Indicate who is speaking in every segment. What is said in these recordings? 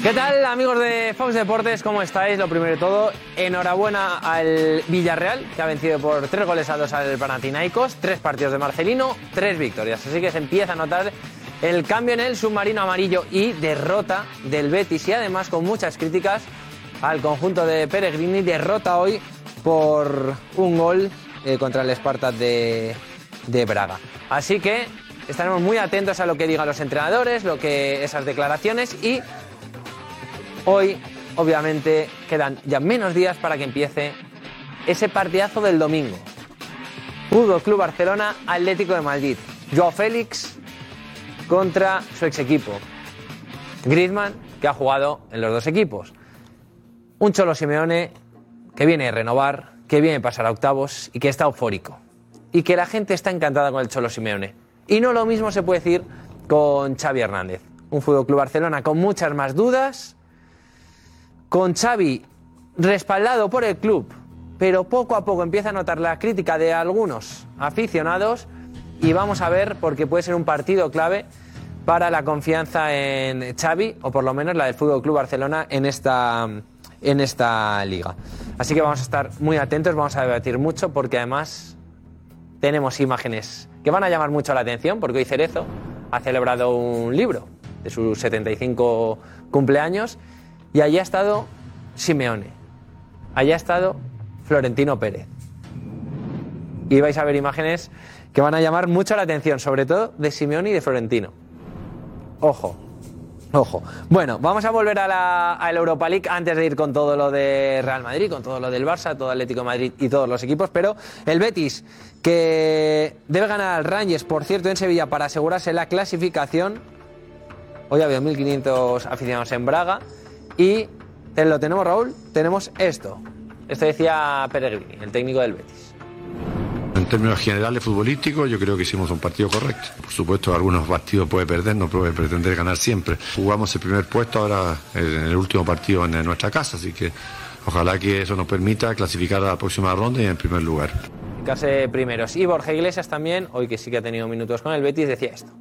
Speaker 1: ¿Qué tal amigos de Fox Deportes? ¿Cómo estáis? Lo primero de todo, enhorabuena al Villarreal, que ha vencido por tres goles a dos al Panathinaikos, tres partidos de Marcelino, tres victorias. Así que se empieza a notar el cambio en el submarino amarillo y derrota del Betis y además con muchas críticas al conjunto de Peregrini, derrota hoy por un gol eh, contra el Spartak de, de Braga. Así que estaremos muy atentos a lo que digan los entrenadores, lo que esas declaraciones y Hoy, obviamente, quedan ya menos días para que empiece ese partidazo del domingo. Fútbol Club Barcelona, Atlético de Madrid. Joao Félix contra su ex equipo. Griezmann, que ha jugado en los dos equipos. Un Cholo Simeone que viene a renovar, que viene a pasar a octavos y que está eufórico. Y que la gente está encantada con el Cholo Simeone. Y no lo mismo se puede decir con Xavi Hernández. Un Fútbol Club Barcelona con muchas más dudas, con Xavi respaldado por el club, pero poco a poco empieza a notar la crítica de algunos aficionados y vamos a ver porque puede ser un partido clave para la confianza en Xavi o por lo menos la del Fútbol Club Barcelona en esta en esta liga. Así que vamos a estar muy atentos, vamos a debatir mucho porque además tenemos imágenes que van a llamar mucho la atención porque hoy Cerezo ha celebrado un libro de sus 75 cumpleaños y allí ha estado Simeone. Allí ha estado Florentino Pérez. Y vais a ver imágenes que van a llamar mucho la atención, sobre todo de Simeone y de Florentino. Ojo, ojo. Bueno, vamos a volver a la, a la Europa League antes de ir con todo lo de Real Madrid, con todo lo del Barça, todo Atlético de Madrid y todos los equipos, pero el Betis, que debe ganar al Rangers, por cierto, en Sevilla para asegurarse la clasificación. Hoy ha habido 1.500 aficionados en Braga. Y te lo tenemos, Raúl, tenemos esto. Esto decía Peregrini, el técnico del Betis.
Speaker 2: En términos generales futbolísticos, yo creo que hicimos un partido correcto. Por supuesto, algunos partidos puede perder, no puede pretender ganar siempre. Jugamos el primer puesto ahora eh, en el último partido en nuestra casa, así que ojalá que eso nos permita clasificar a la próxima ronda y en primer lugar.
Speaker 1: Clase primeros. Y Borja Iglesias también, hoy que sí que ha tenido minutos con el Betis, decía esto.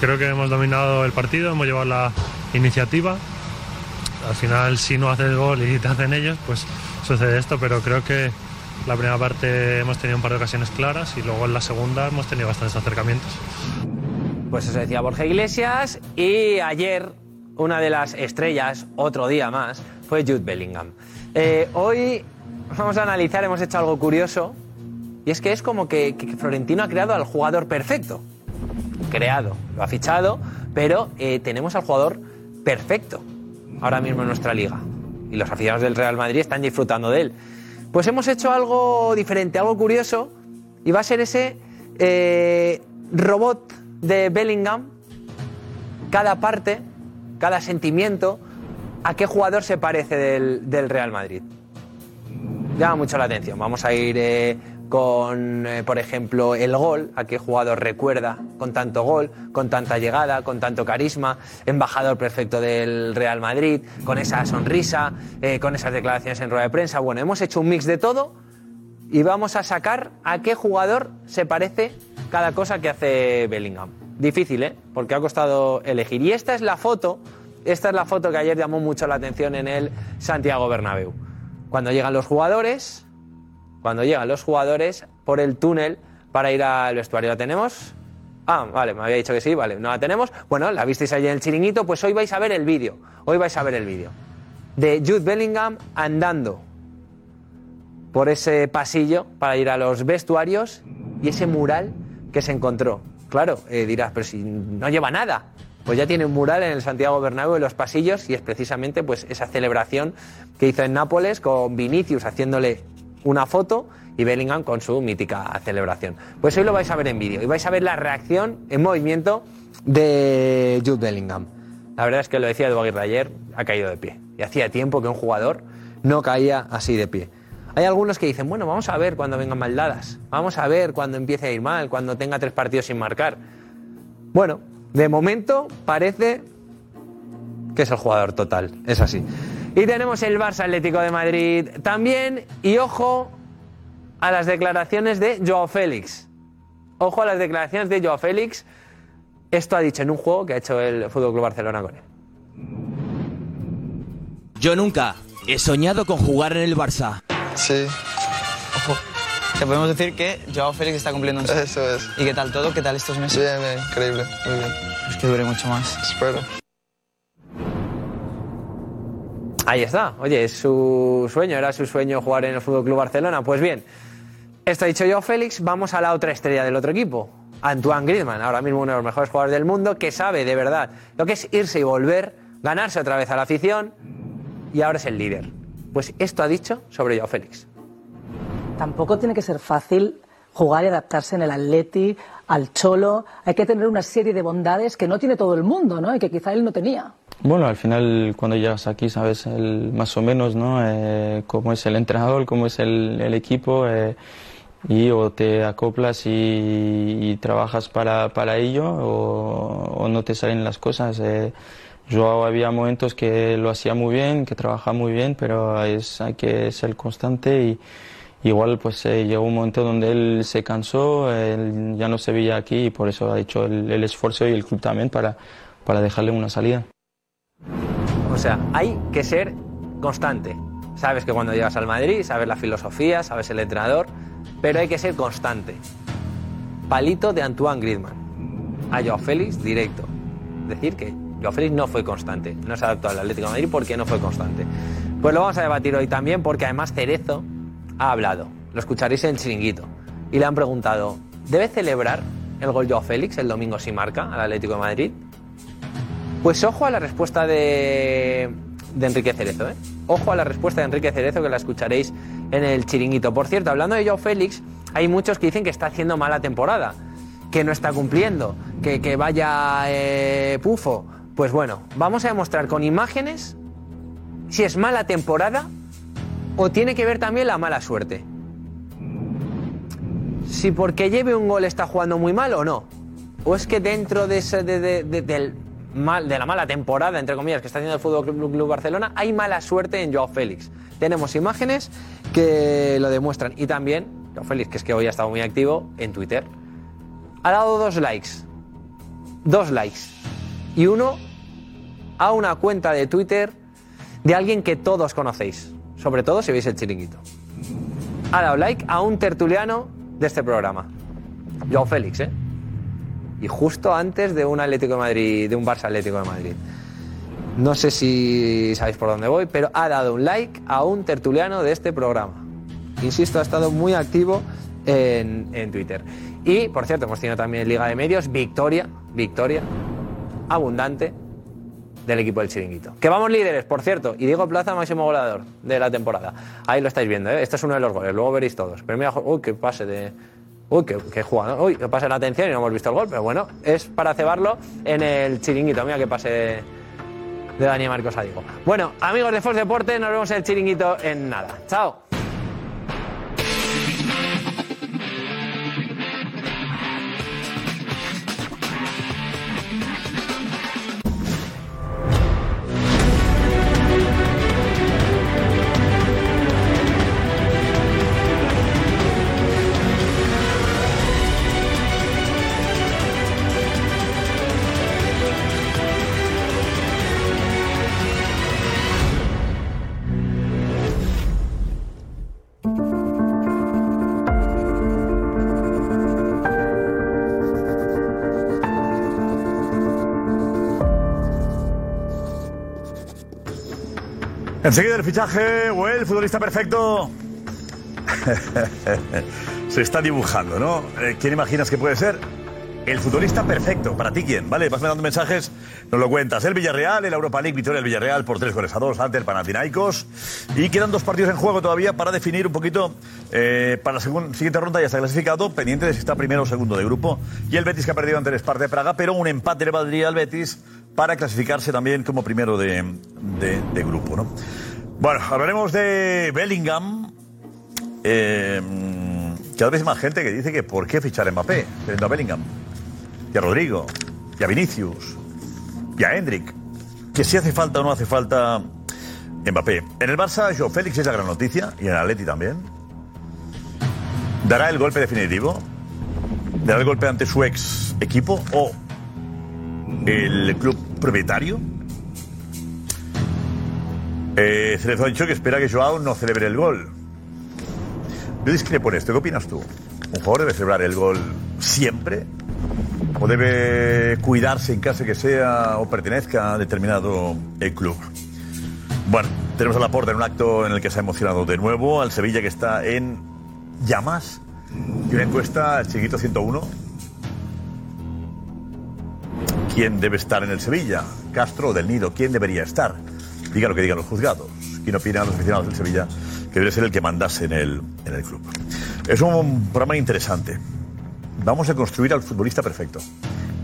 Speaker 3: Creo que hemos dominado el partido, hemos llevado la iniciativa. Al final, si no haces gol y te hacen ellos, pues sucede esto, pero creo que la primera parte hemos tenido un par de ocasiones claras y luego en la segunda hemos tenido bastantes acercamientos.
Speaker 1: Pues eso decía Borja Iglesias y ayer una de las estrellas, otro día más, fue Jude Bellingham. Eh, hoy vamos a analizar, hemos hecho algo curioso y es que es como que, que Florentino ha creado al jugador perfecto creado, lo ha fichado, pero eh, tenemos al jugador perfecto ahora mismo en nuestra liga. Y los aficionados del Real Madrid están disfrutando de él. Pues hemos hecho algo diferente, algo curioso, y va a ser ese eh, robot de Bellingham, cada parte, cada sentimiento, a qué jugador se parece del, del Real Madrid. Llama mucho la atención. Vamos a ir eh, con, eh, por ejemplo, el gol, a qué jugador recuerda con tanto gol, con tanta llegada, con tanto carisma, embajador perfecto del Real Madrid, con esa sonrisa, eh, con esas declaraciones en rueda de prensa. Bueno, hemos hecho un mix de todo y vamos a sacar a qué jugador se parece cada cosa que hace Bellingham. Difícil, ¿eh? Porque ha costado elegir. Y esta es la foto, esta es la foto que ayer llamó mucho la atención en el Santiago Bernabéu. Cuando llegan los jugadores, cuando llegan los jugadores por el túnel para ir al vestuario. ¿La tenemos? Ah, vale, me había dicho que sí, vale, no la tenemos. Bueno, la visteis allí en el chiringuito, pues hoy vais a ver el vídeo. Hoy vais a ver el vídeo de Jude Bellingham andando por ese pasillo para ir a los vestuarios y ese mural que se encontró. Claro, eh, dirás, pero si no lleva nada. Pues ya tiene un mural en el Santiago Bernabéu en los pasillos y es precisamente pues esa celebración que hizo en Nápoles con Vinicius haciéndole una foto y Bellingham con su mítica celebración. Pues hoy lo vais a ver en vídeo y vais a ver la reacción en movimiento de Jude Bellingham. La verdad es que lo decía Edu Aguirre ayer, ha caído de pie. Y hacía tiempo que un jugador no caía así de pie. Hay algunos que dicen, bueno, vamos a ver cuando vengan maldadas, vamos a ver cuando empiece a ir mal, cuando tenga tres partidos sin marcar. Bueno, de momento parece que es el jugador total, es así. Y tenemos el Barça Atlético de Madrid también, y ojo a las declaraciones de Joao Félix. Ojo a las declaraciones de Joao Félix. Esto ha dicho en un juego que ha hecho el FC Barcelona con él.
Speaker 4: Yo nunca he soñado con jugar en el Barça.
Speaker 5: Sí. Ojo.
Speaker 6: Te podemos decir que Joao Félix está cumpliendo un sueño.
Speaker 5: Eso es.
Speaker 6: ¿Y qué tal todo? ¿Qué tal estos meses?
Speaker 5: Bien, bien, increíble. Muy bien.
Speaker 6: Es que dure mucho más.
Speaker 5: Espero.
Speaker 1: Ahí está. Oye, es su sueño, era su sueño jugar en el Fútbol Club Barcelona. Pues bien, esto ha dicho yo, Félix. Vamos a la otra estrella del otro equipo, Antoine Griezmann, ahora mismo uno de los mejores jugadores del mundo, que sabe de verdad lo que es irse y volver, ganarse otra vez a la afición y ahora es el líder. Pues esto ha dicho sobre Joao Félix.
Speaker 7: Tampoco tiene que ser fácil jugar y adaptarse en el Atleti, al Cholo. Hay que tener una serie de bondades que no tiene todo el mundo, ¿no? Y que quizá él no tenía.
Speaker 6: Bueno, al final cuando llegas aquí sabes el- más o menos ¿no? Eh, cómo es el entrenador, cómo es el, el equipo eh, y o te acoplas y, y trabajas para, para ello o, o no te salen las cosas. eh. yo había momentos que lo hacía muy bien, que trabajaba muy bien, pero es, hay que ser constante y igual pues eh, llegó un momento donde él se cansó, él ya no se veía aquí y por eso ha hecho el, el esfuerzo y el club también para, para dejarle una salida.
Speaker 1: O sea, hay que ser constante. Sabes que cuando llegas al Madrid, sabes la filosofía, sabes el entrenador, pero hay que ser constante. Palito de Antoine Griezmann. A Joao Félix directo. Decir que Joao Félix no fue constante. No se adaptó al Atlético de Madrid porque no fue constante. Pues lo vamos a debatir hoy también porque además Cerezo ha hablado. Lo escucharéis en el chiringuito. Y le han preguntado, ¿debe celebrar el gol Joao Félix el domingo si marca al Atlético de Madrid? Pues ojo a la respuesta de, de Enrique Cerezo, ¿eh? Ojo a la respuesta de Enrique Cerezo que la escucharéis en el chiringuito. Por cierto, hablando de Joao Félix, hay muchos que dicen que está haciendo mala temporada, que no está cumpliendo, que, que vaya eh, pufo. Pues bueno, vamos a demostrar con imágenes si es mala temporada o tiene que ver también la mala suerte. Si porque lleve un gol está jugando muy mal o no. O es que dentro de, ese- de- de- de- del mal, de la mala temporada, entre comillas, que está haciendo el Fútbol Club, Club Barcelona, hay mala suerte en Joao Félix. Tenemos imágenes que lo demuestran. Y también, Joao Félix, que es que hoy ha estado muy activo en Twitter, ha dado dos likes. Dos likes. Y uno a una cuenta de Twitter de alguien que todos conocéis. Sobre todo si veis el chiringuito. Ha dado like a un tertuliano de este programa. Joao Félix, ¿eh? y justo antes de un Atlético de Madrid, de un Barça Atlético de Madrid. No sé si sabéis por dónde voy, pero ha dado un like a un tertuliano de este programa. Insisto, ha estado muy activo en, en Twitter. Y, por cierto, hemos tenido también Liga de Medios, victoria, victoria abundante del equipo del Chiringuito. Que vamos líderes, por cierto, y Diego Plaza, máximo goleador de la temporada. Ahí lo estáis viendo, ¿eh? Este es uno de los goles, luego veréis todos. Pero mira, jo- uy, qué pase de... Uy, qué, qué jugada, ¿no? uy, que pase la atención y no hemos visto el gol, pero bueno, es para cebarlo en el Chiringuito. Mira que pase de, de Dani Marcos a Diego. Bueno, amigos de Fox Deporte, nos vemos en el Chiringuito en nada. ¡Chao!
Speaker 8: Enseguida el fichaje, o el futbolista perfecto. Se está dibujando, ¿no? Eh, ¿Quién imaginas que puede ser? El futbolista perfecto, ¿para ti quién? ¿Vale? Vas mandando mensajes, nos lo cuentas. El Villarreal, el Europa League, victoria del Villarreal por tres goles a dos ante el Panathinaikos. Y quedan dos partidos en juego todavía para definir un poquito eh, para la segun- siguiente ronda. Ya está clasificado, pendiente de si está primero o segundo de grupo. Y el Betis que ha perdido ante el Sparta de Praga, pero un empate le valdría al Betis para clasificarse también como primero de, de- de grupo. ¿no? Bueno, hablaremos de Bellingham. Eh, cada vez hay más gente que dice que por qué fichar a Mbappé, teniendo a Bellingham, y a Rodrigo, y a Vinicius, y a Hendrik. Que si hace falta o no hace falta Mbappé. En el Barça, Joe Félix es la gran noticia, y en el Atleti también. ¿Dará el golpe definitivo? ¿Dará el golpe ante su ex equipo o el club propietario? Eh, se les ha dicho que espera que Joao no celebre el gol. Yo discrepo en esto. ¿Qué opinas tú? ¿Un jugador debe celebrar el gol siempre? ¿O debe cuidarse en caso que sea o pertenezca a determinado eh, club? Bueno, tenemos a Laporta en un acto en el que se ha emocionado de nuevo, al Sevilla que está en llamas y una encuesta al Chiquito 101. ¿Quién debe estar en el Sevilla? ¿Castro o Del Nido? ¿Quién debería estar? Diga lo que digan los juzgados. ¿Quién opinan los aficionados del Sevilla que debe ser el que mandase en el, en el club? Es un programa interesante. Vamos a construir al futbolista perfecto.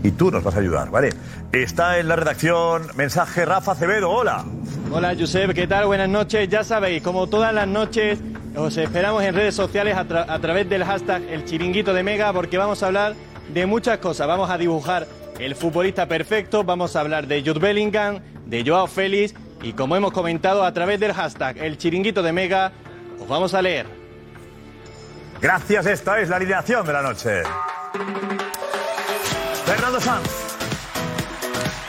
Speaker 8: Y tú nos vas a ayudar, ¿vale? Está en la redacción mensaje Rafa Acevedo. Hola.
Speaker 9: Hola, Josep, ¿qué tal? Buenas noches. Ya sabéis, como todas las noches, os esperamos en redes sociales a, tra- a través del hashtag El Chiringuito de Mega, porque vamos a hablar de muchas cosas. Vamos a dibujar el futbolista perfecto, vamos a hablar de Jude Bellingham, de Joao Félix, y como hemos comentado, a través del hashtag El Chiringuito de Mega, os vamos a leer.
Speaker 8: Gracias, esta es la alineación de la noche. Fernando Sanz.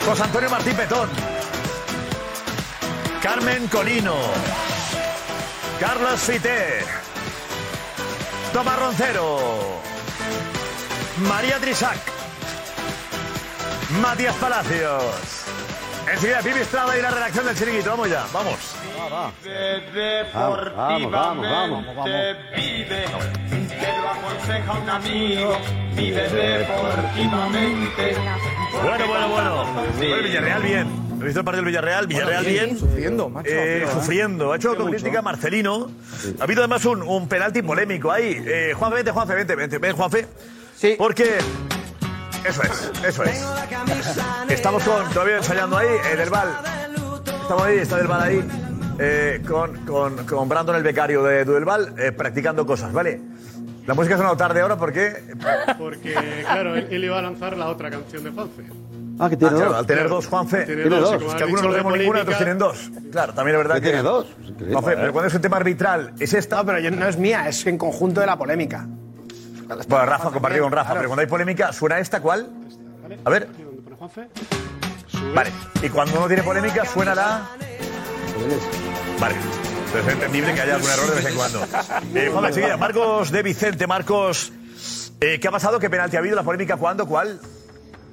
Speaker 8: José Antonio Martín Petón. Carmen Colino. Carlos Fité. Tomás Roncero. María Trisac. Matías Palacios. Enseguida Pipi Estrada y la redacción del chiringuito. Vamos ya, vamos.
Speaker 10: Vamos, vamos, vamos, vamos, vamos.
Speaker 11: Vive, te lo aconseja un amigo, vive deportivamente.
Speaker 8: Bueno, bueno, bueno. Bueno, el Villarreal bien. He visto el partido del Villarreal, Villarreal
Speaker 12: bien,
Speaker 8: bien.
Speaker 12: sufriendo, ¿eh? macho,
Speaker 8: Eh,
Speaker 12: pero, ¿eh?
Speaker 8: sufriendo. Ha hecho autocrítica Marcelino. Ha habido además un, un penalti polémico ahí. Eh, Juanfe, vente, Juanfe, vente, vente. Ven, Juanfe. Sí. Porque... Eso es, eso es. Estamos con, todavía ensayando ahí, eh, Del Val. Estamos ahí, está Del Val ahí. eh, con, con, con Brandon, el becario de, Del Val, eh, practicando cosas, ¿vale? La música ha sonado tarde ahora porque...
Speaker 13: Porque, claro, él, él iba a lanzar la otra canción de Juanfe.
Speaker 8: Ah, que
Speaker 13: tiene dos.
Speaker 8: Al tener dos, Juanfe.
Speaker 13: Tiene Tiene dos, dos. y como
Speaker 8: Es
Speaker 13: has
Speaker 8: que algunos no
Speaker 13: dicho,
Speaker 8: tenemos
Speaker 13: la
Speaker 8: ninguna, otros
Speaker 13: polémica-
Speaker 8: tienen dos. Claro, también es verdad que.
Speaker 13: Que tiene
Speaker 8: dos. Juanfe, pero cuando es un tema arbitral, ¿es esta?
Speaker 12: No, pero yo- no es mía, es en conjunto de la polémica.
Speaker 8: Bueno, Rafa, compartido con Rafa, pero cuando hay polémica, ¿suena esta cuál? A ver. Vale. Y cuando no tiene polémica, suena la. Vale. Pero es entendible que haya algún error de vez en cuando. Eh, Juanfe, enseguida, Marcos de Vicente, Marcos. eh, ¿Qué ha pasado? ¿Qué penalti ha habido? ¿La polémica cuándo? ¿Cuál?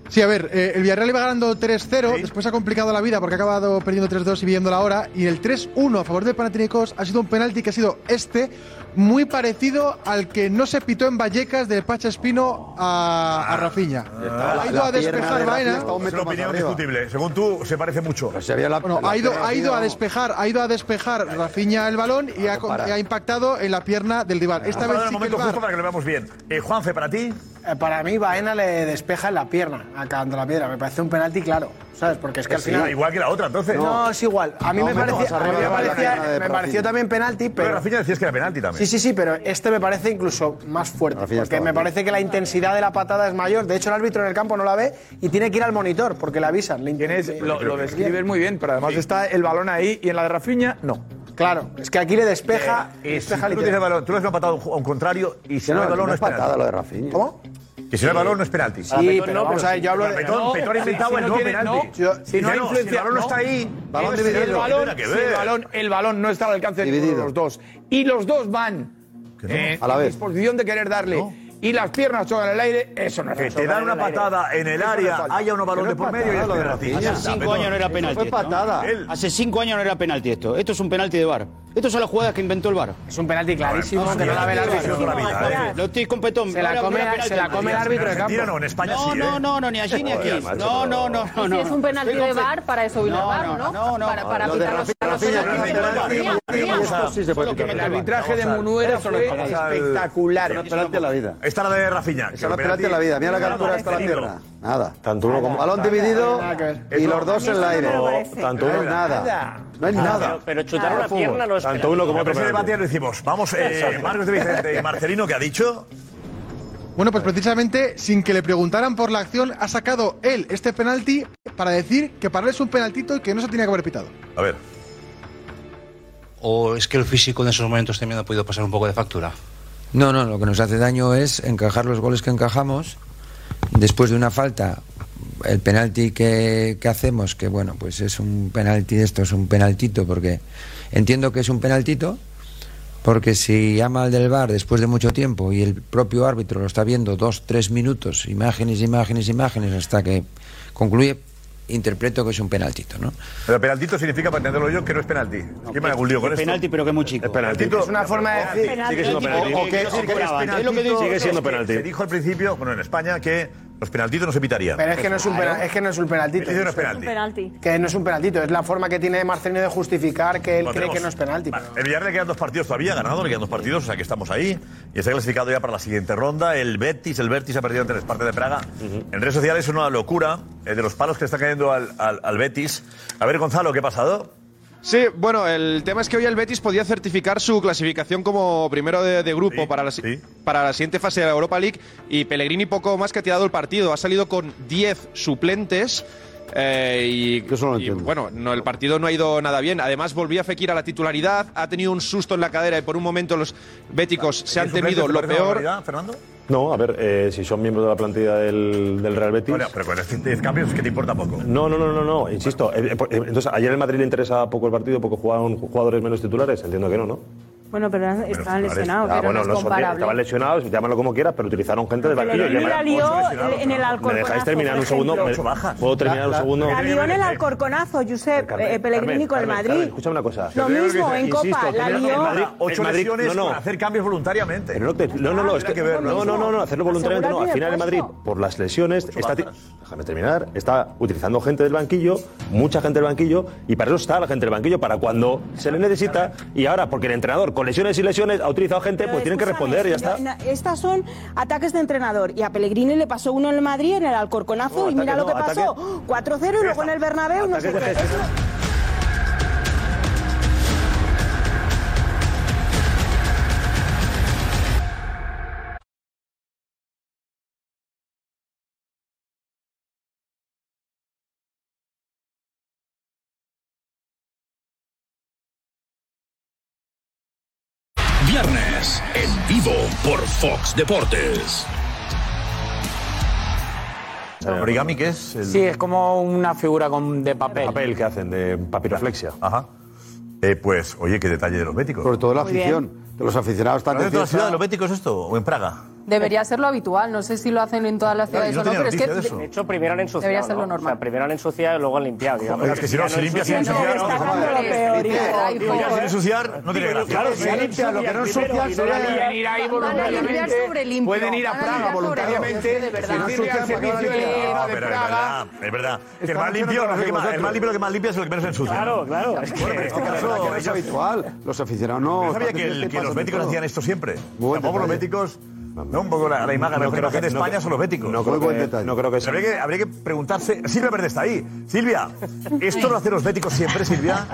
Speaker 14: Sí, a ver, eh, el Villarreal iba ganando 3-0, después ha complicado la vida porque ha acabado perdiendo 3-2 y viendo la hora. Y el 3-1 a favor del Panathinaikos ha sido un penalti que ha sido este, muy parecido al que no se pitó en Vallecas del Pacha Espino a,
Speaker 8: Ah.
Speaker 14: a Rafinha. Ha ido a despejar vaina.
Speaker 8: Es una opinión discutible. Según tú, se parece mucho.
Speaker 14: Bueno, ha ido, ha ido a despejar, ha ido a despejar Rafinha el balón y ha,
Speaker 8: para.
Speaker 14: y ha impactado en la pierna del rival. Esta
Speaker 8: Vamos a
Speaker 14: vez
Speaker 8: dar un
Speaker 14: sí que el
Speaker 8: momento
Speaker 14: VAR-
Speaker 8: justo para que lo veamos bien. Eh, Juanfe, para ti.
Speaker 12: Eh, Para mí, Baena le despeja en la pierna, acabando la piedra. Me parece un penalti claro, ¿sabes? Porque es que al
Speaker 8: Sí,
Speaker 12: final.
Speaker 8: Igual que la otra, entonces.
Speaker 12: No, es igual. A mí
Speaker 8: No,
Speaker 12: me,
Speaker 8: me
Speaker 12: parecía,
Speaker 8: cojas arriba
Speaker 12: a mí me
Speaker 8: de la
Speaker 12: parecía-
Speaker 8: cadena de
Speaker 12: me
Speaker 8: Rafinha.
Speaker 12: pareció también penalti, pero.
Speaker 8: Pero Rafinha decías que era penalti también.
Speaker 12: Sí, sí, sí, pero este me parece incluso más fuerte. porque me parece que la intensidad de la patada es mayor. De hecho, el árbitro en el campo no la ve y tiene que ir al monitor porque le avisan. Le
Speaker 15: Lo, lo describes muy bien, pero además está el balón ahí y en la de Rafinha, no.
Speaker 12: Claro, es que aquí le despeja.
Speaker 8: Eh, si tú
Speaker 12: despeja
Speaker 8: no tienes el
Speaker 12: literal.
Speaker 8: balón, tú le has una patada a un ju- a un contrario y si
Speaker 12: Que
Speaker 8: no
Speaker 12: no,
Speaker 8: hay balón
Speaker 12: que
Speaker 8: no
Speaker 12: no
Speaker 8: es
Speaker 12: es
Speaker 8: penalti.
Speaker 12: patada lo de
Speaker 8: Rafinha. ¿Cómo? Que si no hay
Speaker 12: Sí.
Speaker 8: balón no es penalti.
Speaker 12: Sí, Para Petón pero no, vamos pero a ver, sí. yo hablo de-
Speaker 8: Petón,
Speaker 12: No,
Speaker 8: Petón ha
Speaker 12: si-
Speaker 8: inventado
Speaker 12: si
Speaker 8: el
Speaker 12: no
Speaker 8: no
Speaker 12: tiene-
Speaker 8: penalti.
Speaker 12: no, yo-
Speaker 15: Si no, hay influencia,
Speaker 8: el balón no está ahí.
Speaker 15: el, si el balón, si el balón, el balón no está al alcance de ninguno de los dos y los dos van eh,
Speaker 8: A la
Speaker 15: en
Speaker 8: vez.
Speaker 15: disposición de querer darle y las piernas chocan el aire, eso no es
Speaker 8: Que
Speaker 15: falta.
Speaker 8: te dan una patada en el
Speaker 15: Eso no es
Speaker 8: área,
Speaker 15: falta.
Speaker 8: haya un balón
Speaker 15: Que
Speaker 8: de
Speaker 15: no
Speaker 8: por
Speaker 15: es
Speaker 8: medio y
Speaker 15: patada,
Speaker 8: es
Speaker 15: lo de
Speaker 8: penalti.
Speaker 15: Rafinha.
Speaker 8: Ya
Speaker 16: Hace
Speaker 8: está,
Speaker 16: cinco
Speaker 8: Petón.
Speaker 16: años no era penalti.
Speaker 8: Fue
Speaker 16: esto, ¿no?
Speaker 8: patada. Él.
Speaker 16: Hace cinco años no era penalti esto. Esto es un penalti de bar. Estas son las jugadas que inventó el bar.
Speaker 12: Es un penalti clarísimo
Speaker 8: que no la ve el árbitro.
Speaker 16: Lo estoy con Petón.
Speaker 12: Se la
Speaker 16: Ahora
Speaker 12: come-
Speaker 16: era penalti.
Speaker 12: se la come el árbitro de campo.
Speaker 8: Argentina no, en España
Speaker 16: no,
Speaker 8: sí,
Speaker 16: No,
Speaker 8: ¿eh?
Speaker 16: no, no, ni allí ni aquí.
Speaker 8: Joder, macho,
Speaker 16: No, no, no, no.
Speaker 17: Y si es un penalti
Speaker 16: Estoy
Speaker 17: de
Speaker 16: con-
Speaker 17: bar, para eso vino
Speaker 16: No,
Speaker 17: el bar,
Speaker 16: no,
Speaker 17: ¿no?
Speaker 16: no, no.
Speaker 17: Para, para
Speaker 16: Lo de
Speaker 17: pitar los
Speaker 16: Rafinha,
Speaker 17: palos en la
Speaker 16: Rafinha,
Speaker 17: pierna.
Speaker 16: Rafinha,
Speaker 17: Día,
Speaker 16: Rafinha,
Speaker 17: día.
Speaker 16: Rafinha.
Speaker 15: El arbitraje de
Speaker 16: Vamos a-
Speaker 15: Munuera
Speaker 16: Eso no
Speaker 15: fue
Speaker 16: es penalti.
Speaker 15: espectacular.
Speaker 16: Una penalti a la vida.
Speaker 8: Esta la de Rafinha.
Speaker 13: Esa la penalti de la vida. Mira la captura hasta la pierna. Nada. Tanto uno como. Balón dividido y los dos en el aire.
Speaker 8: Tanto
Speaker 13: uno. Nada. No es nada.
Speaker 8: Pero
Speaker 13: chutar una pierna no es
Speaker 8: Tanto
Speaker 13: penalti.
Speaker 8: uno como
Speaker 13: Pero
Speaker 8: otro.
Speaker 13: ese
Speaker 8: Ese
Speaker 13: debate
Speaker 8: debate lo hicimos. Vamos, eh, Marcos de Vicente y Marcelino, ¿qué ha dicho?
Speaker 14: Bueno, pues precisamente sin que le preguntaran por la acción, ha sacado él este penalti para decir que para él es un penaltito y que no se tenía que haber pitado.
Speaker 8: A ver.
Speaker 7: ¿O es que el físico en esos momentos también ha podido pasar un poco de factura?
Speaker 6: No, no, lo que nos hace daño es encajar los goles que encajamos después de una falta. El penalti que, que hacemos, que bueno, pues es un penalti, esto es un penaltito, porque entiendo que es un penaltito, porque si llama al del bar después de mucho tiempo y el propio árbitro lo está viendo dos, tres minutos, imágenes, imágenes, imágenes, hasta que concluye, interpreto que es un penaltito, ¿no?
Speaker 8: Pero penaltito significa, para entenderlo yo, que no es penalti. ¿Quién me ha algún lío con
Speaker 18: Es
Speaker 8: esto?
Speaker 18: penalti,
Speaker 8: pero que es muy chico. Penaltito.
Speaker 18: Es una forma de decir-
Speaker 8: Sigue siendo penalti.
Speaker 18: O que- o que- es lo que dice.
Speaker 8: Sigue siendo penalti. Se dijo al principio, bueno, en España, que los penaltitos no se pitarían.
Speaker 12: Pero es que no es un,
Speaker 8: Claro.
Speaker 12: pena- es que no es un penaltito.
Speaker 8: Penalti no es penalti.
Speaker 12: Que no es un penaltito, es la forma que tiene Marcelino de justificar que él
Speaker 8: Bueno,
Speaker 12: cree
Speaker 8: tenemos-
Speaker 12: que no es penalti.
Speaker 8: El Villarreal le quedan dos partidos todavía, ha ganado, le quedan dos partidos, o sea que estamos ahí. Y está clasificado ya para la siguiente ronda. El Betis, el Betis ha perdido ante el Sparta de Praga. En redes sociales es una locura eh, de los palos que le están cayendo al, al- al Betis. A ver, Gonzalo, ¿qué ha pasado?
Speaker 19: Sí, bueno, el tema es que hoy el Betis podía certificar su clasificación como primero de, de grupo para, la, si- para la siguiente fase de la Europa League y Pellegrini poco más que ha tirado el partido. Ha salido con 10 suplentes. eh, y, y, bueno, no, el partido no ha ido nada bien. Además, volvía Fekir a la titularidad, ha tenido un susto en la cadera y por un momento los béticos se han temido lo peor.
Speaker 8: Fernando?
Speaker 11: No, a ver, eh, si son miembros de la plantilla del, del Real Betis.
Speaker 8: Bueno, pero con estos 10 cambios, ¿qué te importa poco?
Speaker 11: No, no, no, no, no, insisto. eh, eh, por- eh, Entonces, ayer el Madrid le interesaba poco el partido, poco jugaban jugadores menos titulares. Entiendo que no, ¿no?
Speaker 20: Bueno, pero estaban
Speaker 11: Vale.
Speaker 20: lesionados,
Speaker 11: Ah,
Speaker 20: pero
Speaker 11: bueno,
Speaker 20: no es
Speaker 11: no son-
Speaker 20: comparable.
Speaker 11: estaban lesionados, llámalo como quieras, pero utilizaron gente del banquillo.
Speaker 20: Pellegrini la
Speaker 11: Llama-
Speaker 20: lió en el
Speaker 11: ¿Me
Speaker 20: Alcorconazo.
Speaker 11: dejáis terminar
Speaker 20: por
Speaker 11: un segundo?
Speaker 20: ejemplo.
Speaker 11: ¿Me- ¿Puedo terminar un segundo?
Speaker 20: La lió en el Alcorconazo, Josep
Speaker 11: Carmen,
Speaker 20: eh, Pellegrini
Speaker 11: Carmen,
Speaker 20: con el
Speaker 11: Carmen,
Speaker 20: Madrid.
Speaker 11: Carmen, escúchame una cosa.
Speaker 20: Lo mismo, en
Speaker 11: Insisto,
Speaker 20: Copa, la
Speaker 11: primero, el
Speaker 20: lió.
Speaker 11: Madrid-
Speaker 8: Ocho
Speaker 11: el Madrid-
Speaker 8: lesiones
Speaker 11: no, no.
Speaker 8: por hacer cambios voluntariamente.
Speaker 11: Pero no, te- no, no, no, es
Speaker 8: Habrá
Speaker 11: que,
Speaker 8: que verlo.
Speaker 11: no, no, no, no, hacerlo voluntariamente no. Al
Speaker 8: Asegurarte
Speaker 11: final el
Speaker 8: de
Speaker 11: Madrid, por las lesiones, está, ti- déjame terminar, está utilizando gente del banquillo, mucha gente del banquillo, y para eso está la gente del banquillo, para cuando se le necesita. Y ahora, porque el entrenador con lesiones y lesiones ha utilizado gente, pues tienen que responder, ya está.
Speaker 20: Yo- na- Estas son ataques de entrenador. Y a Pellegrini le pasó uno en el Madrid, en el Alcorconazo,
Speaker 11: No,
Speaker 20: y mira
Speaker 11: ataque
Speaker 20: lo que
Speaker 11: no,
Speaker 20: pasó.
Speaker 11: ataque-
Speaker 20: 4-0 y luego en el Bernabéu, no sé qué. Eso-
Speaker 21: Viernes en vivo por Fox Deportes.
Speaker 8: ¿Origami qué es?
Speaker 22: Sí, es como una figura con, de papel.
Speaker 8: papel que hacen de papiroflexia. Ajá. Eh, pues, oye, qué detalle de los béticos. Sobre todo
Speaker 13: la Muy afición.
Speaker 8: De los aficionados
Speaker 13: están de
Speaker 8: de la
Speaker 13: fiesta.
Speaker 8: ciudad de los béticos esto? ¿O en Praga?
Speaker 17: Debería ser lo habitual, no sé si lo hacen en todas las
Speaker 8: Claro, yo
Speaker 17: ciudades
Speaker 8: no
Speaker 17: o no,
Speaker 8: tenía
Speaker 17: pero es que
Speaker 8: noticia de eso.
Speaker 17: de-
Speaker 23: hecho, primero han ensuciado.
Speaker 17: Debería ser lo
Speaker 23: ¿no?
Speaker 17: normal.
Speaker 23: O sea, primero han ensuciado y luego han limpiado. digamos.
Speaker 8: Joder, es que si no, si limpias sin
Speaker 23: ensucian,
Speaker 8: ensuciar,
Speaker 23: no,
Speaker 8: no, joder.
Speaker 23: joder.
Speaker 8: Digo, digo, ya sin ensuciar, no tiene gracia.
Speaker 23: Claro, si han
Speaker 8: limpiado
Speaker 23: lo que no ensucian,
Speaker 8: se
Speaker 23: será-
Speaker 8: pueden ir ahí
Speaker 17: limpiar sobre limpio,
Speaker 8: Pueden ir a
Speaker 17: van a
Speaker 8: Praga
Speaker 17: limpiar sobre
Speaker 8: voluntariamente.
Speaker 17: limpio, de verdad.
Speaker 8: se
Speaker 17: No
Speaker 8: tienen
Speaker 17: ensucian
Speaker 8: al servicio
Speaker 17: para que
Speaker 8: de
Speaker 17: no
Speaker 8: la
Speaker 17: limpien.
Speaker 8: de
Speaker 17: Pero es
Speaker 8: Praga. Es verdad. Que El más limpio no es el que más- el más limpio, el que más limpia es el que menos ensucia.
Speaker 23: Claro, claro.
Speaker 8: Bueno, pero en este
Speaker 13: Claro,
Speaker 8: caso,
Speaker 13: que no es
Speaker 8: ellos-
Speaker 13: habitual. Los aficionados no.
Speaker 8: Yo sabía
Speaker 13: están de
Speaker 8: que, el-
Speaker 13: fiesta y
Speaker 8: que los
Speaker 13: pasan de
Speaker 8: béticos
Speaker 13: todo.
Speaker 8: hacían esto siempre. Tampoco los
Speaker 13: detalle.
Speaker 8: béticos. No, un poco la, la imagen
Speaker 13: No
Speaker 8: la
Speaker 13: creo
Speaker 8: gente de
Speaker 13: que- no
Speaker 8: España
Speaker 13: creo-
Speaker 8: son los béticos.
Speaker 13: no creo Muy que- buen detalle.
Speaker 8: No creo que habría, que habría que preguntarse. Silvia Verde está ahí. Silvia, ¿esto lo hacen los béticos siempre, Silvia?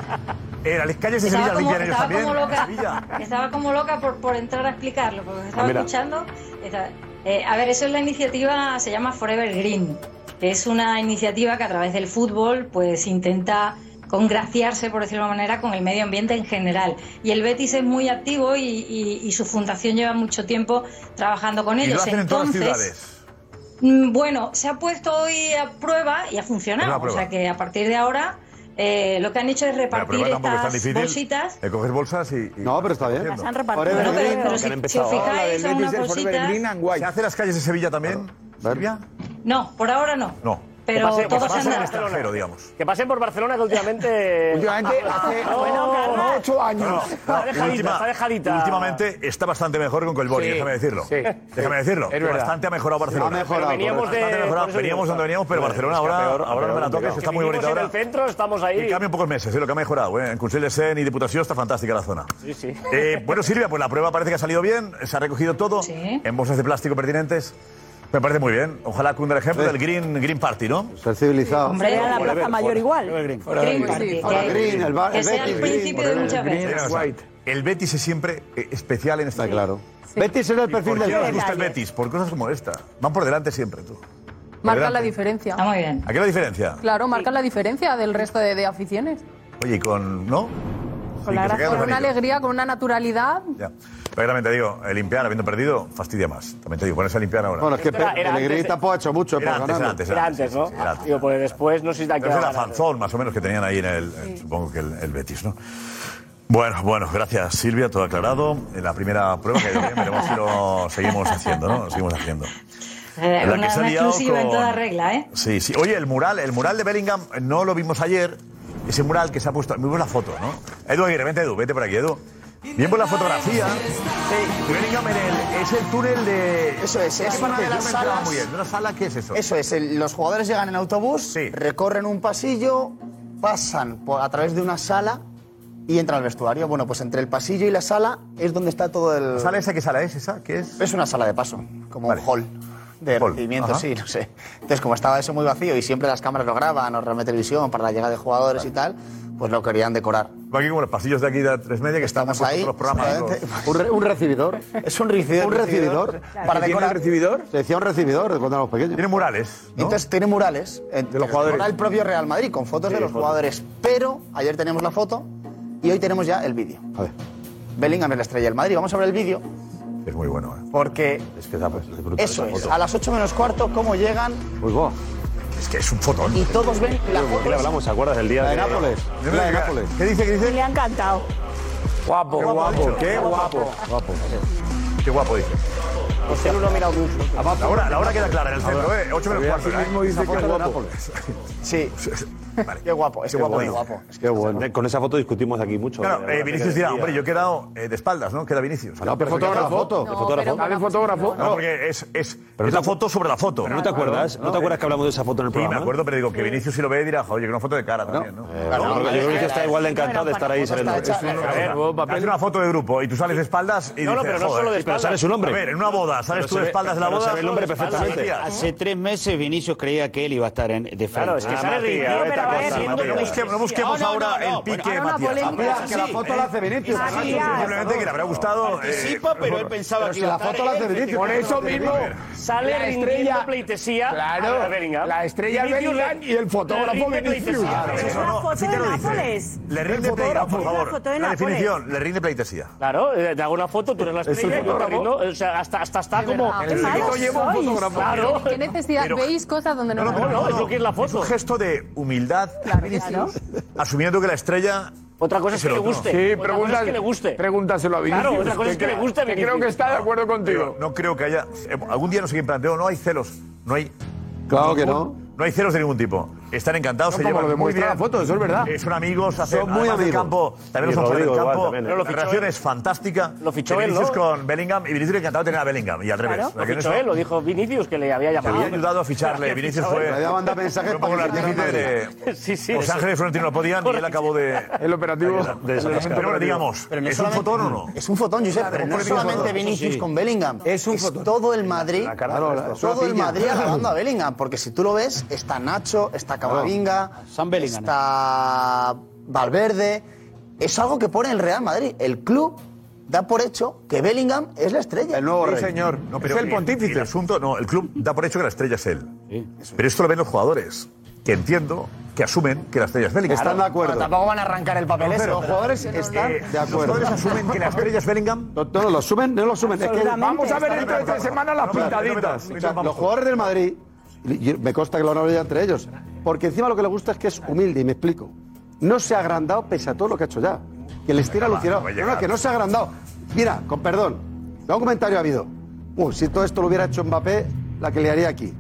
Speaker 8: Eh, las calles de
Speaker 24: Estaba
Speaker 8: Sevilla
Speaker 24: como-
Speaker 8: limpian ellos
Speaker 24: estaba
Speaker 8: también.
Speaker 24: como loca, estaba como loca por, por entrar a explicarlo, porque estaba
Speaker 8: Ah, mira.
Speaker 24: escuchando. estaba- eh, a ver, eso es la iniciativa, se llama Forever Green. que Es una iniciativa que a través del fútbol pues intenta congraciarse, por decirlo de una manera, con el medio ambiente en general. Y el Betis es muy activo y, y- y su fundación lleva mucho tiempo trabajando con
Speaker 8: Y
Speaker 24: ellos.
Speaker 8: lo hacen en todas las
Speaker 24: Entonces,
Speaker 8: ciudades.
Speaker 24: Mm, Bueno, se ha puesto hoy a prueba y ha funcionado.
Speaker 8: Una prueba.
Speaker 24: O sea que a partir de ahora eh, lo que han hecho es
Speaker 8: La
Speaker 24: repartir
Speaker 8: prueba tampoco es tan
Speaker 24: estas
Speaker 8: difícil.
Speaker 24: bolsitas.
Speaker 8: Eh, coger bolsas y, No, pero está bien.
Speaker 24: Las han repartido. Bueno, pero- pero si- si os fijáis, son unas bolsitas-
Speaker 8: ¿Se hace las calles de Sevilla también, Silvia?
Speaker 24: No, por ahora no.
Speaker 8: No.
Speaker 24: Pero Que pase- que todos pase andan- en
Speaker 8: extranjero, digamos.
Speaker 23: Que pasen por Barcelona, que últimamente.
Speaker 8: Últimamente, hace
Speaker 23: ocho
Speaker 8: No, no,
Speaker 23: Está dejadita,
Speaker 8: última-
Speaker 23: está dejadita.
Speaker 8: Últimamente está bastante mejor con Colboni,
Speaker 23: Sí,
Speaker 8: déjame decirlo.
Speaker 23: sí.
Speaker 8: déjame decirlo.
Speaker 23: Es verdad.
Speaker 8: Bastante ha mejorado Barcelona.
Speaker 23: Ha mejorado, Pero veníamos correcto. de-
Speaker 8: Bastante ha mejorado.
Speaker 23: por eso
Speaker 8: Veníamos
Speaker 23: digo,
Speaker 8: donde veníamos, pero
Speaker 11: Bueno,
Speaker 8: Barcelona
Speaker 11: es que
Speaker 8: ahora,
Speaker 11: peor,
Speaker 8: ahora no me la
Speaker 11: peor,
Speaker 8: toques, que está muy
Speaker 23: Vivimos
Speaker 8: bonita
Speaker 23: en
Speaker 8: ahora.
Speaker 23: el centro, estamos
Speaker 8: Y
Speaker 23: ahí.
Speaker 8: cambia un poco el mes, es lo que ha mejorado. ¿eh? En Consell de Sen y Diputación está fantástica la zona.
Speaker 23: Sí, sí.
Speaker 8: Eh, bueno, Silvia, pues la prueba parece que ha salido bien, se ha recogido todo en bolsas de plástico pertinentes. Me parece muy bien. Ojalá cunda el ejemplo del green, green Party, ¿no?
Speaker 13: Ser civilizado.
Speaker 20: Hombre, era la
Speaker 8: Fuera,
Speaker 20: Plaza
Speaker 8: fuera,
Speaker 20: Mayor
Speaker 8: fuera.
Speaker 20: igual. Green Party,
Speaker 13: Ahora
Speaker 20: que-
Speaker 13: Green, el, Bar-
Speaker 20: que sea el
Speaker 13: Betis.
Speaker 20: principio de muchas
Speaker 13: Green,
Speaker 8: Mira, o sea,
Speaker 13: White.
Speaker 8: el Betis es siempre eh, especial en esta. Está claro.
Speaker 13: Betis era el perfil
Speaker 8: ¿Por
Speaker 13: del
Speaker 8: qué nos gusta el
Speaker 13: Betis.
Speaker 8: Betis? Por cosas como esta. Van por delante siempre, tú.
Speaker 17: Marca la
Speaker 8: Adelante.
Speaker 17: diferencia.
Speaker 20: muy bien.
Speaker 8: ¿A qué la diferencia?
Speaker 17: Claro, marca la diferencia del resto de, de aficiones.
Speaker 8: Oye, y con. ¿No?
Speaker 17: Con,
Speaker 8: Sí,
Speaker 17: la
Speaker 8: que
Speaker 17: gracia,
Speaker 8: se quedan
Speaker 17: con
Speaker 8: los
Speaker 17: una
Speaker 8: anillos.
Speaker 17: alegría, con una naturalidad.
Speaker 8: Ya. Pero también te digo, el limpiar habiendo perdido fastidia más. También te digo, ponerse a limpiar ahora.
Speaker 13: Bueno, es que
Speaker 8: Era-
Speaker 13: Pe-
Speaker 8: era
Speaker 13: Pellegrini
Speaker 8: antes de-
Speaker 13: tampoco ha hecho mucho
Speaker 8: era
Speaker 13: para
Speaker 8: antes, era
Speaker 13: ganar.
Speaker 8: antes,
Speaker 23: Era antes, ¿no? Digo, pues después no sé si te ha
Speaker 8: Entonces
Speaker 23: quedado.
Speaker 8: era fanzón, más o menos, que tenían ahí en el, en- supongo que el, el Betis, ¿no? Bueno, bueno, gracias Silvia, todo aclarado. En la primera prueba que bien, veremos si lo seguimos haciendo, ¿no? Lo seguimos haciendo.
Speaker 24: Eh,
Speaker 8: La que
Speaker 24: una,
Speaker 8: se ha
Speaker 24: una
Speaker 8: liado
Speaker 24: exclusiva en
Speaker 8: con-
Speaker 24: toda regla, ¿eh?
Speaker 8: Sí, sí. Oye, el mural, el mural de Bellingham no lo vimos ayer. Ese mural que se ha puesto. Vimos la foto, ¿no? Edu Aguirre, vente Edu, vete por aquí, Edu. Bien por la fotografía. Sí. Bellingham en el, es el túnel de.
Speaker 25: Eso es, es
Speaker 8: ¿Qué
Speaker 25: una
Speaker 8: parte?
Speaker 25: de
Speaker 8: Yo
Speaker 25: las
Speaker 8: me enteraba
Speaker 25: salas.
Speaker 8: muy bien. ¿De una sala qué es eso?
Speaker 25: Eso es, el- los jugadores llegan en autobús, recorren un pasillo, pasan por, a través de una sala y entra al vestuario. Bueno, pues entre el pasillo y la sala es donde está todo el. ¿La
Speaker 8: sala esa qué sala es? ¿Esa qué es?
Speaker 25: Es una sala de paso, como un hall de recibimiento,
Speaker 1: ajá.
Speaker 25: sí, no sé. Entonces, como estaba eso muy vacío y siempre las cámaras lo graban o realmente televisión para la llegada de jugadores y tal, pues lo querían decorar.
Speaker 8: Aquí como los pasillos de aquí de tres media que estamos
Speaker 25: ahí,
Speaker 8: Los programas. ¿no?
Speaker 13: Un, re- un recibidor.
Speaker 25: Es un recibidor.
Speaker 13: Un recibidor.
Speaker 25: Claro. Para
Speaker 13: ¿Tiene
Speaker 25: decorar.
Speaker 13: recibidor? Se decía un recibidor de cuando éramos pequeños.
Speaker 8: Tiene murales.
Speaker 25: Entonces tiene murales eh, de los
Speaker 13: jugadores.
Speaker 25: el propio Real Madrid con fotos
Speaker 13: Sí,
Speaker 25: de los
Speaker 13: fotos.
Speaker 25: jugadores. Pero ayer tenemos la foto y hoy tenemos ya el vídeo.
Speaker 13: A ver.
Speaker 25: Bellingham es la estrella del Madrid. Vamos a ver el vídeo
Speaker 8: Es muy bueno, ¿eh?
Speaker 25: porque
Speaker 13: Es que da, pues, es brutal
Speaker 25: eso
Speaker 13: esa
Speaker 25: es.
Speaker 13: foto.
Speaker 25: A las 8 menos cuarto, cómo llegan
Speaker 13: Uy, guau.
Speaker 8: Es que es un fotón.
Speaker 25: y todos ven la
Speaker 13: Uy,
Speaker 25: foto.
Speaker 13: Pues, ¿qué le hablamos? ¿Se acuerdas del día
Speaker 25: La de
Speaker 13: Nápoles? La de Nápoles.
Speaker 8: ¿Qué dice? ¿Qué dice?
Speaker 20: Le ha encantado.
Speaker 25: Guapo,
Speaker 13: Qué guapo, qué guapo.
Speaker 8: Guapo. Qué guapo dice. La hora, la hora queda clara en el centro, ¿eh? 8 menos cuarto. ¿eh? Esa foto de Nápoles.
Speaker 25: Sí. Qué guapo, es
Speaker 8: Qué
Speaker 25: que guapo,
Speaker 8: bueno.
Speaker 25: es guapo.
Speaker 13: Es que bueno.
Speaker 11: Con esa foto discutimos aquí mucho.
Speaker 8: Claro, eh, Vinicius dirá, hombre, yo he quedado eh, de espaldas, ¿no? Queda Vinicius.
Speaker 11: No, pero fotógrafo. No,
Speaker 8: El
Speaker 11: pero
Speaker 8: fotógrafo.
Speaker 11: Dale fotógrafo.
Speaker 8: No, porque es, es, es la foto sobre la foto. eh,
Speaker 11: ¿No te acuerdas? ¿No te acuerdas que hablamos de esa foto en el
Speaker 8: Sí, me
Speaker 11: programa?
Speaker 8: acuerdo, pero digo que Vinicius si lo ve dirá, oye, que una foto de cara también, ¿no?
Speaker 11: Claro, porque Eh, yo creo que está igual de encantado de estar ahí saliendo.
Speaker 8: Haces una foto de grupo y tú sales de espaldas y
Speaker 11: No, no,
Speaker 8: dices,
Speaker 11: pero no
Speaker 8: joder,
Speaker 11: solo de
Speaker 8: sí, pero
Speaker 11: espaldas.
Speaker 8: sale su nombre. A ver, en una boda,
Speaker 11: Pero
Speaker 8: sales
Speaker 11: se
Speaker 8: tú de
Speaker 11: ve-
Speaker 8: espaldas de la
Speaker 11: pero
Speaker 8: boda.
Speaker 11: se ve el nombre
Speaker 8: sales de
Speaker 11: perfectamente.
Speaker 8: espaldas.
Speaker 18: Hace tres meses Vinicius creía que él iba a estar en, de frente.
Speaker 11: Claro, es que
Speaker 18: Ah,
Speaker 11: sale
Speaker 18: Martín,
Speaker 11: ridículo,
Speaker 18: ahora
Speaker 11: pero
Speaker 18: está
Speaker 11: a ver,
Speaker 18: pasando.
Speaker 11: no, no busquemos-
Speaker 8: no busquemos
Speaker 18: No, no,
Speaker 8: ahora
Speaker 18: no,
Speaker 8: el
Speaker 18: no,
Speaker 8: pique,
Speaker 18: bueno, ahora una
Speaker 8: Matías.
Speaker 18: polémica
Speaker 13: Ah, que la
Speaker 18: sí,
Speaker 13: foto la hace
Speaker 18: ¿eh?
Speaker 13: Vinicius.
Speaker 18: Ah,
Speaker 13: Sí,
Speaker 18: sí, ah,
Speaker 8: Simplemente que le habrá gustado.
Speaker 16: eh,
Speaker 18: Participa, pero él pensaba
Speaker 13: pero
Speaker 18: que
Speaker 13: si
Speaker 18: iba a
Speaker 13: la
Speaker 18: estar este
Speaker 13: foto la
Speaker 18: él.
Speaker 13: hace Vinicius,
Speaker 11: Por eso mismo
Speaker 18: Sale
Speaker 11: la
Speaker 18: rindiendo
Speaker 11: estrella.
Speaker 18: pleitesía a
Speaker 11: Claro,
Speaker 18: Bellingham.
Speaker 11: la estrella
Speaker 18: Vinicius
Speaker 11: Bellingham y el
Speaker 18: le
Speaker 11: fotógrafo
Speaker 18: rinde
Speaker 11: Vinicius.
Speaker 18: pleitesía.
Speaker 11: Claro,
Speaker 8: Eso no,
Speaker 18: foto
Speaker 8: sí
Speaker 18: de
Speaker 8: te lo
Speaker 18: Nápoles.
Speaker 8: dice. Le
Speaker 18: El
Speaker 8: rinde pleitesía,
Speaker 18: fotógrafo.
Speaker 8: por
Speaker 18: Una
Speaker 8: favor.
Speaker 18: foto de
Speaker 8: La
Speaker 18: Nápoles.
Speaker 8: definición, le rinde pleitesía.
Speaker 18: Claro, eh, te hago una foto, tú eres la
Speaker 8: Es el
Speaker 18: estrella, y tú estás
Speaker 8: fotógrafo.
Speaker 18: viendo, o sea, hasta, hasta está como...
Speaker 8: Qué malos sois.
Speaker 18: Claro.
Speaker 17: ¿Qué necesidad?
Speaker 8: Pero-
Speaker 17: ¿Veis cosas donde no,
Speaker 8: No, no, pero no,
Speaker 17: nos
Speaker 8: no. Es un gesto de humildad, Vinicius, asumiendo que la estrella.
Speaker 18: Otra cosa es que le guste.
Speaker 26: Sí,
Speaker 18: Otra cosa
Speaker 26: pregunta,
Speaker 18: es que le guste.
Speaker 26: pregúntaselo a Vinicius.
Speaker 18: Claro, otra cosa es que le guste a
Speaker 26: que
Speaker 18: Vinicius.
Speaker 26: creo que está de acuerdo contigo.
Speaker 8: Pero no creo que haya. eh, Algún día no sé quién planteó, no hay celos. No hay.
Speaker 13: Claro
Speaker 8: ningún-
Speaker 13: que no.
Speaker 8: No hay celos de ningún tipo. Están encantados,
Speaker 13: No,
Speaker 8: se
Speaker 13: como
Speaker 8: llevan
Speaker 13: lo
Speaker 8: muy
Speaker 13: demuestra
Speaker 8: bien.
Speaker 13: la foto, eso es verdad.
Speaker 8: Eh, son amigos, hacen,
Speaker 13: Son muy
Speaker 8: además del
Speaker 13: amigos.
Speaker 8: campo. También lo son
Speaker 13: Y
Speaker 8: fuera
Speaker 13: Rodrigo
Speaker 8: del
Speaker 13: igual
Speaker 8: campo.
Speaker 13: también, ¿eh?
Speaker 8: la
Speaker 13: Lo fichó
Speaker 8: relación
Speaker 13: él.
Speaker 8: es fantástica. Lo
Speaker 18: fichó él,
Speaker 8: Vinicius
Speaker 18: ¿no?
Speaker 8: con Bellingham y Vinicius encantado de tener a Bellingham y al revés.
Speaker 18: Claro,
Speaker 8: O sea, que
Speaker 18: lo
Speaker 8: en
Speaker 18: fichó
Speaker 8: eso-
Speaker 18: él, lo dijo Vinicius que le había
Speaker 8: que
Speaker 18: llamado.
Speaker 8: había ayudado a ficharle.
Speaker 18: Había
Speaker 8: Vinicius
Speaker 18: fichado
Speaker 8: fue.
Speaker 18: él.
Speaker 8: fue como el artífice de.
Speaker 18: Sí, sí.
Speaker 8: Los
Speaker 18: eso.
Speaker 8: Ángeles Florentino no podían y él acabó de. El
Speaker 26: operativo.
Speaker 8: Pero bueno, digamos,
Speaker 25: Pero no
Speaker 8: ¿es un
Speaker 25: solamente-
Speaker 8: fotón o no?
Speaker 25: Es un fotón, Josep, pero no
Speaker 8: es
Speaker 25: es
Speaker 8: un
Speaker 25: solamente
Speaker 8: fotón,
Speaker 25: Vinicius
Speaker 8: sí.
Speaker 25: con Bellingham. Es un fotón. todo el Madrid,
Speaker 13: cara del resto.
Speaker 25: todo el
Speaker 13: Piña.
Speaker 25: Madrid alabando a Bellingham, porque si tú lo ves, está Nacho, está Camavinga,
Speaker 18: San Bellingham.
Speaker 25: está Valverde. Es algo que pone el Real Madrid. El club da por hecho que Bellingham es la estrella. El nuevo
Speaker 8: No, pero El asunto, no, el club da por hecho que la estrella es él. Pero esto lo ven los jugadores, que entiendo que asumen que la estrella es Bellingham.
Speaker 13: Están de acuerdo.
Speaker 25: tampoco van a arrancar el papel
Speaker 8: No,
Speaker 25: ese.
Speaker 8: pero-
Speaker 25: Los jugadores están
Speaker 8: Eh,
Speaker 25: de
Speaker 8: Los
Speaker 25: acuerdo.
Speaker 8: jugadores asumen que la estrella es Bellingham.
Speaker 13: No, no lo asumen, no lo asumen. Es que
Speaker 26: Vamos a ver dentro de esta semana las pintaditas.
Speaker 13: O sea, los jugadores del Madrid, y- y me consta que lo han hablado ya entre ellos, porque encima lo que le gusta es que es humilde, y me explico. No se ha agrandado pese a todo lo que ha hecho ya. Que les tira
Speaker 8: Va,
Speaker 13: alucinado.
Speaker 8: va a
Speaker 13: No,
Speaker 8: llegar.
Speaker 13: no, que no se ha agrandado. Mira, con perdón, un comentario ha Uh, habido. Uy, si todo esto lo hubiera hecho Mbappé, la que le haría aquí.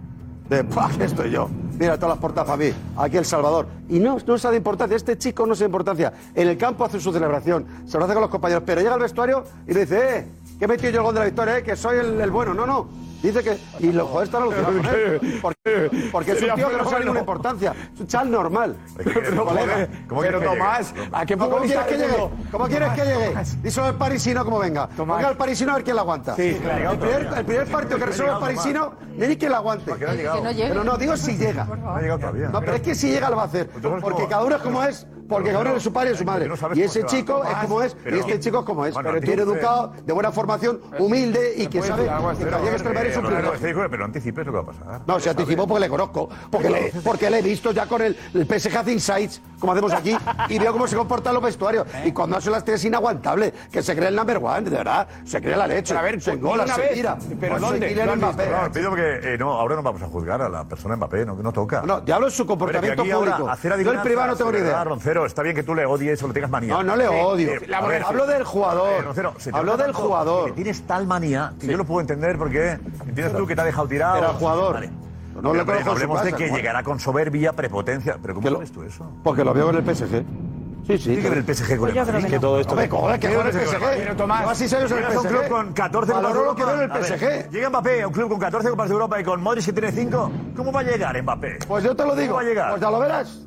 Speaker 13: De, "Buah, que estoy yo. Mira, todas las portas para mí. Aquí El Salvador. Y no, no es de importancia. Este chico no es de importancia. En el campo hace su celebración, se lo hace con los compañeros, pero llega al vestuario y le dice, eh, que he metido yo el gol de la victoria, eh, que soy el, el bueno. No, no. Dice que. Y los jugadores están alucinados con él. Porque, porque es un
Speaker 21: Sería
Speaker 13: tío que no sabe
Speaker 21: fenómeno.
Speaker 13: ninguna importancia. Es un chal normal.
Speaker 21: Pero, joder, ¿cómo quieres que llegue?
Speaker 13: ¿Cómo quieres que llegue? ¿Cómo quieres que llegue?
Speaker 21: Tomás.
Speaker 13: Díselo al parisino como venga. Venga al parisino a ver quién la aguanta.
Speaker 21: Sí, claro.
Speaker 13: El primer, el primer partido que resuelve el parisino, le di quien la aguante.
Speaker 21: no ha llegado. Que no llegue.
Speaker 13: Pero no, digo si llega.
Speaker 21: No ha llegado todavía.
Speaker 13: No, pero es que si llega lo va a hacer. Porque cada uno es como es. Porque cada uno es su padre y su madre. Y ese chico es como es. Y este chico es como es. Pero tiene educado, de buena formación, humilde y que sabe que cuando llegue a Extremadura es un privilegio.
Speaker 8: Pero anticipes lo que va a pasar.
Speaker 13: No, se anticipó porque le conozco, porque le, porque le he visto ya con el, el PSG hace insights, como hacemos aquí, y veo cómo se comportan los vestuarios.
Speaker 8: ¿Eh?
Speaker 13: Y cuando hace las tres es inaguantable, que se cree el number one, de verdad, se cree la leche.
Speaker 8: Pero a ver,
Speaker 13: se
Speaker 8: pues,
Speaker 13: engola,
Speaker 8: una
Speaker 13: se
Speaker 8: vez.
Speaker 13: tira.
Speaker 8: ¿Pero
Speaker 13: Pues,
Speaker 8: dónde?
Speaker 13: soy Kylian
Speaker 8: ¿Lo has visto?
Speaker 13: Mbappé.
Speaker 8: No, pido porque eh, no, ahora no vamos a juzgar a la persona Mbappé, no, que no toca.
Speaker 13: No, te hablo de su
Speaker 8: Pero
Speaker 13: comportamiento
Speaker 8: que aquí ahora
Speaker 13: público.
Speaker 8: hacer
Speaker 13: Yo el
Speaker 8: adivinanzas,
Speaker 13: privado no tengo ni
Speaker 8: de verdad,
Speaker 13: idea.
Speaker 8: Roncero, está bien que tú le odies o le tengas manía.
Speaker 13: No, no le
Speaker 8: Sí,
Speaker 13: odio.
Speaker 8: eh,
Speaker 13: La
Speaker 8: a ver,
Speaker 13: hablo del jugador.
Speaker 8: Eh, Roncero, se te
Speaker 13: Hablo
Speaker 8: nota
Speaker 13: del
Speaker 8: tanto
Speaker 13: jugador.
Speaker 8: que Tienes tal manía que yo lo puedo entender porque entiendes tú que te ha dejado tirado.
Speaker 13: Era jugador.
Speaker 8: Vale.
Speaker 13: No
Speaker 8: Pero
Speaker 13: le conozco en su
Speaker 8: hablemos de
Speaker 13: casa,
Speaker 8: que
Speaker 13: Juan.
Speaker 8: llegará con soberbia, prepotencia. ¿Pero cómo ves tú eso?
Speaker 13: Porque lo veo en el PSG. Sí, sí.
Speaker 8: Tiene que ver el PSG con el Madrid.
Speaker 13: Que todo esto. Hombre, joder, que
Speaker 8: Tiene
Speaker 13: juega en el
Speaker 8: que ver
Speaker 13: PSG.
Speaker 8: con Pero Tomás,
Speaker 13: Lleva seis años en el
Speaker 8: llegas a un
Speaker 13: PSG.
Speaker 8: club con 14 copas de
Speaker 13: Valoró lo que
Speaker 8: Europa.
Speaker 13: veo en el
Speaker 8: A ver,
Speaker 13: PSG.
Speaker 8: Llega Mbappé a un club con 14 copas de Europa y con Modric que tiene 5. ¿Cómo va a llegar Mbappé?
Speaker 13: Pues yo te lo digo.
Speaker 8: ¿Cómo va a llegar?
Speaker 13: Pues ya lo verás.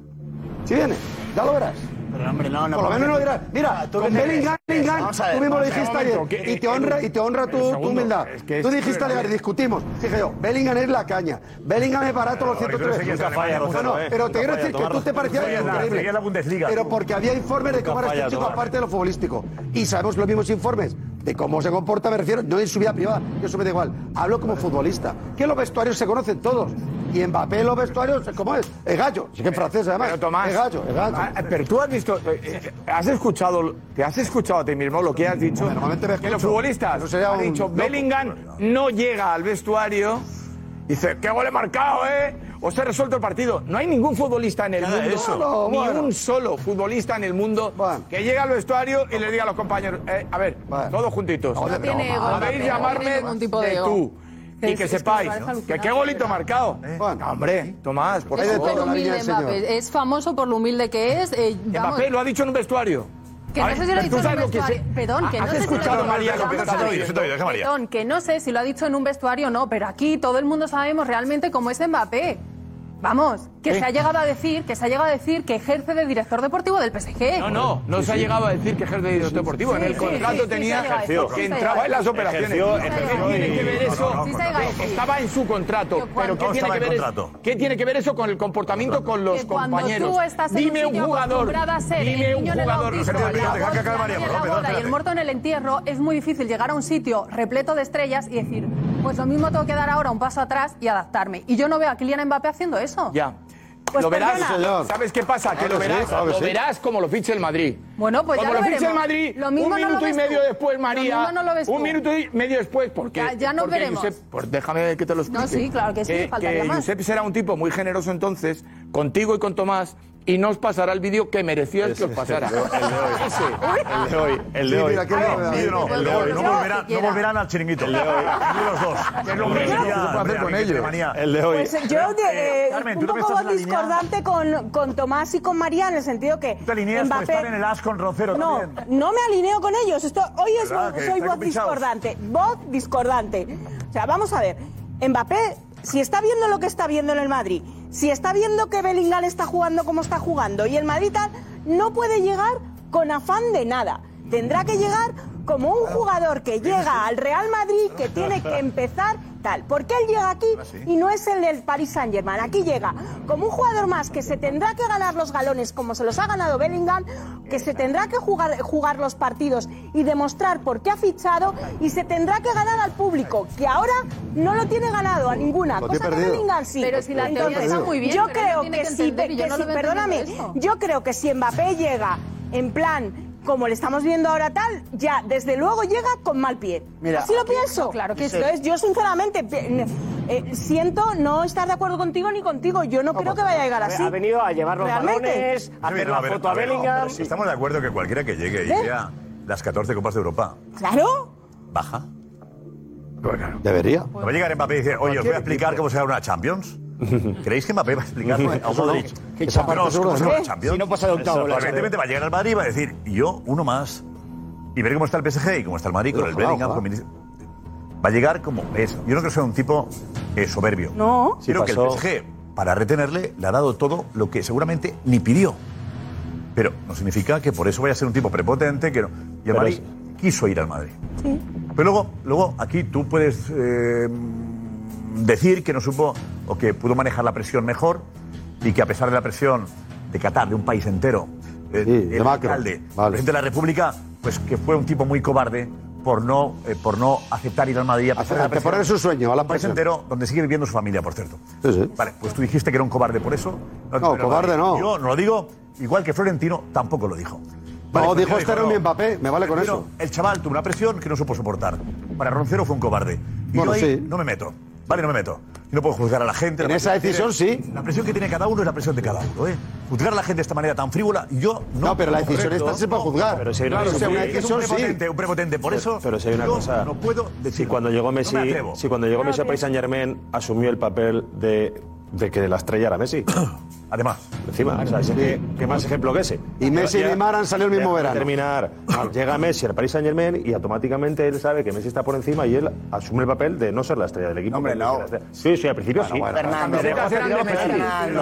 Speaker 13: Si viene, ya lo verás.
Speaker 27: Pero hombre, no, no.
Speaker 13: Por lo
Speaker 27: porque-
Speaker 13: menos no dirás, mira,
Speaker 27: ¿Tú
Speaker 13: con
Speaker 27: qué
Speaker 13: Bellingham,
Speaker 27: crees?
Speaker 13: Bellingham,
Speaker 27: Vamos a ver,
Speaker 13: tú mismo lo
Speaker 27: vamos a ver.
Speaker 13: dijiste
Speaker 27: Un
Speaker 13: ayer,
Speaker 27: momento, que-
Speaker 13: y te honra, y te honra
Speaker 27: un
Speaker 13: tu, tu
Speaker 27: segundo,
Speaker 13: humildad.
Speaker 27: es que
Speaker 13: tú
Speaker 27: es-
Speaker 13: dijiste ayer, discutimos, dije yo, Bellingham es la caña, Bellingham es barato los
Speaker 8: Pero, porque tú
Speaker 13: 103
Speaker 8: enseguida
Speaker 13: euros.
Speaker 8: falla, Gonzalo,
Speaker 13: Bueno,
Speaker 8: eh.
Speaker 13: pero te
Speaker 8: Nunca
Speaker 13: quiero
Speaker 8: falla,
Speaker 13: decir que tú
Speaker 8: Tomás.
Speaker 13: te parecías
Speaker 8: Seguía la-
Speaker 13: increíble,
Speaker 8: seguía la Bundesliga,
Speaker 13: pero
Speaker 8: tú.
Speaker 13: porque había informes de
Speaker 8: Nunca
Speaker 13: cómo era
Speaker 8: falla,
Speaker 13: este chico
Speaker 8: Tomás.
Speaker 13: aparte de lo futbolístico, y sabemos los mismos informes de cómo se comporta, me refiero, no en su vida privada, yo eso me da igual, hablo como futbolista, que los vestuarios se conocen todos, y Mbappé en los vestuarios, ¿cómo es? Es gallo, sí que es francés además,
Speaker 15: Pero Tomás,
Speaker 13: es gallo, es gallo.
Speaker 15: Ah, pero tú has visto, eh, eh, has escuchado, te has escuchado a ti mismo lo que has dicho. que los futbolistas han dicho, Bellingham no llega al vestuario, dice, qué gol he marcado, ¿eh? O se ha resuelto el partido. No hay ningún futbolista en el
Speaker 8: Nada de
Speaker 15: mundo,
Speaker 8: eso.
Speaker 15: ni un solo futbolista en el mundo que llega al vestuario y le diga a los compañeros, eh, a ver, todos juntitos,
Speaker 12: No tiene ego,
Speaker 15: podéis
Speaker 12: Mbappé, no
Speaker 15: llamarme
Speaker 12: tiene ningún tipo de
Speaker 15: de
Speaker 12: ego.
Speaker 15: tú.
Speaker 12: Que
Speaker 15: Y
Speaker 12: es-
Speaker 15: que
Speaker 12: es que me
Speaker 15: sepáis
Speaker 12: parece
Speaker 15: que qué
Speaker 12: alucinante.
Speaker 15: golito marcado. No, hombre, Tomás, por
Speaker 12: Es
Speaker 15: favor.
Speaker 12: súper humilde
Speaker 17: Mbappé, es famoso por lo humilde que es. eh, vamos,
Speaker 15: Mbappé lo ha dicho en un vestuario.
Speaker 17: Que no
Speaker 15: Ay,
Speaker 17: sé si lo ha
Speaker 15: pero
Speaker 17: dicho
Speaker 15: tú
Speaker 17: en un
Speaker 15: sabes lo que
Speaker 17: vestuario.
Speaker 15: se-
Speaker 17: Perdón, que
Speaker 15: ¿Has
Speaker 17: no sé si lo ha
Speaker 15: escuchado,
Speaker 17: dicho
Speaker 15: María,
Speaker 17: en
Speaker 15: lo que
Speaker 17: un
Speaker 15: te estoy
Speaker 17: vestuario.
Speaker 15: diciendo? Deja, María.
Speaker 17: Perdón, que no sé si lo ha dicho en un vestuario o no, pero aquí todo el mundo sabemos realmente cómo es Mbappé. Vamos, que
Speaker 15: Sí.
Speaker 17: se ha llegado a decir, que se ha llegado a decir que ejerce de director deportivo del PSG.
Speaker 15: No, no, no se ha llegado a decir que ejerce de director deportivo.
Speaker 17: Sí,
Speaker 15: en el
Speaker 17: sí,
Speaker 15: contrato
Speaker 17: sí, sí,
Speaker 15: tenía
Speaker 17: se ha llegado a decir.
Speaker 15: que entraba en las operaciones.
Speaker 21: Ejerció,
Speaker 15: ¿Qué
Speaker 21: ejerció
Speaker 15: tiene
Speaker 21: y-
Speaker 15: que ver
Speaker 21: no,
Speaker 15: eso?
Speaker 21: no, no, Sí, se ha llegado a decir.
Speaker 15: Estaba en su contrato. Pero ¿qué
Speaker 21: No
Speaker 15: tiene,
Speaker 21: estaba
Speaker 15: que
Speaker 21: en
Speaker 15: ver eso,
Speaker 21: contrato.
Speaker 15: ¿qué tiene que ver eso con el comportamiento con los
Speaker 17: Que cuando
Speaker 15: compañeros?
Speaker 17: tú estás en
Speaker 15: dime
Speaker 17: un
Speaker 15: un
Speaker 17: sitio
Speaker 15: jugador,
Speaker 17: acostumbrado a ser
Speaker 15: dime
Speaker 17: el
Speaker 15: un
Speaker 17: niño en el
Speaker 15: jugador.
Speaker 17: bautizo, la voz, la niña en la boda y el muerto en el entierro, es muy difícil llegar a un sitio repleto de estrellas y decir, pues lo mismo tengo que dar ahora un paso atrás y adaptarme. Y yo no veo a Kylian Mbappé haciendo eso.
Speaker 15: Ya.
Speaker 17: Pues
Speaker 15: lo verás,
Speaker 17: perdona. Sí, señor.
Speaker 15: ¿sabes qué pasa? Que
Speaker 21: Claro
Speaker 15: lo
Speaker 21: que sí,
Speaker 15: verás,
Speaker 21: claro que
Speaker 15: lo
Speaker 21: sí.
Speaker 15: verás como lo fiche el Madrid.
Speaker 17: Bueno, pues
Speaker 15: como
Speaker 17: ya
Speaker 15: lo
Speaker 17: lo
Speaker 15: fiche el
Speaker 17: veremos.
Speaker 15: Madrid,
Speaker 17: Lo mismo
Speaker 15: un
Speaker 17: no lo
Speaker 15: minuto y
Speaker 17: ves
Speaker 15: medio
Speaker 17: tú.
Speaker 15: después
Speaker 17: Lo
Speaker 15: María,
Speaker 17: mismo no lo ves
Speaker 15: un
Speaker 17: tú.
Speaker 15: minuto y medio después, porque
Speaker 17: Ya- ya nos
Speaker 15: porque
Speaker 17: veremos.
Speaker 15: Josep- pues déjame que te lo explique.
Speaker 17: sí, claro que sí, faltaría más.
Speaker 15: Josep será un tipo muy generoso entonces contigo y con Tomás. Y no os pasará el vídeo que merecíais que os pasara. Ese,
Speaker 21: El de hoy, el de
Speaker 15: Sí,
Speaker 21: hoy.
Speaker 15: mira, que no,
Speaker 21: El de
Speaker 15: no,
Speaker 21: hoy,
Speaker 15: el de hoy.
Speaker 21: el
Speaker 8: No,
Speaker 21: de hoy.
Speaker 8: volverá- no volverán al chiringuito.
Speaker 21: El de hoy.
Speaker 8: Ni los dos.
Speaker 21: Que no, hombre,
Speaker 8: Qué
Speaker 21: no,
Speaker 8: manía,
Speaker 21: ¿qué se puede hacer
Speaker 8: hombre,
Speaker 21: con
Speaker 8: qué
Speaker 21: ellos?
Speaker 8: manía.
Speaker 21: El de hoy.
Speaker 20: Pues yo eh,
Speaker 8: Carmen,
Speaker 20: un
Speaker 8: tú también
Speaker 20: poco
Speaker 8: estás en la línea.
Speaker 20: discordante con, con Tomás y con María en el sentido que
Speaker 8: Te alineas por estar en el as con Roncero
Speaker 20: no,
Speaker 8: también.
Speaker 20: no me alineo con ellos. Esto, hoy es
Speaker 8: ¿Verdad?
Speaker 20: voz-
Speaker 8: Que
Speaker 20: soy
Speaker 8: estáis
Speaker 20: voz
Speaker 8: compinchados.
Speaker 20: discordante. Voz discordante. O sea, vamos a ver. Mbappé, si está viendo lo que está viendo en el Madrid, si está viendo que Bellingham está jugando como está jugando y el Madrid tal, no puede llegar con afán de nada. Tendrá que llegar como un jugador que llega al Real Madrid, que tiene que empezar tal. Porque él llega aquí
Speaker 13: Ah,
Speaker 20: y no es el del Paris Saint-Germain. Aquí llega como un jugador más que se tendrá que ganar los galones como se los ha ganado Bellingham, que se tendrá que jugar, jugar los partidos y demostrar por qué ha fichado y se tendrá que ganar al público, que ahora no lo tiene ganado a ninguna.
Speaker 13: Lo
Speaker 20: Cosa
Speaker 13: tiene
Speaker 20: que
Speaker 13: perdido.
Speaker 20: Bellingham sí.
Speaker 17: Pero si la teoría
Speaker 20: Entonces,
Speaker 17: está muy bien,
Speaker 20: Yo
Speaker 17: pero él
Speaker 20: creo
Speaker 17: tiene
Speaker 20: que,
Speaker 17: que
Speaker 20: si,
Speaker 17: entender y yo
Speaker 20: que
Speaker 17: no
Speaker 20: si-
Speaker 17: lo veo
Speaker 20: perdóname,
Speaker 17: entendiendo eso.
Speaker 20: yo creo que si Mbappé llega en plan como le estamos viendo ahora tal, ya desde luego llega con mal pie. Mira, Así lo aquí- pienso. claro que sí. Entonces, yo sinceramente pe- eh, siento no estar de acuerdo contigo ni contigo. Yo no creo que vaya a llegar
Speaker 12: pues, A ver,
Speaker 20: así.
Speaker 12: ha venido a llevar los
Speaker 20: Realmente.
Speaker 12: balones, a hacer
Speaker 8: Mira,
Speaker 12: la
Speaker 8: ver,
Speaker 12: foto a
Speaker 8: ver,
Speaker 12: Bellingham.
Speaker 8: pero si Estamos de acuerdo que cualquiera que llegue y
Speaker 20: ¿Eh?
Speaker 8: vea las 14 Copas de Europa
Speaker 20: Claro.
Speaker 8: baja.
Speaker 13: Debería.
Speaker 8: ¿No va a llegar Mbappé y dice, oye, os voy a explicar cómo se gana una Champions? ¿Creéis que Mbappé va a explicarlo a
Speaker 11: Eso no.
Speaker 8: Modric?
Speaker 11: Qué
Speaker 8: Esa
Speaker 11: chapa,
Speaker 8: parte,
Speaker 11: seguro,
Speaker 8: ¿cómo se llama?
Speaker 11: ¿eh?
Speaker 8: Champions.
Speaker 11: Si no pasa de octavo,
Speaker 8: Eso,
Speaker 11: la
Speaker 8: Evidentemente
Speaker 11: Champions.
Speaker 8: va a llegar al Madrid y va a decir, yo uno más. Y ver cómo está el PSG y cómo está el Madrid con el
Speaker 11: Ojalá,
Speaker 8: Bellingham.
Speaker 11: ojalá.
Speaker 8: con Vinicius. Va a llegar como es. Yo no creo que sea un tipo eh, soberbio.
Speaker 12: No.
Speaker 8: Creo
Speaker 11: Sí, pasó.
Speaker 8: que el PSG, para retenerle, le ha dado todo lo que seguramente ni pidió. Pero no significa que por eso vaya a ser un tipo prepotente. Que no. Y el
Speaker 11: Pero
Speaker 8: Madrid quiso ir al Madrid. Pero luego, luego aquí tú puedes eh, decir que no supo o que pudo manejar la presión mejor y que a pesar de la presión de Qatar, de un país entero, eh,
Speaker 13: de
Speaker 8: el
Speaker 13: Macron.
Speaker 8: alcalde,
Speaker 13: Vale.
Speaker 8: el presidente de la República, pues que fue un tipo muy cobarde por no, eh, por no aceptar ir al Madrid a pesar de la presión.
Speaker 13: Anteponer su sueño a la
Speaker 8: Un país
Speaker 13: presión.
Speaker 8: entero donde sigue viviendo su familia, por cierto.
Speaker 13: Sí, sí.
Speaker 8: Vale, pues tú dijiste que era un cobarde por eso.
Speaker 13: No,
Speaker 8: pero
Speaker 13: cobarde no.
Speaker 8: Yo no lo digo, igual que Florentino tampoco lo dijo.
Speaker 13: No,
Speaker 8: Florentino
Speaker 13: dijo, este era un
Speaker 8: no.
Speaker 13: Mbappé, me vale con
Speaker 8: Florentino, El chaval tuvo una presión que no supo soportar. Para Roncero fue un cobarde. Y
Speaker 13: Bueno,
Speaker 8: yo ahí
Speaker 13: sí.
Speaker 8: no me meto. Vale, no me meto. Yo no puedo juzgar a la gente.
Speaker 13: En
Speaker 8: la
Speaker 13: esa
Speaker 8: presión que
Speaker 13: decisión,
Speaker 8: tiene.
Speaker 13: sí.
Speaker 8: La presión que tiene cada uno es la presión de cada uno, ¿eh? Juzgar a la gente de esta manera tan frívola, yo no.
Speaker 13: No, pero la decisión
Speaker 8: Correcto.
Speaker 13: esta se puede juzgar.
Speaker 8: Pero si hay una
Speaker 13: Claro,
Speaker 8: cosa
Speaker 13: o sea, una
Speaker 8: muy-
Speaker 13: decisión,
Speaker 8: es un prepotente,
Speaker 13: sí.
Speaker 8: un prepotente. Por
Speaker 11: Pero-
Speaker 8: eso
Speaker 11: pero si hay una
Speaker 8: yo
Speaker 11: cosa-
Speaker 8: no puedo
Speaker 11: Si
Speaker 8: decir.
Speaker 11: cuando llegó Messi,
Speaker 8: me atrevo.
Speaker 11: si cuando llegó Messi a Paris Saint Germain asumió el papel de, de que la estrella era Messi.
Speaker 8: Además.
Speaker 11: Encima, o sea, es que- ¿qué más ejemplo que ese?
Speaker 13: Y Messi y
Speaker 11: Llega-
Speaker 13: Neymar han salido el mismo
Speaker 11: Déjame
Speaker 13: verano.
Speaker 11: terminar. Ah, Llega Messi al Paris Saint Germain y automáticamente él sabe que Messi está por encima y él asume el papel de no ser la estrella del equipo. Hombre, no. Sí, sí, al principio sí.
Speaker 25: Fernando,
Speaker 11: Le dejó-
Speaker 25: Fernando,
Speaker 11: le dejó- le
Speaker 25: Fernando,
Speaker 11: dejó-
Speaker 25: Fernando,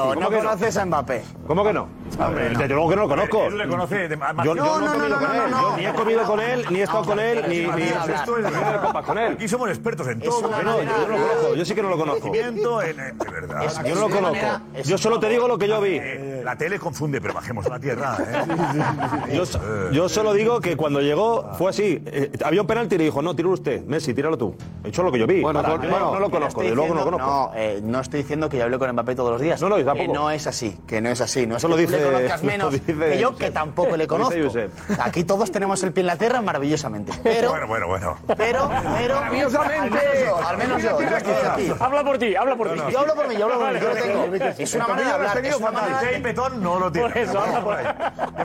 Speaker 11: ¿Cómo
Speaker 25: no
Speaker 11: que no?
Speaker 25: conoces a Mbappé.
Speaker 11: ¿Cómo que no? Hombre, desde luego que no lo conozco.
Speaker 8: Él le conoce de-
Speaker 11: Yo, yo no, he comido con él, yo ni he comido con él, ni he estado con él, ni, ni
Speaker 8: Esto es- Aquí somos expertos en todo.
Speaker 11: Yo no, yo no lo conozco, yo sí que no lo conozco.
Speaker 8: Conocimiento en- en- de verdad.
Speaker 11: Es- Yo no lo conozco. Yo solo te digo lo que yo vi.
Speaker 8: Eh, La tele confunde, pero bajemos a la tierra. ¿eh?
Speaker 11: Yo, so- yo solo digo que cuando llegó fue así. Eh, había un penalti y le dijo, no, tíralo usted. Messi, tíralo tú. He hecho lo que yo vi.
Speaker 25: Bueno,
Speaker 11: Ahora,
Speaker 25: con-
Speaker 11: yo
Speaker 25: bueno,
Speaker 11: no lo conozco,
Speaker 25: estoy
Speaker 11: de luego no lo
Speaker 25: diciendo-
Speaker 11: conozco.
Speaker 25: No, eh, no estoy diciendo que yo hable con Mbappé todos los días. No, no, Que
Speaker 11: tampoco.
Speaker 25: no es así, que no es así. No es
Speaker 11: Eso lo
Speaker 25: que tú
Speaker 11: dice-
Speaker 25: le conozcas
Speaker 11: lo
Speaker 25: menos
Speaker 11: dice
Speaker 25: que yo,
Speaker 11: Josep.
Speaker 25: que tampoco le
Speaker 11: Lo
Speaker 25: conozco.
Speaker 11: dice
Speaker 25: Aquí todos tenemos el pie en la tierra maravillosamente. Pero,
Speaker 8: bueno, bueno, bueno.
Speaker 25: pero, pero...
Speaker 11: Maravillosamente.
Speaker 25: Al menos yo, al menos yo. yo estoy aquí.
Speaker 11: Habla por ti, habla por ti.
Speaker 25: Yo hablo por mí, yo hablo por mí, yo
Speaker 11: Vale,
Speaker 25: lo
Speaker 11: vale,
Speaker 25: tengo.
Speaker 11: vale.
Speaker 25: Es una manera de hablar, es una manera de-
Speaker 8: Jay Petón no lo tiene.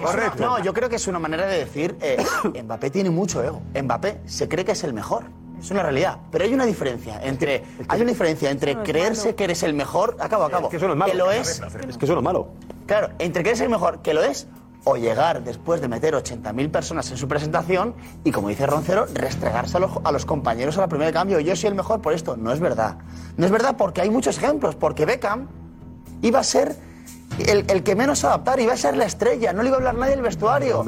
Speaker 25: Correcto. No, yo creo que es una manera de decir, eh, Mbappé tiene mucho ego. Mbappé se cree que es el mejor. Es una realidad. Pero hay una diferencia entre, hay una diferencia entre creerse que eres el mejor, acabo, acabo,
Speaker 11: que eso no es malo.
Speaker 25: que lo es,
Speaker 11: Es que eso no es malo.
Speaker 25: claro, entre que eres el mejor, que lo es, o llegar después de meter 80.000 personas en su presentación y, como dice Roncero, restregarse a los, a los compañeros a la primera de cambio. Yo soy el mejor por esto. No es verdad. No es verdad porque hay muchos ejemplos. Porque Beckham iba a ser el, el que menos se adaptar, iba a ser la estrella, no le iba a hablar nadie del vestuario.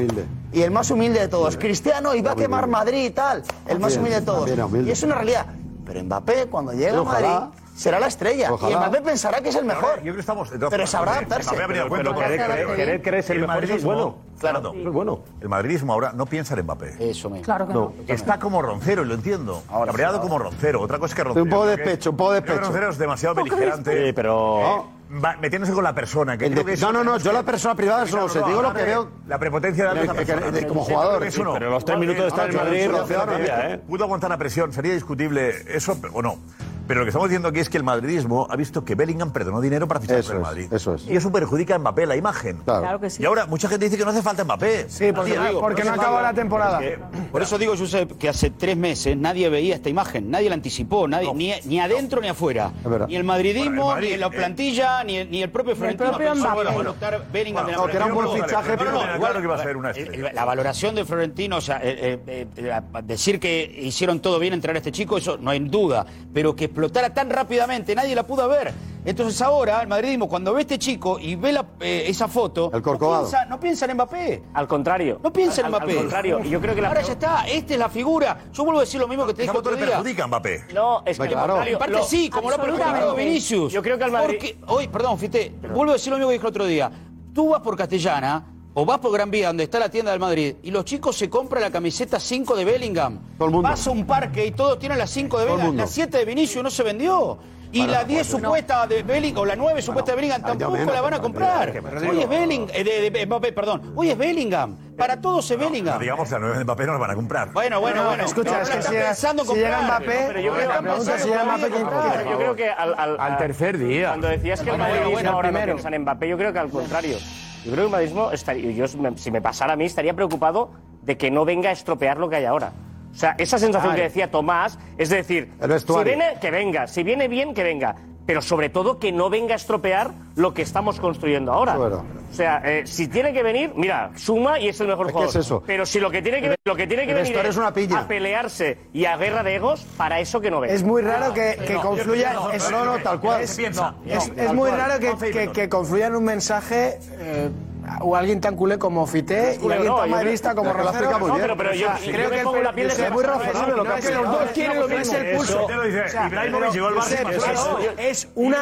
Speaker 25: Y el más humilde de todos. Cristiano iba a quemar Madrid y tal. El más
Speaker 13: También,
Speaker 25: humilde de todos.
Speaker 13: también era humilde.
Speaker 25: Y es una realidad. Pero Mbappé, cuando llega
Speaker 13: Ojalá.
Speaker 25: a Madrid, será la estrella. Y
Speaker 13: Ojalá.
Speaker 25: Mbappé pensará que es el mejor.
Speaker 8: Yo creo que estamos. de todas
Speaker 25: Pero
Speaker 8: formas,
Speaker 25: sabrá
Speaker 8: eh,
Speaker 25: adaptarse.
Speaker 8: me había venido cuenta.
Speaker 25: Pero- pero querer-
Speaker 8: Claro.
Speaker 25: querer
Speaker 11: que eres el mejor, eso es
Speaker 8: madridismo,
Speaker 11: bueno.
Speaker 8: Claro.
Speaker 11: Eso es bueno.
Speaker 8: El madridismo ahora no piensa en Mbappé. Eso mismo.
Speaker 28: Claro que no.
Speaker 8: Está como Roncero, y lo entiendo. Ahora Cabreado como Roncero. Otra cosa es que Roncero.
Speaker 13: Un poco de
Speaker 8: creo que-
Speaker 13: pecho, un poco de
Speaker 8: creo que
Speaker 13: pecho.
Speaker 8: Roncero es demasiado beligerante. Eh,
Speaker 11: Sí, pero.
Speaker 8: Va metiéndose con la persona. Que
Speaker 13: El
Speaker 8: creo
Speaker 13: de-
Speaker 8: que eso-
Speaker 13: no, no, no, yo la persona privada solo sé, digo lo que veo.
Speaker 8: La prepotencia de
Speaker 13: Pero
Speaker 8: Alves
Speaker 13: que- que-
Speaker 8: Alves.
Speaker 13: de- como
Speaker 8: Yo creo
Speaker 13: jugador.
Speaker 8: que eso no.
Speaker 13: Pero los tres minutos de estar en
Speaker 8: No, no,
Speaker 13: Madrid,
Speaker 8: no,
Speaker 13: Roncero,
Speaker 8: no,
Speaker 13: mira,
Speaker 8: no, Pudo aguantar la presión, sería discutible eso pero- o no. Pero lo que estamos diciendo aquí es que el madridismo ha visto que Bellingham perdonó dinero para fichar por el Madrid. eso es. Y eso perjudica a Mbappé la imagen.
Speaker 13: Claro
Speaker 12: que sí.
Speaker 8: Y ahora mucha gente dice que no hace falta Mbappé. Sí,
Speaker 15: porque- porque no acabó la temporada.
Speaker 8: Eh,
Speaker 16: Por eso digo, Josep, que hace tres meses nadie veía esta imagen, nadie la anticipó, nadie, ni, ni adentro ni afuera.
Speaker 13: verdad.
Speaker 16: Ni el madridismo,
Speaker 13: Bueno, el Madrid,
Speaker 16: ni la
Speaker 13: eh,
Speaker 16: plantilla, ni, ni el propio Florentino
Speaker 12: propio
Speaker 16: pensó que
Speaker 12: Mbappé.
Speaker 16: iba a adoptar Bellingham de la
Speaker 13: no, que era un buen
Speaker 16: plantilla.
Speaker 13: fichaje,
Speaker 16: No, no,
Speaker 13: pero
Speaker 16: no,
Speaker 13: era
Speaker 16: igual- eh,
Speaker 13: claro que iba a ser
Speaker 8: una
Speaker 13: estrella.
Speaker 16: La valoración de Florentino, o sea, eh, eh, eh, a- a decir que hicieron todo bien en traer a este chico, eso no hay duda, pero que explotara tan rápidamente, nadie la pudo ver. Entonces ahora el madridismo, cuando ve este chico y ve la- eh, esa foto, el
Speaker 13: Corcovado.
Speaker 16: no piensa en Mbappé.
Speaker 22: Al contrario.
Speaker 16: No piensa en
Speaker 22: Al-
Speaker 16: Mbappé.
Speaker 22: Al contrario, y yo creo que la
Speaker 16: Ahora ya está, esta es la figura. Yo vuelvo a decir lo mismo que te dije
Speaker 8: Esa foto
Speaker 16: otro
Speaker 8: le
Speaker 16: día.
Speaker 8: perjudica a Mbappé.
Speaker 22: No, es que al contrario,
Speaker 16: En parte
Speaker 22: lo-
Speaker 16: sí, como lo ha perjudicado
Speaker 22: absolutamente.
Speaker 16: Vinicius.
Speaker 22: Yo creo que al Madrid...
Speaker 16: Porque hoy, perdón, Fite, vuelvo a decir lo mismo que dije el otro día. Tú vas por Castellana o vas por Gran Vía, donde está la tienda del Madrid, y los chicos se compran la camiseta 5 de Bellingham. Vas a un parque y todos tienen la 5 de Bellingham. La 7 de Vinicius no se vendió. Y la 10 supuesta de Bellingham, o la 9 supuesta de Bellingham, tampoco la van a comprar. Hoy es Bellingham, eh, de, de- Mbappé, perdón. Hoy es Bellingham. Para todos es Bellingham.
Speaker 8: Digamos, la 9 de Mbappé no la van a comprar.
Speaker 16: Bueno, bueno, bueno.
Speaker 15: Escucha, es que si llega- si llega Mbappé,
Speaker 22: Pero yo creo
Speaker 15: la pregunta es si llega Mbappé, ¿quién compra?
Speaker 22: Yo creo que al,
Speaker 29: Al tercer día.
Speaker 22: Cuando decías que el
Speaker 15: Bueno,
Speaker 22: madridismo
Speaker 15: bueno,
Speaker 22: ahora no
Speaker 15: primero.
Speaker 22: piensa en Mbappé, yo creo que al contrario. Yo creo que el madridismo, estaría, yo, si me- si me pasara a mí, estaría preocupado de que no venga a estropear lo que hay ahora. O sea, esa sensación
Speaker 13: Claro.
Speaker 22: que decía Tomás, es decir, si
Speaker 13: vestuario.
Speaker 22: viene, que venga, si viene bien, que venga, pero sobre todo que no venga a estropear lo que estamos construyendo ahora. O sea, eh, si tiene que venir, mira, suma y es el mejor
Speaker 13: Es que
Speaker 22: jugador.
Speaker 13: es eso.
Speaker 22: Pero si lo que tiene que, lo que, tiene que
Speaker 13: El
Speaker 22: venir
Speaker 13: vestuario es una piña.
Speaker 22: a pelearse y a guerra de egos, para eso que no venga.
Speaker 12: Es muy raro que, que confluya. es- Es, es- es muy raro que, que- que confluya en un mensaje. eh, o alguien tan culé como Fité y
Speaker 17: culé,
Speaker 12: alguien
Speaker 17: no,
Speaker 12: tan
Speaker 17: yo creo-
Speaker 12: madridista como
Speaker 17: No, pero lo
Speaker 12: Rocero.
Speaker 17: explica muy bien. pero yo- yo
Speaker 12: creo
Speaker 17: me
Speaker 12: que el
Speaker 17: pongo
Speaker 12: pe-
Speaker 17: la piel de
Speaker 12: es muy
Speaker 17: Fernando
Speaker 12: razonable
Speaker 17: Fernando,
Speaker 12: lo que
Speaker 17: no,
Speaker 12: ha
Speaker 17: es que
Speaker 12: hecho.
Speaker 17: los dos quieren lo
Speaker 12: No es
Speaker 17: mismo.
Speaker 12: el
Speaker 17: Eso
Speaker 12: pulso.
Speaker 17: te lo dice.
Speaker 12: O sea,
Speaker 17: Ibrahimovic
Speaker 12: pero,
Speaker 17: llegó al Barça
Speaker 12: Josep,
Speaker 17: para
Speaker 12: es-
Speaker 17: jugar.
Speaker 12: Es una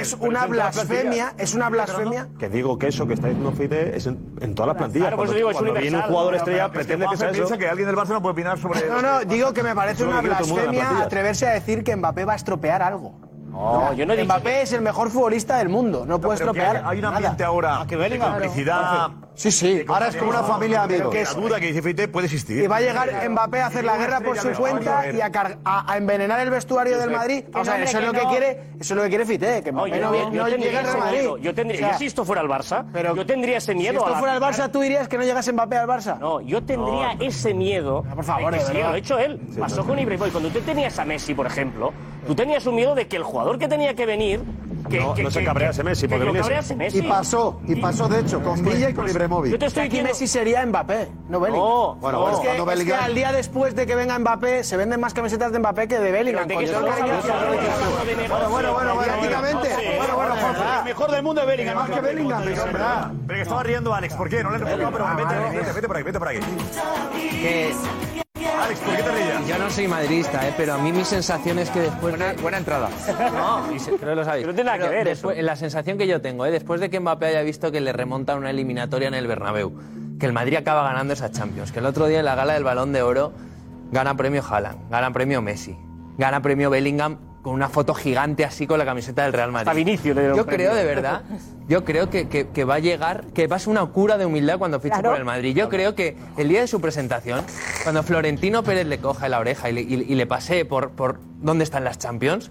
Speaker 12: es una blasfemia, es una blasfemia
Speaker 11: Que digo que eso que está diciendo Fide es en, en todas las plantillas.
Speaker 12: por eso
Speaker 11: cuando
Speaker 12: digo, es
Speaker 11: cuando viene un
Speaker 12: universal.
Speaker 11: jugador
Speaker 12: Pero, pero,
Speaker 11: estrella,
Speaker 12: pero es que
Speaker 11: pretende que
Speaker 12: Juanfe
Speaker 11: sea eso.
Speaker 8: piensa que alguien del Barça no puede opinar sobre
Speaker 12: No, no, digo que me parece
Speaker 11: Eso es lo
Speaker 12: una
Speaker 11: que quiere todo el mundo en las
Speaker 12: blasfemia
Speaker 11: plantillas.
Speaker 12: atreverse a decir que Mbappé va a estropear algo.
Speaker 22: No, yo no he dicho
Speaker 12: Mbappé es el mejor futbolista del mundo, no puede
Speaker 8: pero que
Speaker 12: estropear.
Speaker 8: hay- hay un
Speaker 12: nada.
Speaker 8: ambiente
Speaker 16: Ah,
Speaker 8: ahora de complicidad.
Speaker 12: Sí, sí. Ahora es como una familia de amigos.
Speaker 8: Que la duda que dice Fite puede existir.
Speaker 12: Y va a llegar Mbappé a hacer la guerra por su cuenta y a, car- a- a envenenar el vestuario del Madrid. O sea,
Speaker 22: hombre,
Speaker 12: eso es
Speaker 22: que
Speaker 12: lo que
Speaker 22: no.
Speaker 12: quiere, eso es lo que quiere Fité, que Mbappé
Speaker 22: Oye,
Speaker 12: no,
Speaker 22: yo,
Speaker 12: no
Speaker 22: tendría
Speaker 12: llegue al
Speaker 22: ese
Speaker 12: Real Madrid.
Speaker 22: miedo, yo tendría-
Speaker 12: O sea,
Speaker 22: yo si esto fuera el Barça, yo tendría ese
Speaker 12: si
Speaker 22: miedo. a
Speaker 12: esto
Speaker 22: la-
Speaker 12: fuera el Barça, ¿tú dirías que no llegase Mbappé al Barça?
Speaker 22: No, yo tendría ese miedo. Por
Speaker 12: favor,
Speaker 22: de
Speaker 12: de
Speaker 22: que, sí,
Speaker 12: verdad.
Speaker 22: lo ha hecho él.
Speaker 12: Sí,
Speaker 22: Pasó
Speaker 12: no,
Speaker 22: con Ibrahimovic. Cuando tú tenías a Messi, por ejemplo, tú tenías un miedo de que el jugador que tenía que venir. Que,
Speaker 11: No,
Speaker 22: que-
Speaker 11: no se
Speaker 22: que-
Speaker 11: cabrease Messi,
Speaker 22: que
Speaker 11: porque
Speaker 22: lo
Speaker 11: viene-
Speaker 22: cabrease Messi.
Speaker 11: Y pasó,
Speaker 13: Y pasó, de hecho, con Villa y con Ibrahimovic.
Speaker 22: Yo te estoy
Speaker 12: Aquí
Speaker 22: diciendo-
Speaker 12: Messi sería Mbappé, no Bellingham.
Speaker 22: No,
Speaker 13: Bueno,
Speaker 12: bueno,
Speaker 13: bueno,
Speaker 12: es, que,
Speaker 13: cuando
Speaker 12: es que
Speaker 13: Bellingham-
Speaker 12: al día después de que venga Mbappé, se venden más camisetas de Mbappé que de Bellingham.
Speaker 22: ¿De
Speaker 12: coño.
Speaker 22: qué estamos hablando?
Speaker 12: Bueno, bueno, bueno, bueno, prácticamente. Bueno, bueno, Jorge.
Speaker 22: El mejor del mundo es Bellingham.
Speaker 8: Más que Bellingham, Pero que estaba riendo Alex, ¿por qué? No le he respondido, pero vete, vete, vete por aquí, vete por aquí. Alex, ¿por qué te rías?
Speaker 1: Yo no soy madridista, ¿eh? pero a mí mi sensación es que después. Buena, entrada. No, y se- creo que lo sabéis.
Speaker 22: No tiene nada que
Speaker 1: Pero
Speaker 22: ver
Speaker 1: después- La sensación que yo tengo, ¿eh? después de que Mbappé haya visto que le remonta una eliminatoria en el Bernabéu, que el Madrid acaba ganando esa Champions, que el otro día en la gala del Balón de Oro gana premio Haaland, gana premio Messi, gana premio Bellingham con una foto gigante así con la camiseta del Real Madrid.
Speaker 22: Hasta Vinicius le dieron
Speaker 1: Yo
Speaker 22: premio.
Speaker 1: creo de verdad yo creo que, que- que va a llegar, que va a ser una cura de humildad cuando fiche por el Madrid. Yo creo que el día de su presentación, cuando Florentino Pérez le coja la oreja y le, y- y le pase por, por dónde están las Champions,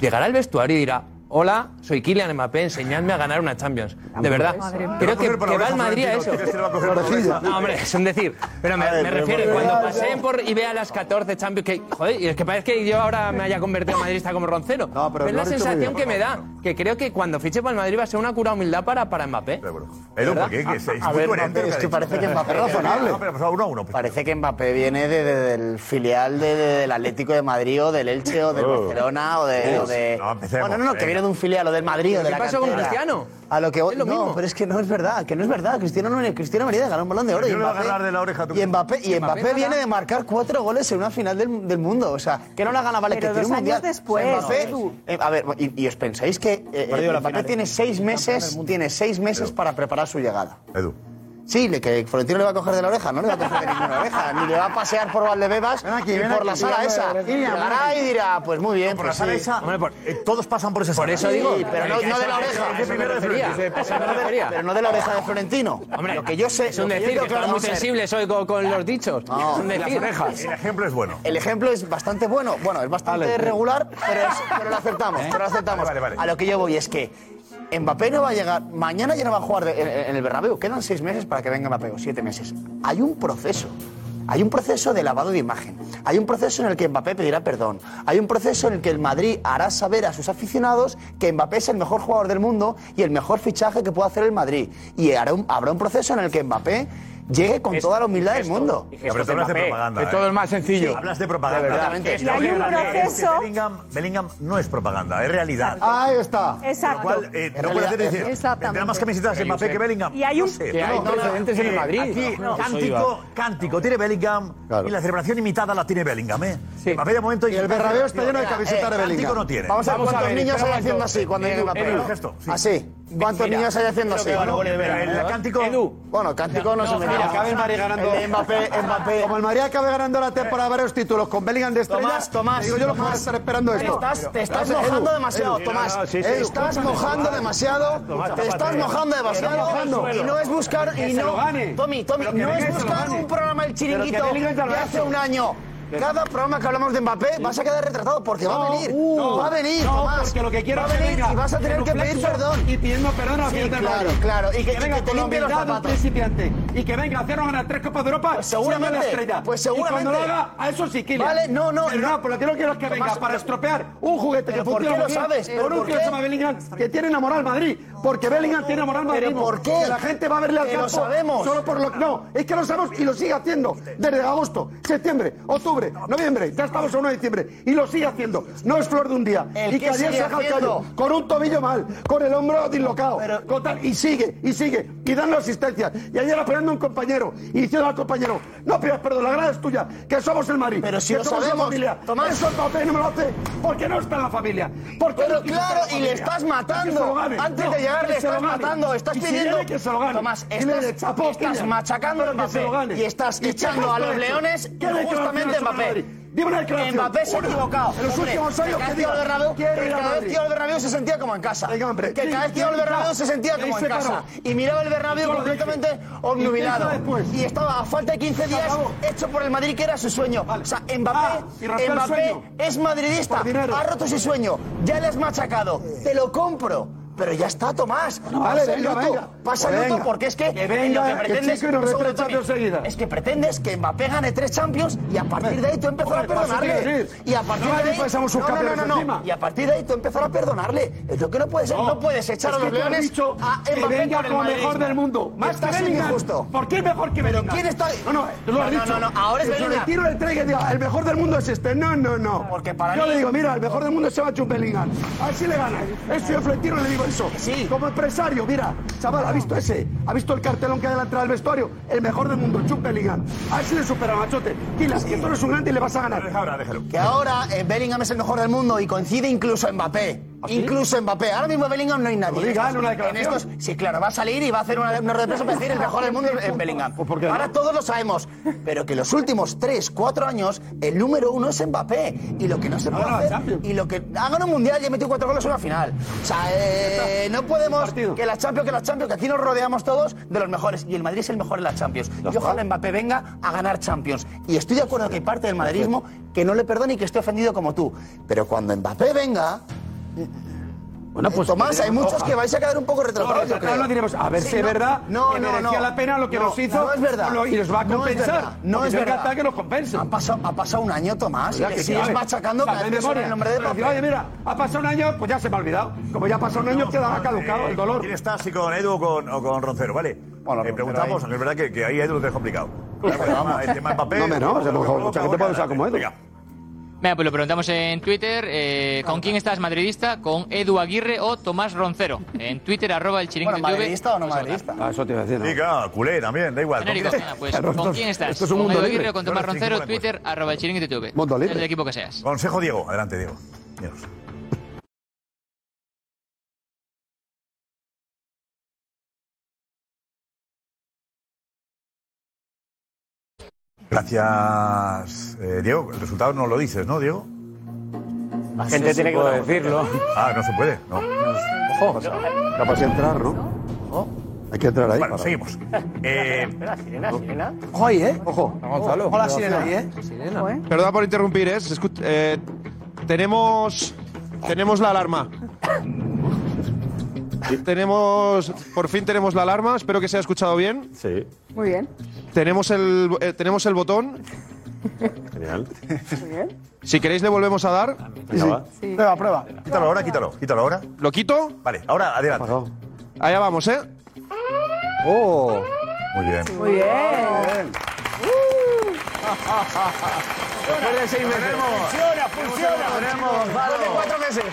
Speaker 1: llegará al vestuario y dirá. Hola, soy Kylian Mbappé, enseñadme a ganar una Champions. De verdad. Madre mía. Creo que, Te va a coger por la que va oreja, el Madrid a eso. Florentino, ¿crees que le va a coger por la oreja? No, hombre, es un decir. Pero me, A ver, me pero refiero, por- cuando Ya, paseen por y vea las 14 Champions, que, joder, y es que parece que yo ahora me haya convertido en madridista como Roncero.
Speaker 24: pero
Speaker 1: es
Speaker 24: lo
Speaker 1: la
Speaker 24: has dicho muy
Speaker 1: sensación
Speaker 24: bien.
Speaker 1: que me da, que creo que cuando fiche para el Madrid va a ser una cura humildad para, para Mbappé.
Speaker 8: Edu,
Speaker 1: ¿Verdad?
Speaker 8: ¿por qué? Que es, es
Speaker 1: A
Speaker 8: muy
Speaker 1: ver,
Speaker 8: coherente.
Speaker 1: Mbappé,
Speaker 8: lo
Speaker 1: es que
Speaker 8: ha dicho.
Speaker 1: parece
Speaker 25: que Mbappé es razonable.
Speaker 8: No, pero por favor, uno pues. a uno.
Speaker 25: Parece que Mbappé viene de- de- del filial de- de- del Atlético de Madrid o del Elche o del
Speaker 8: Oh.
Speaker 25: Barcelona o de... o de-
Speaker 8: No, empecemos,
Speaker 25: bueno, no, no, que
Speaker 8: venga.
Speaker 25: viene de un filial o del Madrid
Speaker 8: ¿Pero
Speaker 25: o de
Speaker 8: qué
Speaker 25: la
Speaker 8: pasó con
Speaker 25: cantera.
Speaker 8: Cristiano?
Speaker 25: A lo que voy-
Speaker 8: Es lo
Speaker 25: no,
Speaker 8: mismo.
Speaker 25: pero es que no es verdad, que no es verdad. Cristiano, no, Cristiano venía de ganar un balón de oro.
Speaker 8: Yo
Speaker 25: y
Speaker 8: le voy a
Speaker 25: Mbappé-
Speaker 8: ganar de la oreja a tu-
Speaker 25: y Mbappé, y
Speaker 8: Si
Speaker 25: Mbappé
Speaker 8: Mbappé
Speaker 25: viene
Speaker 8: gana-
Speaker 25: de marcar cuatro goles en una final del, del mundo. O sea, que no la gana Vale,
Speaker 20: Pero
Speaker 25: que tiene
Speaker 20: dos
Speaker 25: un mundial.
Speaker 20: años después,
Speaker 25: O sea, Mbappé-
Speaker 20: Edu.
Speaker 25: eh, a ver, y, y os pensáis que eh, eh,
Speaker 20: Perdido la
Speaker 25: Mbappé
Speaker 20: final.
Speaker 25: tiene seis meses, tiene seis meses para preparar su llegada.
Speaker 8: Edu.
Speaker 25: Sí, le- que Florentino le va a coger de la oreja, no le va a coger de ninguna oreja, ni le va a pasear por Valdebebas
Speaker 8: aquí,
Speaker 25: ni
Speaker 8: ven
Speaker 25: por
Speaker 8: aquí,
Speaker 25: la sala
Speaker 8: dígame,
Speaker 25: esa.
Speaker 8: ven aquí.
Speaker 25: Llegará y dirá, pues muy bien,
Speaker 8: Por la
Speaker 25: pues
Speaker 8: sala
Speaker 25: sí.
Speaker 8: esa. todos pasan por esa
Speaker 25: Por
Speaker 8: sala.
Speaker 25: eso digo, pero no,
Speaker 8: Porque
Speaker 25: no de la
Speaker 8: eso-
Speaker 25: oreja.
Speaker 8: eso primero de Florentino.
Speaker 25: Eso no de- Pero no de la oreja de Ah, Florentino. Hombre, lo que yo sé,
Speaker 1: Es un
Speaker 25: lo que yo
Speaker 1: decir,
Speaker 25: tengo
Speaker 1: que estamos muy
Speaker 25: claro, vamos a ver.
Speaker 1: sensibles hoy con, con los dichos.
Speaker 25: No,
Speaker 1: es un decir.
Speaker 8: El ejemplo es bueno.
Speaker 25: El ejemplo es bastante bueno. Bueno, es bastante
Speaker 8: Vale.
Speaker 25: regular, pero, es- pero lo aceptamos. Pero lo aceptamos. A lo que yo voy es que Mbappé no va a llegar. Mañana ya no va a jugar de- en, en el Bernabéu. Quedan seis meses para que venga Mbappé, o siete meses. Hay un proceso. Hay un proceso de lavado de imagen. Hay un proceso en el que Mbappé pedirá perdón. Hay un proceso en el que el Madrid hará saber a sus aficionados que Mbappé es el mejor jugador del mundo y el mejor fichaje que puede hacer el Madrid. Y hará un- habrá un proceso en el que Mbappé llegue con toda la humildad del mundo.
Speaker 8: Pero tú hablas de propaganda.
Speaker 25: Que
Speaker 8: ¿eh?
Speaker 25: todo es más sencillo.
Speaker 8: Sí, hablas de propaganda.
Speaker 25: De verdad. Exactamente.
Speaker 8: Y la
Speaker 25: Y hay un
Speaker 8: realidad es que
Speaker 25: proceso-
Speaker 8: Bellingham, Bellingham no es propaganda, es realidad.
Speaker 12: Ah,
Speaker 13: Ahí está.
Speaker 8: Lo cual, eh, no puede hacer decir, tendrá más camisetas en Mbappé que Bellingham. No sé,
Speaker 13: Que hay
Speaker 8: no, no,
Speaker 13: precedentes en el
Speaker 8: eh,
Speaker 13: Madrid.
Speaker 8: Aquí,
Speaker 13: No, eso
Speaker 8: cántico,
Speaker 13: iba.
Speaker 8: cántico, tiene Bellingham y la celebración imitada la tiene Bellingham, ¿eh? Mbappé de momento...
Speaker 13: Y el Bernabéu está lleno de camisetas de Bellingham.
Speaker 8: Eh, Cántico no tiene.
Speaker 25: Vamos a ver
Speaker 13: Vamos a
Speaker 25: cuántos
Speaker 13: ver,
Speaker 25: niños
Speaker 13: espera
Speaker 25: hay
Speaker 13: un
Speaker 25: haciendo
Speaker 13: momento.
Speaker 25: así cuando
Speaker 13: Edu,
Speaker 25: llega Mbappé.
Speaker 13: Edu,
Speaker 25: ¿no?
Speaker 13: el gesto, Ah, sí.
Speaker 25: Así. ¿Cuántos
Speaker 13: Mira,
Speaker 25: niños hay haciendo
Speaker 13: creo
Speaker 25: así?
Speaker 13: que va a volver, verá.
Speaker 25: el cántico. Bueno, cántico no,
Speaker 13: No,
Speaker 25: se me
Speaker 13: mira,
Speaker 25: da.
Speaker 13: acaba el Madrid ganando.
Speaker 25: El de Mbappé, Mbappé. Eh.
Speaker 13: Como el Madrid acabe ganando la temporada varios títulos con Bellingham de estrella,
Speaker 25: Tomás, Tomás.
Speaker 13: te digo yo los que van a
Speaker 25: Tomás.
Speaker 13: estar esperando
Speaker 25: Te
Speaker 13: esto.
Speaker 25: estás- te estás
Speaker 13: Edu,
Speaker 25: mojando
Speaker 13: Edu,
Speaker 25: demasiado,
Speaker 13: Edu,
Speaker 25: Tomás.
Speaker 13: no, no, sí, sí.
Speaker 25: Te estás mojando demasiado,
Speaker 13: Tomás, eh.
Speaker 25: te estás
Speaker 13: tápate.
Speaker 25: mojando demasiado.
Speaker 13: Te estás mojando.
Speaker 25: Y no es buscar
Speaker 13: Que
Speaker 25: y
Speaker 13: se
Speaker 25: no
Speaker 13: lo gane.
Speaker 25: Tommy, Tommy,
Speaker 13: Pero que
Speaker 25: no
Speaker 13: venga y
Speaker 25: es
Speaker 13: se lo
Speaker 25: buscar
Speaker 13: gane.
Speaker 25: un programa el
Speaker 13: Pero que
Speaker 25: chiringuito
Speaker 13: venga y se lo
Speaker 25: de hace
Speaker 13: gane.
Speaker 25: un año. Cada programa que hablamos de Mbappé vas a quedar retratado porque va a venir. va a venir,
Speaker 13: uh, no,
Speaker 25: Tomás.
Speaker 13: porque lo que quiero
Speaker 25: va a
Speaker 13: es que
Speaker 25: venir
Speaker 13: venga
Speaker 25: y vas a tener que pedir
Speaker 13: genuflexo
Speaker 25: perdón.
Speaker 13: Y pidiendo perdón a
Speaker 25: Sí,
Speaker 13: Fidel
Speaker 25: claro, claro. Y que- y que te
Speaker 13: con la
Speaker 25: limpie los
Speaker 13: humildad de un
Speaker 25: zapatos.
Speaker 13: principiante. Y que venga a hacernos ganar tres Copas de Europa.
Speaker 25: Pues
Speaker 13: siendo
Speaker 25: seguramente,
Speaker 13: la estrella.
Speaker 25: pues
Speaker 13: Y
Speaker 25: seguramente.
Speaker 13: cuando lo haga, a eso sí, Kylian.
Speaker 25: Vale, no, no,
Speaker 13: Pero
Speaker 25: no.
Speaker 13: no, por lo que no quiero es que venga
Speaker 25: Tomás,
Speaker 13: para
Speaker 25: pero-
Speaker 13: estropear un juguete que
Speaker 25: ¿Pero por
Speaker 13: funciona
Speaker 25: qué lo
Speaker 13: muy bien,
Speaker 25: sabes? ¿Pero
Speaker 13: Por un
Speaker 25: por
Speaker 13: tío
Speaker 25: qué?
Speaker 13: que se llama Bellingham que tiene enamorado al Madrid. Porque Bellingham tiene enamorado al Madrid.
Speaker 25: ¿Pero por qué?
Speaker 13: Que la gente va a verle al
Speaker 25: Que lo
Speaker 13: campo.
Speaker 25: sabemos.
Speaker 13: Solo por lo No, es que lo sabemos y lo sigue haciendo. Desde agosto, septiembre, octubre, noviembre. Ya estamos a 1 de diciembre. Y lo sigue haciendo. No es flor de un día.
Speaker 25: ¿El
Speaker 13: y
Speaker 25: qué
Speaker 13: que ayer
Speaker 25: sigue
Speaker 13: saca el
Speaker 25: haciendo?
Speaker 13: callo con un tobillo mal, con el hombro dislocado, con tal, y sigue, y sigue, y dando asistencia. Y ayer apoyando a un compañero, y diciendo al compañero, no pidas perdón, la grada es tuya, que somos el Madrid,
Speaker 25: Pero si
Speaker 13: que
Speaker 25: lo
Speaker 13: somos
Speaker 25: sabemos,
Speaker 13: la familia.
Speaker 25: Tomás.
Speaker 13: Eso el papel no me lo hace, porque no está en la familia. Porque
Speaker 25: Pero
Speaker 13: no quiso
Speaker 25: claro,
Speaker 13: estar en la
Speaker 25: y le
Speaker 13: familia.
Speaker 25: estás
Speaker 13: Que
Speaker 25: matando.
Speaker 13: se lo gane.
Speaker 25: Antes
Speaker 13: No,
Speaker 25: de llegar
Speaker 13: que
Speaker 25: le
Speaker 13: se lo
Speaker 25: estás
Speaker 13: gane.
Speaker 25: matando, estás
Speaker 13: Y si
Speaker 25: pidiendo-
Speaker 13: viene, que se lo gane.
Speaker 25: Tomás,
Speaker 13: Y le
Speaker 25: estás-
Speaker 13: de chapó,
Speaker 25: estás
Speaker 13: Kylian.
Speaker 25: machacando a
Speaker 13: Pero que se
Speaker 25: Mbappé
Speaker 13: lo gane.
Speaker 25: y estás
Speaker 13: qué
Speaker 25: echando
Speaker 13: gesto
Speaker 25: a los
Speaker 13: ha hecho?
Speaker 25: leones
Speaker 13: ¿Qué declaración
Speaker 25: injustamente
Speaker 13: ha hecho
Speaker 25: Mbappé?
Speaker 13: Madrid? Dime una declaración.
Speaker 25: Mbappé se ha
Speaker 13: Una.
Speaker 25: equivocado.
Speaker 13: En los
Speaker 25: hombre.
Speaker 13: últimos años
Speaker 25: que
Speaker 13: que
Speaker 25: cada
Speaker 13: diga,
Speaker 25: vez que iba al Bernabéu,
Speaker 13: quiero
Speaker 25: que
Speaker 13: ir a
Speaker 25: cada vez
Speaker 13: Madrid.
Speaker 25: que iba al Bernabéu se sentía como en casa. que
Speaker 13: sí,
Speaker 25: cada vez que iba al
Speaker 13: sí,
Speaker 25: Bernabéu
Speaker 13: ya.
Speaker 25: se sentía
Speaker 13: Que
Speaker 25: como
Speaker 13: ahí
Speaker 25: en
Speaker 13: se
Speaker 25: casa.
Speaker 13: paró.
Speaker 25: Y miraba el Bernabéu
Speaker 13: Yo lo
Speaker 25: completamente
Speaker 13: dije.
Speaker 25: obnubilado.
Speaker 13: ¿Y qué hizo después?
Speaker 25: Y estaba a falta de 15 días
Speaker 13: acabó. Ah,
Speaker 25: hecho por el Madrid, que era su sueño. O sea, Mbappé,
Speaker 13: y rompió el
Speaker 25: Mbappé
Speaker 13: sueño.
Speaker 25: es madridista.
Speaker 13: Por dinero.
Speaker 25: Ha roto su sueño. Ya le has machacado. Te lo compro. Pero ya está, Tomás.
Speaker 13: No,
Speaker 25: pasa
Speaker 13: vale,
Speaker 25: el
Speaker 13: venga,
Speaker 25: luto.
Speaker 13: venga.
Speaker 25: Pasa el
Speaker 13: Venga.
Speaker 25: luto porque es que,
Speaker 13: Que
Speaker 25: en
Speaker 13: venga,
Speaker 25: lo que
Speaker 13: que
Speaker 25: pretendes
Speaker 13: chico y nos
Speaker 25: sobre
Speaker 13: retrate
Speaker 25: todo a mí,
Speaker 13: enseguida.
Speaker 25: es que pretendes que Mbappé gane tres Champions y a partir de ahí tú empezar a
Speaker 13: Hombre, vas a
Speaker 25: perdonarle.
Speaker 13: seguir.
Speaker 25: Y a partir
Speaker 13: No,
Speaker 25: de
Speaker 13: ahí
Speaker 25: ahí
Speaker 13: pasamos un
Speaker 25: no, no, no,
Speaker 13: campeones
Speaker 25: no, no.
Speaker 13: encima.
Speaker 25: Y a partir de ahí tú empezar a perdonarle. Es lo que no puedes no,
Speaker 13: No.
Speaker 25: puedes echar
Speaker 13: Es
Speaker 25: a los
Speaker 13: que tú has
Speaker 25: leones
Speaker 13: dicho
Speaker 25: a
Speaker 13: que
Speaker 25: Mbappé
Speaker 13: venga
Speaker 25: por el
Speaker 13: con lo
Speaker 25: Madrid.
Speaker 13: mejor del mundo. Más
Speaker 25: Está
Speaker 13: que
Speaker 25: siendo
Speaker 13: Bellingham.
Speaker 25: injusto.
Speaker 13: ¿Por qué es mejor que
Speaker 25: Pero
Speaker 13: Bellingham?
Speaker 25: quién está
Speaker 13: No, no, tú lo
Speaker 25: No,
Speaker 13: has
Speaker 25: no,
Speaker 13: dicho.
Speaker 25: no, no, ahora es
Speaker 13: Que se
Speaker 25: Bellingham.
Speaker 13: le tiro el tren y diga, el mejor del mundo es este. No, no, no.
Speaker 25: Porque para
Speaker 13: Yo
Speaker 25: mí-
Speaker 13: le digo, mira, el mejor del mundo se va a Bellingham. A ver si le gana. Eso yo Florentino le digo eso. Sí. Como empresario, mira, chaval, ¿ha visto ese? ¿Ha visto el cartelón que hay delante del vestuario? El mejor del mundo, Chup Bellingham. A ver si le supera, machote. Quilas, que tú eres un grande y le vas a ganar.
Speaker 8: Ahora, déjalo.
Speaker 25: Que ahora eh, Bellingham es el mejor del mundo y coincide incluso Mbappé. Incluso Mbappé. Ahora mismo Bellingham no hay nadie.
Speaker 13: ¿Ah, Lo diga
Speaker 25: En
Speaker 13: en una declaración.
Speaker 25: estos- sí, claro, va a salir y va a hacer una, una rueda de prensa para decir el mejor del mundo es Bellingham. Ahora todos lo sabemos. Pero que los últimos 3, 4 años el número uno es Mbappé. Y lo que no se puede
Speaker 13: Ahora la
Speaker 25: hacer...
Speaker 13: Champions.
Speaker 25: Y lo que... Hagan un mundial y he metido 4 goles en una final. O sea, eh, no podemos... Que la Champions, que la Champions, que aquí nos rodeamos todos de los mejores. Y el Madrid es el mejor en la Champions. Y ojalá Mbappé venga a ganar Champions. Y estoy de acuerdo que hay parte del madridismo que no le perdone y que esté ofendido como tú. Pero cuando Mbappé venga... Bueno, pues Tomás, hay muchos que vais a quedar un poco retratados. yo
Speaker 13: Ahora,
Speaker 25: creo.
Speaker 13: ahora diremos, a ver
Speaker 25: Sí,
Speaker 13: si es
Speaker 25: no,
Speaker 13: verdad
Speaker 25: no,
Speaker 13: que
Speaker 25: no,
Speaker 13: merecía
Speaker 25: no.
Speaker 13: la pena lo que
Speaker 25: No,
Speaker 13: nos hizo
Speaker 25: No es verdad.
Speaker 13: lo- y nos va a
Speaker 25: No es
Speaker 13: compensar.
Speaker 25: verdad, No
Speaker 13: Porque
Speaker 25: es
Speaker 13: tenga
Speaker 25: verdad.
Speaker 13: hasta que nos compense.
Speaker 25: Ha pasado, ha pasado un año, Tomás.
Speaker 13: Ya
Speaker 25: y
Speaker 13: que
Speaker 25: le
Speaker 13: sí,
Speaker 25: sigues
Speaker 13: a ver.
Speaker 25: machacando cada
Speaker 13: Tal
Speaker 25: vez
Speaker 13: vez
Speaker 25: que suena
Speaker 13: memoria.
Speaker 25: el nombre de
Speaker 13: Pero decir,
Speaker 25: papel.
Speaker 13: Oye, mira, ha pasado un año, pues ya se me ha olvidado. Como ya ha pasado un año, quedaba caducado el dolor.
Speaker 8: ¿Quién está así con Edu o con, o con Roncero? Vale. Le preguntamos, aunque es verdad que, que ahí Edu lo deja complicado. Claro, el tema- el tema Mbappé.
Speaker 22: No, hombre, no, o sea,
Speaker 8: lo que
Speaker 22: porque mucha
Speaker 8: provoca,
Speaker 22: gente puede
Speaker 8: ahora,
Speaker 22: usar como Edu.
Speaker 8: venga.
Speaker 26: Venga, pues lo preguntamos en Twitter. eh, ¿Con quién estás madridista? ¿Con Edu Aguirre o Tomás Roncero? En Twitter, arroba el chiringuito
Speaker 25: Bueno,
Speaker 26: TV.
Speaker 25: ¿madridista o no madridista?
Speaker 22: Ah, eso te iba a decir.
Speaker 8: Sí, claro, culé también, da igual.
Speaker 26: Genérico, venga, pues, ¿con quién estás?
Speaker 8: Esto es un
Speaker 26: ¿Con
Speaker 8: mundo
Speaker 26: Edu
Speaker 8: libre.
Speaker 26: Aguirre o con
Speaker 8: Yo
Speaker 26: Tomás
Speaker 8: no estoy
Speaker 26: Roncero?
Speaker 8: equipo de
Speaker 26: Twitter, arroba el chiringuito TV.
Speaker 8: Mundo libre.
Speaker 26: El equipo que seas.
Speaker 8: Consejo Diego, adelante Diego. Diego. Gracias, eh, Diego. El resultado no lo dices, ¿no, Diego?
Speaker 21: La gente tiene que
Speaker 8: decirlo. Ah, no se puede. No. Ojo.
Speaker 22: Capaz de entrar, ¿no? Oh, Hay que entrar ahí.
Speaker 8: Bueno, seguimos. Eh,
Speaker 21: Sirena,
Speaker 12: Oh.
Speaker 21: sirena.
Speaker 22: Ojo ahí, ¿eh? Ojo.
Speaker 19: Gonzalo.
Speaker 22: Hola, sirena ahí, ¿eh?
Speaker 19: Perdón por interrumpir, ¿eh? Se escu- eh, tenemos, tenemos la alarma. Tenemos, por fin tenemos la alarma. Espero que se haya escuchado bien.
Speaker 11: Sí,
Speaker 10: Muy bien,
Speaker 19: Tenemos el, eh, tenemos el botón.
Speaker 11: genial.
Speaker 10: muy bien.
Speaker 19: Si queréis le volvemos a dar.
Speaker 13: Prueba, prueba.
Speaker 8: Quítalo ahora, quítalo, quítalo ahora.
Speaker 19: ¿Lo quito?
Speaker 8: Vale, ahora adelante.
Speaker 19: Allá vamos, ¿eh?
Speaker 22: ¡Oh!
Speaker 8: Muy bien.
Speaker 10: Muy bien.
Speaker 25: Después de seis meses. Funciona, funciona. Después de cuatro meses.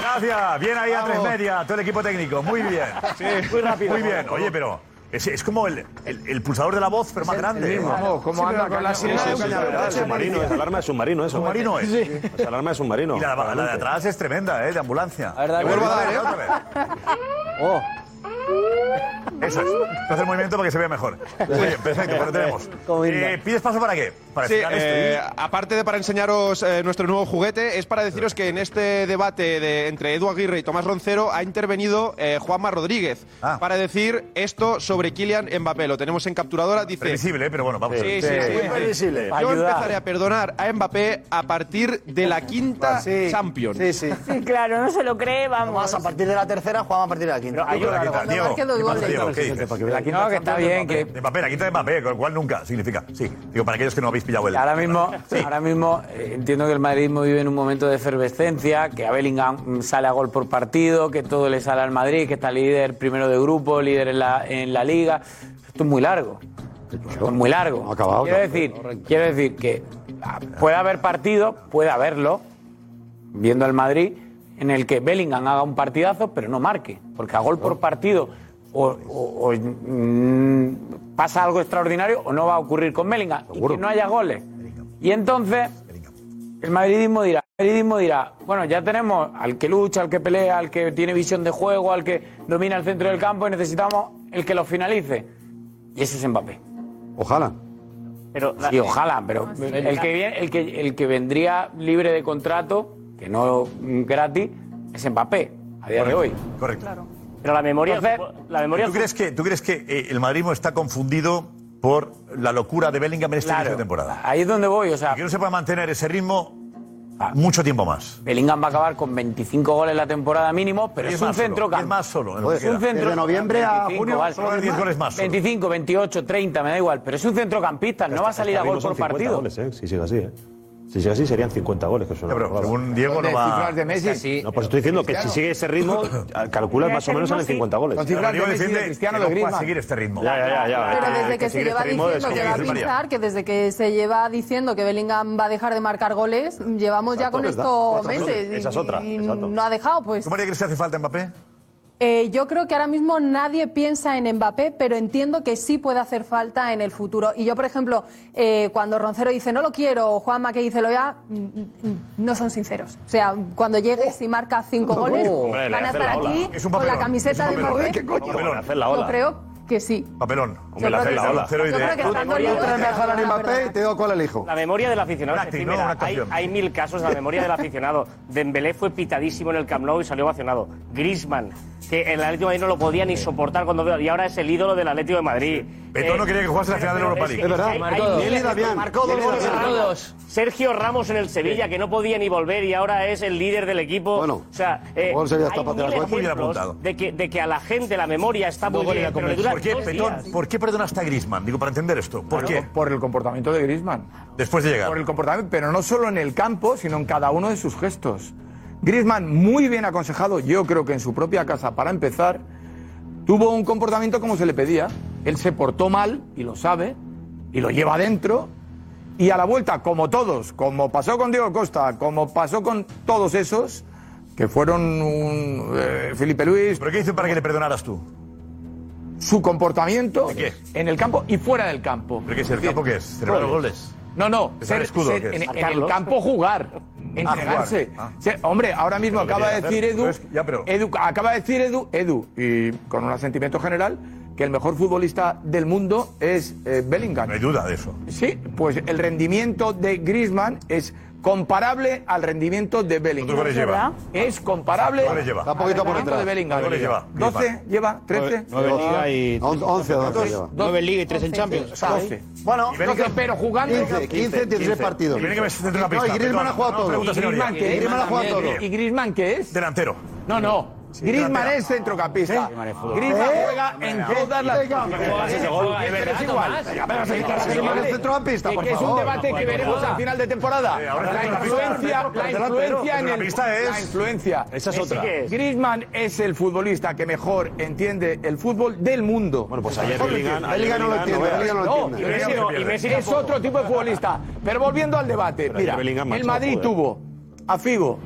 Speaker 8: Gracias. Bien ahí a tres media, todo el equipo técnico. Muy bien.
Speaker 11: Sí. Muy rápido.
Speaker 8: Muy bien. Oye, pero es, es como el, el- el pulsador de la voz, pero más grande.
Speaker 11: Vamos, ¿cómo
Speaker 8: Sí,
Speaker 11: anda
Speaker 8: pero
Speaker 11: con la
Speaker 8: caña-
Speaker 11: sirena
Speaker 8: sí,
Speaker 11: de
Speaker 8: sí,
Speaker 11: caña-
Speaker 8: sí,
Speaker 11: verdad,
Speaker 8: sí,
Speaker 11: es submarino,
Speaker 8: sí.
Speaker 11: es alarma de submarino eso.
Speaker 8: Submarino es. Sí.
Speaker 11: Esa alarma de submarino.
Speaker 8: Y la, la de atrás es tremenda, ¿eh? De ambulancia.
Speaker 11: dale,
Speaker 8: Te vuelvo a
Speaker 11: dale,
Speaker 8: dar, ¿eh?
Speaker 11: dale.
Speaker 8: Otra vez.
Speaker 11: Oh.
Speaker 8: Eso es. Hacer el movimiento para que se vea mejor. Muy bien, perfecto, pero tenemos. Eh, ¿Pides paso para qué? Para
Speaker 19: Sí,
Speaker 8: explicar
Speaker 19: eh,
Speaker 8: esto.
Speaker 19: aparte de para enseñaros eh, nuestro nuevo juguete, es para deciros que en este debate de- entre Edu Aguirre y Tomás Roncero ha intervenido eh, Juanma Rodríguez
Speaker 8: Ah.
Speaker 19: para decir esto sobre Kylian Mbappé. Lo tenemos en capturadora, dice...
Speaker 8: Previsible, ¿eh? pero bueno, vamos a
Speaker 19: Sí,
Speaker 8: ver.
Speaker 19: sí,
Speaker 8: Sí,
Speaker 19: sí.
Speaker 8: muy previsible.
Speaker 19: Yo
Speaker 8: Ayudar.
Speaker 19: empezaré a perdonar a Mbappé a partir de la quinta Champions. Sí, sí.
Speaker 20: Sí, claro, no se lo cree, vamos.
Speaker 25: a partir de la tercera, Juan a partir de la quinta.
Speaker 8: Yo creo que la quinta, Diego, ¿qué pasa, Diego? ¿Qué dices?
Speaker 25: No, que está bien, que-
Speaker 8: De papel, la quinta de papel, con lo cual nunca significa. Sí, digo, para aquellos que no habéis pillado el.
Speaker 30: Ahora mismo, ahora mismo eh, entiendo que el madridismo vive en un momento de efervescencia, que a Bellingham mm, sale a gol por partido, que todo le sale al Madrid, que está líder primero de grupo, líder en la, en la liga. Esto es muy largo. Esto es muy largo.
Speaker 13: acabado,
Speaker 30: quiero,
Speaker 13: ¿no?
Speaker 30: decir, quiero decir que ah, puede haber partidos, puede haberlo, viendo al Madrid, en el que Bellingham haga un partidazo, pero no marque. Porque a gol por partido o, o- o, mm, pasa algo extraordinario o no va a ocurrir con Bellingham. Y que no haya goles. Y entonces, el madridismo dirá, el madridismo dirá, bueno, ya tenemos al que lucha, al que pelea, al que tiene visión de juego, al que domina el centro del campo y necesitamos el que lo finalice. Y ese es Mbappé.
Speaker 13: Ojalá.
Speaker 22: Pero Ah,
Speaker 30: Sí, ojalá, pero
Speaker 20: Sí.
Speaker 30: el que, viene- el, que, el que vendría libre de contrato, que no mm, gratis, es Mbappé, a día de hoy.
Speaker 8: Correcto.
Speaker 22: Pero la memoria. la memoria
Speaker 8: ¿Tú crees que, tú crees que eh, el madridismo está confundido por la locura de Bellingham en este inicio de temporada?
Speaker 30: Ahí es donde voy, o sea.
Speaker 8: que no se pueda mantener ese ritmo mucho tiempo más.
Speaker 30: Bellingham va a acabar con 25 goles la temporada mínimo, pero
Speaker 8: Diez
Speaker 30: es un
Speaker 8: más solo,
Speaker 30: centro
Speaker 8: diez más solo, en lo
Speaker 30: Es
Speaker 8: que
Speaker 30: Pues un
Speaker 8: queda.
Speaker 30: centro
Speaker 8: Pues Desde noviembre a junio,
Speaker 30: vale.
Speaker 8: solo 10 goles más solo.
Speaker 30: 25, 28, 30, me da igual, pero es un centrocampista, no va a salir a gol por partido.
Speaker 11: Si sigue así, ¿eh? Si sigue así, serían 50 goles. Que
Speaker 8: pero según Diego
Speaker 11: no
Speaker 8: va- cifras de
Speaker 11: Messi. No, pues estoy diciendo que si sigue ese ritmo, calculas más o menos salen 50 goles.
Speaker 8: Pero Diego defiende que no pueda seguir este ritmo.
Speaker 11: Ya, ya, ya, ya.
Speaker 17: Pero
Speaker 8: Ah,
Speaker 11: Eh,
Speaker 17: desde que, se
Speaker 11: seguir
Speaker 17: lleva
Speaker 11: este ritmo es
Speaker 17: diciendo que
Speaker 11: como
Speaker 17: va a
Speaker 11: dice María.
Speaker 17: pinchar, que desde que se lleva diciendo que Bellingham va a dejar de marcar goles, llevamos ya
Speaker 8: Exacto,
Speaker 17: con
Speaker 8: ¿verdad?
Speaker 17: esto
Speaker 8: Cuatro
Speaker 17: meses.
Speaker 8: goles.
Speaker 17: y-
Speaker 8: Esa es otra,
Speaker 17: y
Speaker 8: exacto.
Speaker 17: no ha dejado, pues.
Speaker 8: ¿Tú, María, crees que hace falta Mbappé?
Speaker 17: Eh, yo creo que ahora mismo nadie piensa en Mbappé, pero entiendo que sí puede hacer falta en el futuro. Y yo, por ejemplo, eh, cuando Roncero dice no lo quiero, o Juanma que dice lo ya, mm, mm, mm, no son sinceros. O sea, cuando llegues y marcas cinco goles,
Speaker 8: Oh. Hombre, le
Speaker 17: van a
Speaker 8: hace
Speaker 17: estar
Speaker 8: la ola.
Speaker 17: aquí
Speaker 8: Es un
Speaker 17: con la
Speaker 8: papelón,
Speaker 17: camiseta de Mbappé.
Speaker 8: Papelón.
Speaker 17: Yo creo que sí.
Speaker 8: Papelón.
Speaker 17: Yo creo
Speaker 8: la hace
Speaker 17: que
Speaker 8: la
Speaker 17: sí.
Speaker 8: ola. Cero y
Speaker 17: Yo
Speaker 8: de-
Speaker 17: creo que
Speaker 8: Tú-
Speaker 17: están
Speaker 8: María,
Speaker 17: dolidos,
Speaker 8: tres
Speaker 17: pero
Speaker 8: mejor al
Speaker 17: no,
Speaker 8: Mbappé.
Speaker 13: y te digo cuál elijo.
Speaker 22: La memoria del aficionado.
Speaker 8: Práctico,
Speaker 22: es decir, mira,
Speaker 8: ¿no? Una
Speaker 22: hay,
Speaker 8: actuación.
Speaker 22: hay mil casos. La memoria del aficionado. Dembélé fue pitadísimo en el Camp Nou y salió vacionado. Griezmann, que el Atlético de Madrid no lo podía ni soportar cuando veo. Y ahora es el ídolo del Atlético de Madrid. Eh,
Speaker 8: Beto no quería que jugase la final del Europa League.
Speaker 22: Es verdad.
Speaker 8: Marcó dos. Nelly Damián.
Speaker 22: Marcó dos
Speaker 8: Nelly
Speaker 22: goles.
Speaker 8: Damián.
Speaker 22: Marcó dos. Sergio Ramos en el Sevilla, que no podía ni volver y ahora es el líder del equipo.
Speaker 13: Bueno.
Speaker 22: o sea, eh,
Speaker 13: Bueno, Sevilla está
Speaker 22: hay
Speaker 13: para atrás.
Speaker 22: mil
Speaker 13: Muy bien
Speaker 22: ejemplos
Speaker 13: apuntado.
Speaker 22: de que, de que a la gente la memoria está muy bien, pero le dura
Speaker 8: ¿Por qué,
Speaker 22: dos
Speaker 8: Petón,
Speaker 22: días.
Speaker 8: ¿Por qué perdonaste a Griezmann? Digo, para entender esto. ¿Por
Speaker 15: Claro,
Speaker 8: qué?
Speaker 15: Por el comportamiento de Griezmann.
Speaker 8: Después de llegar.
Speaker 15: Por el comportamiento, pero no solo en el campo, sino en cada uno de sus gestos. Griezmann, muy bien aconsejado, yo creo que en su propia casa, para empezar, tuvo un comportamiento como se le pedía. Él se portó mal, y lo sabe, y lo lleva adentro. Y a la vuelta, como todos, como pasó con Diego Costa, como pasó con todos esos, que fueron un, eh, Felipe Luis.
Speaker 8: ¿Pero qué hizo para que le perdonaras tú?
Speaker 15: Su comportamiento en el campo y fuera del campo.
Speaker 8: ¿Pero qué es el campo qué es? ¿Celebrar los goles?
Speaker 15: No, no,
Speaker 8: ¿Es el
Speaker 15: ser-
Speaker 8: escudo,
Speaker 15: ser-
Speaker 8: qué es?
Speaker 15: en, en el
Speaker 8: Marcarlos.
Speaker 15: campo jugar, entregarse.
Speaker 8: jugar, ah.
Speaker 15: Ser- hombre, ahora mismo
Speaker 8: Pero lo
Speaker 15: acaba de
Speaker 8: quería
Speaker 15: decir
Speaker 8: hacer,
Speaker 15: Edu,
Speaker 8: pero es- ya, pero-
Speaker 15: Edu- acaba de decir Edu, Edu, y con un asentimiento general, que el mejor futbolista del mundo es eh, Bellingham. No
Speaker 8: hay duda de eso.
Speaker 15: Sí, pues el rendimiento de Griezmann es comparable al rendimiento de Bellingham.
Speaker 8: goles lleva?
Speaker 15: Es comparable
Speaker 8: ¿Cuántos goles lleva?
Speaker 15: al rendimiento de Bellingham.
Speaker 8: ¿Cuántos goles lleva?
Speaker 15: ¿12 lleva? ¿13?
Speaker 13: y. 11 o 12 lleva.
Speaker 15: 9 en Liga y
Speaker 13: 3 en Champions.
Speaker 15: Bueno,
Speaker 13: Y Bellingham-
Speaker 15: 12, pero jugando.
Speaker 13: 15, 15, 16 partidos.
Speaker 15: Y
Speaker 13: Bellingham es centro de la No, pista, y Griezmann perdón. ha jugado todo.
Speaker 15: ¿Y Griezmann
Speaker 13: Y
Speaker 15: qué es?
Speaker 13: Griezmann ha jugado
Speaker 15: También.
Speaker 13: todo.
Speaker 15: ¿Y Griezmann qué es?
Speaker 8: Delantero.
Speaker 15: No, no.
Speaker 13: Sí,
Speaker 15: Griezmann
Speaker 13: delantero.
Speaker 15: es centrocampista.
Speaker 13: Griezmann es fútbol.
Speaker 15: Griezmann
Speaker 13: ¿Eh?
Speaker 15: juega en
Speaker 13: Venga,
Speaker 15: todas las.
Speaker 13: venga, venga, ese gol, es verdad, Tomás.
Speaker 15: Venga, venga, se quita la
Speaker 13: Griezmann
Speaker 15: pelota.
Speaker 13: es centrocampista,
Speaker 15: Que-
Speaker 13: por
Speaker 15: que Es un
Speaker 13: favor.
Speaker 15: debate que
Speaker 13: Por
Speaker 15: veremos
Speaker 13: favor.
Speaker 15: a final de temporada.
Speaker 13: Sí, ahora
Speaker 15: La
Speaker 13: centrocampista,
Speaker 15: influencia, la
Speaker 13: delantero,
Speaker 15: influencia en el.
Speaker 13: centrocampista es-
Speaker 15: La influencia.
Speaker 13: Esa es otra.
Speaker 15: Griezmann es el futbolista que mejor entiende el fútbol del mundo. Bueno,
Speaker 13: pues ayer Bellingham- ayer Bellingham no lo entiende, Bellingham no lo entiende.
Speaker 15: y Messi no, y Messi
Speaker 13: tampoco.
Speaker 15: es otro tipo de futbolista. Pero volviendo al debate,
Speaker 13: Pero ayer
Speaker 15: mira,
Speaker 13: Bellingham
Speaker 15: el
Speaker 13: marchó,
Speaker 15: Madrid
Speaker 13: joder.
Speaker 15: tuvo a Figo.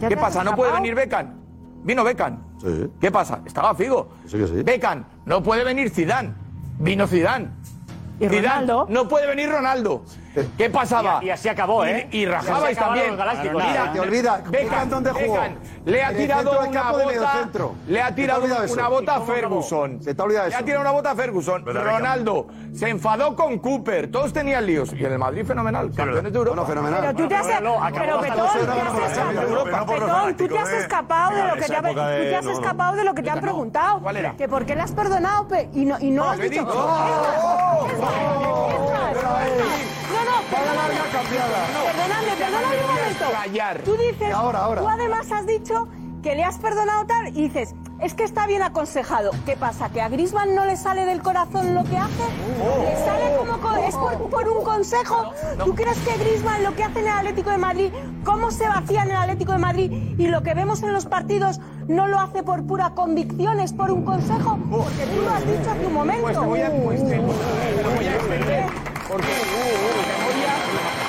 Speaker 15: ¿Qué
Speaker 13: te has
Speaker 15: pasa? ¿No puede
Speaker 13: escapado?
Speaker 15: venir Beckham? Vino Beckham.
Speaker 13: Sí.
Speaker 15: ¿Qué pasa? Estaba Figo.
Speaker 13: Sí que sí.
Speaker 15: Beckham, no puede venir Zidane. Vino Zidane. ¿Y Zidane, no puede venir Ronaldo. ¿Qué pasaba?
Speaker 22: Y, y así acabó,
Speaker 15: Y-
Speaker 22: ¿eh?
Speaker 15: Y, rajabais
Speaker 22: Así acabaron
Speaker 15: también.
Speaker 22: los galácticos.
Speaker 15: Mira,
Speaker 22: Te olvida,
Speaker 15: Beckham,
Speaker 22: Beckham, ¿dónde jugó?
Speaker 15: Beckham, le ha
Speaker 22: En el
Speaker 15: tirado
Speaker 22: centro del
Speaker 15: una
Speaker 22: campo de
Speaker 15: bota,
Speaker 22: mediocentro.
Speaker 15: le ha
Speaker 22: Se te ha
Speaker 15: tirado
Speaker 22: olvidado eso.
Speaker 15: una bota
Speaker 22: ¿Y
Speaker 15: a
Speaker 22: cómo acabó?
Speaker 15: Ferguson.
Speaker 22: Se te ha olvidado
Speaker 15: Le ha
Speaker 22: eso.
Speaker 15: tirado una bota a Ferguson.
Speaker 22: Verdad, Beckham.
Speaker 15: Ronaldo se enfadó con Cooper. Todos tenían líos. Y en el Madrid fenomenal. Campeones de Europa. fenomenal.
Speaker 20: Pero tú te has, pero Betón, te has escapado, Betón, tú te has escapado de
Speaker 15: Era
Speaker 20: lo que te,
Speaker 15: eh. esa
Speaker 20: ha-
Speaker 15: época
Speaker 20: tú
Speaker 15: de-
Speaker 20: te has
Speaker 15: no, no.
Speaker 20: escapado de lo que te han preguntado. ¿Cuál era? Que por qué le has perdonado pe- y no, y no,
Speaker 15: No,
Speaker 20: has
Speaker 15: lo he
Speaker 20: dicho.
Speaker 15: dicho.
Speaker 20: ¡Oh! No, no, perdóname, perdóname, perdóname un momento. Tú dices, tú además has dicho que le has perdonado tal y dices, es que está bien aconsejado. ¿Qué pasa? ¿Que a Grisman no le sale del corazón lo que hace? ¿Le sale como co- es por, por un consejo? ¿Tú crees que Grisman lo que hace en el Atlético de Madrid, cómo se vacía en el Atlético de Madrid y lo que vemos en los partidos no lo hace por pura convicción, es por un consejo? Porque tú lo has dicho hace un momento.
Speaker 15: Pues te voy a, pues te- te voy a extender, porque la memoria,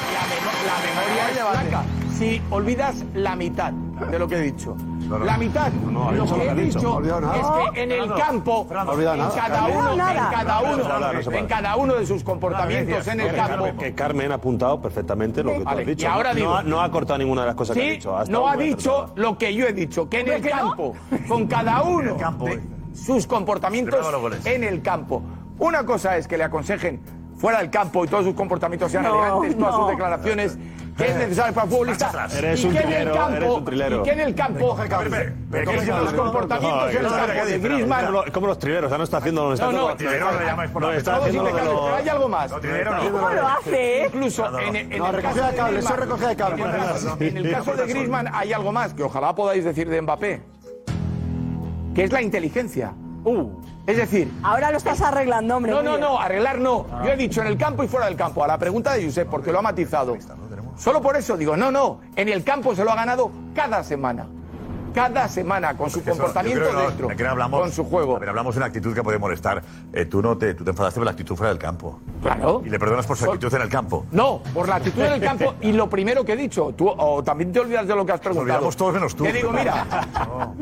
Speaker 15: la memo- la memoria es blanca. Si olvidas la mitad de lo que he dicho. La mitad.
Speaker 13: no, ha
Speaker 15: lo
Speaker 13: dicho
Speaker 15: que
Speaker 13: lo
Speaker 15: he
Speaker 13: que ha dicho, no
Speaker 15: dicho
Speaker 13: ha olvidado nada.
Speaker 15: es que en el
Speaker 13: Fernando,
Speaker 15: campo,
Speaker 13: Fernando,
Speaker 15: en
Speaker 13: no ha olvidado
Speaker 15: cada
Speaker 13: nada.
Speaker 15: uno, en
Speaker 13: No ha olvidado
Speaker 15: cada
Speaker 13: nada. No,
Speaker 15: uno,
Speaker 13: no, no se puede.
Speaker 15: en cada uno de sus comportamientos en el campo.
Speaker 11: Que Carmen ha apuntado perfectamente lo que tú
Speaker 15: Vale,
Speaker 11: has dicho.
Speaker 15: y ahora
Speaker 11: No
Speaker 15: digo-
Speaker 11: ha- no ha cortado ninguna de las cosas que ha
Speaker 15: Sí,
Speaker 11: dicho. estado
Speaker 15: no ha
Speaker 11: muy
Speaker 15: dicho lo que yo he dicho, que en el
Speaker 11: que no?
Speaker 15: campo, con cada uno de sus comportamientos
Speaker 11: Primero los goles.
Speaker 15: en el campo. Una cosa es que le aconsejen fuera del campo y todos sus comportamientos sean
Speaker 11: No,
Speaker 15: elegantes, todas
Speaker 11: no.
Speaker 15: sus declaraciones, que es necesario para el futbolista,
Speaker 11: Eres
Speaker 15: y
Speaker 11: un
Speaker 15: que en el
Speaker 11: trilero, eres
Speaker 15: campo,
Speaker 11: un trilero.
Speaker 15: y que en el campo, que
Speaker 11: ¿Cómo se llama?
Speaker 15: los comportamientos en el
Speaker 11: Espera,
Speaker 15: campo
Speaker 11: espera,
Speaker 15: de
Speaker 11: espera,
Speaker 15: Griezmann
Speaker 11: espera, Es como los trileros, o sea, no está haciendo lo
Speaker 15: no, no,
Speaker 11: lo llamáis por la está
Speaker 15: todos
Speaker 11: haciendo lo de
Speaker 15: impecables,
Speaker 11: los-
Speaker 15: pero hay algo más.
Speaker 11: Los trileros no.
Speaker 15: Está haciendo
Speaker 11: ¿Cómo lo
Speaker 15: de-
Speaker 11: hace, eh?
Speaker 15: Incluso
Speaker 11: No, no,
Speaker 15: en, en
Speaker 11: no,
Speaker 15: el
Speaker 11: recogida
Speaker 15: caso
Speaker 11: de cables,
Speaker 15: Griezmann-
Speaker 11: son recogida de cables.
Speaker 15: En el caso- En el caso de Griezmann hay algo más que ojalá podáis decir de Mbappé, que es la inteligencia. Es decir,
Speaker 20: ahora lo estás arreglando, hombre.
Speaker 15: no,
Speaker 20: muy
Speaker 15: no,
Speaker 20: bien.
Speaker 15: no, arreglar no. Yo he dicho en el campo y fuera del campo. A la pregunta de Josep, porque lo ha matizado. Solo por eso digo, no, no. En el campo se lo ha ganado cada semana. Cada semana, con su
Speaker 8: Eso, yo
Speaker 15: comportamiento
Speaker 8: creo que no,
Speaker 15: dentro.
Speaker 8: aquí no hablamos, con su juego. A ver, hablamos de una actitud que puede molestar. Eh, tú no te, tú te enfadaste por la actitud fuera del campo.
Speaker 15: Claro.
Speaker 8: Y le perdonas por su actitud en el campo.
Speaker 15: No, por la actitud en el campo y lo primero que he dicho. Tú o también te olvidas de lo que has preguntado.
Speaker 8: olvidamos todos menos tú.
Speaker 15: Te digo, mira,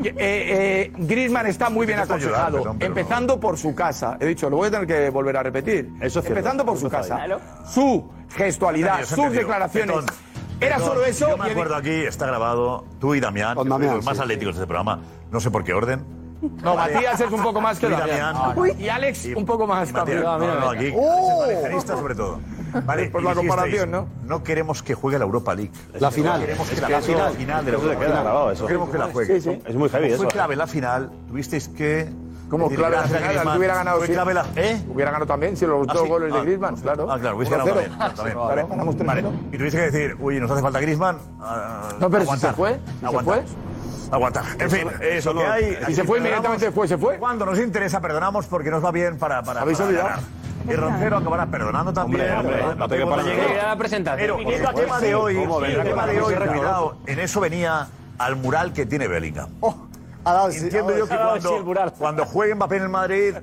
Speaker 15: eh, eh, Griezmann está muy bien
Speaker 8: Intento ayudar,
Speaker 15: aconsejado.
Speaker 8: perdón, pero
Speaker 15: empezando por su casa. He dicho, lo voy a tener que volver a repetir.
Speaker 11: Eso es cierto.
Speaker 15: Empezando por
Speaker 11: Eso
Speaker 15: su
Speaker 11: está
Speaker 15: casa.
Speaker 11: bien.
Speaker 15: Su gestualidad,
Speaker 8: Entendido,
Speaker 15: sus
Speaker 8: entendido.
Speaker 15: declaraciones.
Speaker 8: Perdón,
Speaker 15: Era
Speaker 8: perdón,
Speaker 15: solo eso.
Speaker 8: Yo
Speaker 15: y
Speaker 8: me
Speaker 15: he
Speaker 8: acuerdo aquí, está grabado, tú y Damián, que sois
Speaker 15: Damián,
Speaker 8: los más
Speaker 15: sí,
Speaker 8: atléticos de este programa. No sé por qué orden.
Speaker 15: dicho- No, Matías es un poco más que
Speaker 8: Tú y
Speaker 15: Damián.
Speaker 8: Uy.
Speaker 15: Y Alex un poco más también.
Speaker 8: Matías, no, no, no, aquí.
Speaker 15: ¡Oh!
Speaker 8: Valencianista sobre todo. Vale,
Speaker 15: Por
Speaker 8: y
Speaker 15: la
Speaker 8: dijisteis,
Speaker 15: comparación, ¿no?
Speaker 8: No queremos que juegue la Europa League.
Speaker 11: La final.
Speaker 8: Queremos que
Speaker 11: Es
Speaker 8: la
Speaker 11: que
Speaker 8: la
Speaker 11: eso-
Speaker 8: final, final de la
Speaker 11: eso se
Speaker 8: Europa
Speaker 11: queda
Speaker 8: League.
Speaker 11: grabado,
Speaker 8: No
Speaker 11: eso.
Speaker 8: queremos que la
Speaker 11: Sí,
Speaker 8: juegue.
Speaker 11: sí. Es muy heavy
Speaker 8: Fue
Speaker 11: eso,
Speaker 8: clave
Speaker 11: ¿eh?
Speaker 8: la final. Tuvisteis que.
Speaker 15: Como
Speaker 8: decir,
Speaker 15: clave la
Speaker 8: gracias a
Speaker 15: final,
Speaker 8: Griezmann.
Speaker 15: hubiera ganado.
Speaker 8: Fue
Speaker 15: sí.
Speaker 8: clave la- ¿Eh?
Speaker 15: Hubiera ganado también, si los
Speaker 8: Ah,
Speaker 15: dos
Speaker 8: sí.
Speaker 15: goles de
Speaker 8: Ah,
Speaker 15: Griezmann, claro.
Speaker 8: Ah, claro, hubiese
Speaker 15: 1-0.
Speaker 8: ganado también. también.
Speaker 15: Claro,
Speaker 8: Vale.
Speaker 15: ganamos 3-0.
Speaker 8: Vale. Y tuviste que decir, uy, nos hace falta Griezmann. ah,
Speaker 15: No, pero si
Speaker 8: aguantar,
Speaker 15: se fue, se
Speaker 8: Aguantar. Aguantar. En fin, eso lo que hay.
Speaker 15: Y se fue inmediatamente después, se fue.
Speaker 8: Cuando nos interesa, perdonamos porque nos va bien para. para
Speaker 15: ¿Habéis
Speaker 8: para
Speaker 15: olvidado?
Speaker 8: ganar. Y Roncero acabará perdonando también.
Speaker 1: hombre, no te
Speaker 8: Cuando
Speaker 1: quepas
Speaker 8: llegue-
Speaker 1: nada. Ya la presentación.
Speaker 8: Pero
Speaker 1: Viniendo
Speaker 8: el
Speaker 1: aquí,
Speaker 8: tema de
Speaker 1: sí.
Speaker 8: hoy,
Speaker 1: ¿Cómo
Speaker 8: el
Speaker 1: vendrá?
Speaker 8: tema de
Speaker 1: Cómo
Speaker 8: hoy,
Speaker 1: se recordará.
Speaker 8: cuidado, en eso venía al mural que tiene Bellingham. Entiendo yo que
Speaker 22: ha dado sí el
Speaker 8: cuando, cuando juegue Mbappé en el Madrid,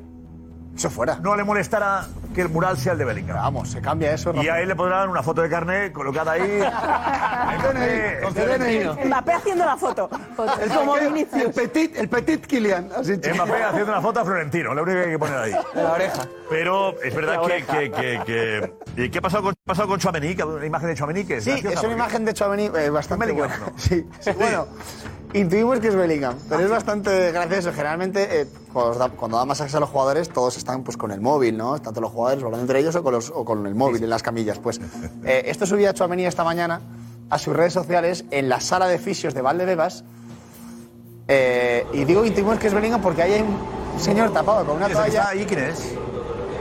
Speaker 8: eso fuera. No le molestará que el mural sea el de Bellingham. Vamos, se cambia eso. Y ahí le pondrán una foto de carnet colocada ahí.
Speaker 20: Mbappé haciendo la foto.
Speaker 13: El,
Speaker 20: Es como
Speaker 13: pequeño-
Speaker 20: Vinicius.
Speaker 13: el petit, el petit Kilian. Así,
Speaker 8: Mbappé haciendo una foto a Florentino, la única que hay que poner ahí.
Speaker 13: La oreja.
Speaker 8: Pero es verdad
Speaker 13: La
Speaker 8: que,
Speaker 13: oreja.
Speaker 8: que, que, que- ¿y ¿Qué ha pasado con, ha pasado con Chouameni? Una imagen de Chouameni que es
Speaker 25: Sí,
Speaker 8: graciosa,
Speaker 25: es una
Speaker 8: porque-
Speaker 25: imagen de Chouameni eh, bastante
Speaker 8: Bellingham,
Speaker 25: buena. Sí, sí, bueno, intuimos que es Bellingham, pero
Speaker 8: Ah.
Speaker 25: es bastante gracioso. Generalmente, eh, cuando, da, cuando da masajes a los jugadores, todos están pues, con el móvil, ¿no? Tanto los jugadores hablando entre ellos o con, los- o con el móvil en las camillas. Pues eh, esto subía Chouameni esta mañana a sus redes sociales en la sala de fisios de Valdebebas. Eh, y digo intuimos que es Bellingham porque ahí hay un señor tapado con una
Speaker 8: ¿Quién es el
Speaker 25: toalla.
Speaker 8: que está ahí? ¿Quién es?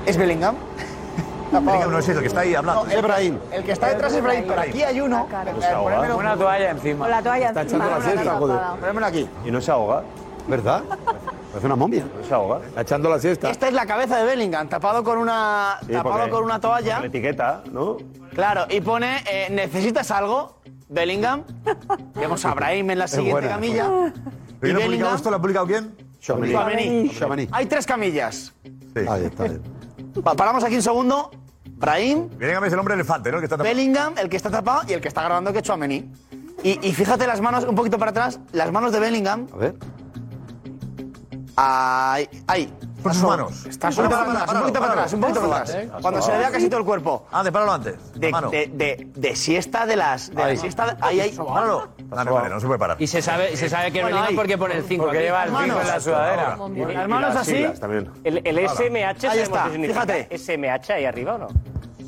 Speaker 25: ¿Es Bellingham?
Speaker 8: Bellingham no es el que está ahí hablando.
Speaker 25: No, el- El que está detrás es Brahim, pero aquí hay uno.
Speaker 11: ahogado.
Speaker 30: Una toalla encima.
Speaker 20: Con la toalla
Speaker 11: Está
Speaker 20: encima.
Speaker 11: echando la siesta, joder.
Speaker 25: Ponémoslo aquí.
Speaker 11: Y no se ahoga, ¿verdad? Parece una momia. No se ahoga.
Speaker 15: Echando la siesta.
Speaker 25: Esta es la cabeza de Bellingham, tapado con una,
Speaker 11: Sí,
Speaker 25: tapado
Speaker 11: porque-
Speaker 25: con una
Speaker 11: con
Speaker 25: toalla.
Speaker 11: La etiqueta, ¿no?
Speaker 25: Claro, y pone, eh, ¿necesitas algo? Bellingham. Vemos a Brahim en la
Speaker 11: Es
Speaker 25: siguiente
Speaker 11: buena,
Speaker 25: camilla.
Speaker 8: ¿Pero quién
Speaker 25: ¿Y
Speaker 8: ha publicado
Speaker 25: Bellingham?
Speaker 8: esto? ¿Lo ha publicado quién?
Speaker 25: Tchouaméni. Hay tres camillas.
Speaker 8: Ahí está.
Speaker 25: Pa- Paramos aquí un segundo. Brahim,
Speaker 8: Bellingham es el hombre elefante, ¿no? El Que está tapado.
Speaker 25: Bellingham, el que está tapado y el que está grabando que es Chouameni. Y, y fíjate las manos, un poquito para atrás, las manos de Bellingham.
Speaker 11: A ver.
Speaker 25: Ahí, ahí.
Speaker 8: Con sus manos.
Speaker 25: Está un poquito para atrás, un poquito para atrás, un poquito para atrás. Cuando se le vea casi todo el cuerpo.
Speaker 8: Antes, Ah, páralo antes.
Speaker 25: De, de, de, de siesta de las. De la siesta. Ahí, ahí. Páralo.
Speaker 8: Dale, vale, no se puede parar.
Speaker 1: Y se sabe, y se sabe que es
Speaker 8: Bueno,
Speaker 1: Bellingham
Speaker 8: ahí.
Speaker 1: porque pone el 5.
Speaker 8: Porque lleva el cinco en la sudadera.
Speaker 22: Con las manos así. El, el
Speaker 25: Ahora.
Speaker 22: SMH
Speaker 25: Ahí
Speaker 22: sabemos
Speaker 25: está,
Speaker 22: qué significa.
Speaker 25: fíjate.
Speaker 22: SMH ahí arriba o no?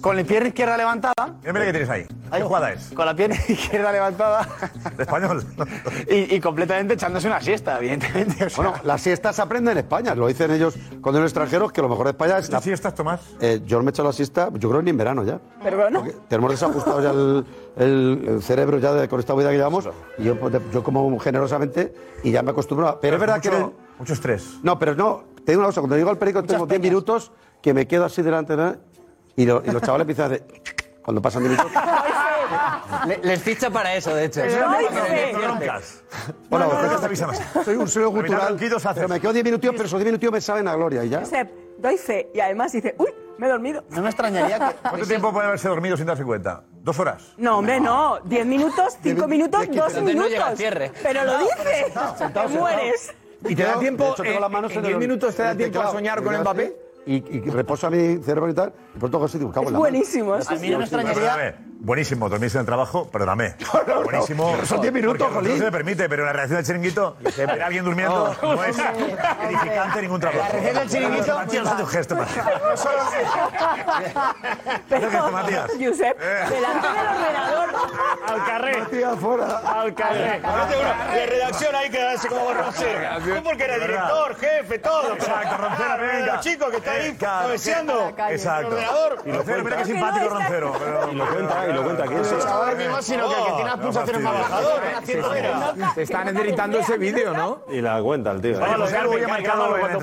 Speaker 25: Con la pierna izquierda levantada.
Speaker 8: Mira, mira qué tienes ahí. ¿Qué jugada es?
Speaker 25: Con la pierna izquierda levantada.
Speaker 8: De español.
Speaker 25: y, y completamente echándose una siesta, evidentemente. o sea.
Speaker 13: Bueno, las siestas se aprenden en España, lo dicen ellos cuando eran extranjeros, que lo mejor de España es... ¿Las
Speaker 8: siestas, Tomás?
Speaker 13: yo me he hecho la siesta, yo creo que ni en verano ya.
Speaker 20: Pero bueno.
Speaker 13: Tenemos desajustado ya el, el- el cerebro ya de, con esta vida que llevamos. Y yo, pues, yo como generosamente y ya me acostumbro a... Pero es verdad que... en el-
Speaker 8: Mucho estrés.
Speaker 13: No, pero no, te digo una cosa, cuando llego al periódico tengo 10 minutos que me quedo así delante de... Y, lo- y los chavales empiezan a hacer... Cuando pasan 10 minutos...
Speaker 1: les ficha para eso, de hecho.
Speaker 13: Pero no,
Speaker 8: hice. Broncas.
Speaker 13: Bueno,
Speaker 8: no, no,
Speaker 13: creo que
Speaker 8: avisa más.
Speaker 13: Soy un suelo cultural. Pero me quedo 10 minutos, pero esos 10 minutos me saben a gloria y ya.
Speaker 20: Josep, doy fe. Y además dice, uy, me he dormido.
Speaker 25: No me extrañaría que-
Speaker 8: ¿Cuánto tiempo puede haberse dormido sin darse cuenta? ¿Dos horas?
Speaker 20: No, hombre, no. Diez minutos, cinco minutos, dos
Speaker 8: pero entonces no
Speaker 20: minutos.
Speaker 8: llega al cierre.
Speaker 20: Pero lo dice.
Speaker 13: sentado,
Speaker 20: Te mueres.
Speaker 15: ¿Y te da tiempo?
Speaker 13: De hecho, tengo
Speaker 15: en-
Speaker 13: las manos
Speaker 15: en
Speaker 13: el-
Speaker 15: 10 minutos te da
Speaker 13: el
Speaker 15: tiempo a
Speaker 13: teclado.
Speaker 15: soñar con
Speaker 13: Me quedo así
Speaker 15: Mbappé?
Speaker 13: Y, y reposo a mi cerebro y tal. Y por todo así, digo, cago en la madre.
Speaker 8: A mí
Speaker 13: Sí, sí,
Speaker 8: Buenísimo, dormirse en el trabajo, perdóname. Buenísimo.
Speaker 13: pero son 10 minutos,
Speaker 8: Porque
Speaker 13: jolín.
Speaker 8: No se le permite, pero la reacción del chiringuito, ver a alguien durmiendo,
Speaker 25: No.
Speaker 8: no es
Speaker 20: Eh.
Speaker 8: edificante ningún trabajo.
Speaker 25: La reacción del chiringuito-
Speaker 8: Matías, no hace un gesto. Matías.
Speaker 25: No solo-
Speaker 8: ¿Qué gesto, Matías?
Speaker 20: Josep,
Speaker 10: Eh.
Speaker 20: delante del ordenador.
Speaker 22: Al carré. Al carré.
Speaker 8: La redacción ahí quedarse como Roncero. Tú porque eres director,
Speaker 22: jefe, todo.
Speaker 8: Exacto, Roncero, venga. Los chicos que están
Speaker 10: Eh,
Speaker 8: ahí cabeceando. Exacto. Roncero, mira qué simpático Roncero. pero-
Speaker 11: Y lo cuenta, y lo cuenta. ¿Quién
Speaker 8: Ese chaval es mi más, sino que el que tiene las pulsaciones más bajas.
Speaker 15: Se están editando ese vídeo, ¿no?
Speaker 11: Y la cuenta el tío. ¿eh?
Speaker 15: Vale, José Lu ya ha marcado- ha marcado
Speaker 25: Lo
Speaker 15: goles,
Speaker 25: que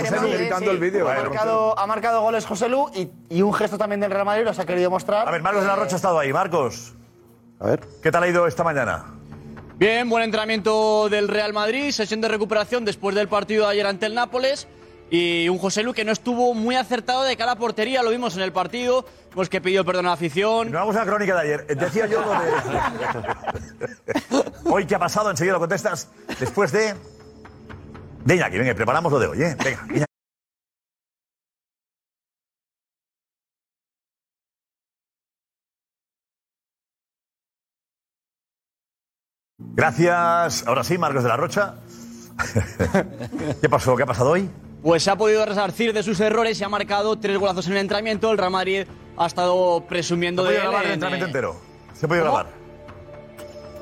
Speaker 15: José Lu.
Speaker 25: queremos-
Speaker 15: Editando
Speaker 25: sí,
Speaker 15: el vídeo.
Speaker 25: Ha
Speaker 8: ¿eh?
Speaker 15: Vale,
Speaker 25: marcado, ha marcado goles José Lu y, y un gesto también del Real Madrid los ha querido mostrar.
Speaker 8: A ver, Marcos de la Rocha ha estado ahí. Marcos.
Speaker 13: A ver.
Speaker 8: ¿Qué tal ha ido esta mañana?
Speaker 29: Bien, buen entrenamiento del Real Madrid, sesión de recuperación después del partido de ayer ante el Nápoles y un José Lu que no estuvo muy acertado de cara a portería, lo vimos en el partido, pues que pidió perdón a la afición.
Speaker 8: No hago una crónica de ayer, Eh, decía yo lo Hoy, ¿qué ha pasado? Enseguida lo contestas. Después de. De Iñaki, venga, preparamos lo de hoy, ¿eh? Venga, Iñaki. Gracias. Ahora sí, Marcos de la Rocha. ¿Qué pasó? ¿Qué ha pasado hoy?
Speaker 29: Pues se ha podido resarcir de sus errores y ha marcado tres golazos en el entrenamiento, el Real Madrid ha estado presumiendo
Speaker 8: Se ha
Speaker 29: de él
Speaker 8: podido grabar el
Speaker 29: en,
Speaker 8: entrenamiento
Speaker 29: eh,
Speaker 8: entero. Se ha podido
Speaker 29: ¿Cómo?
Speaker 8: grabar.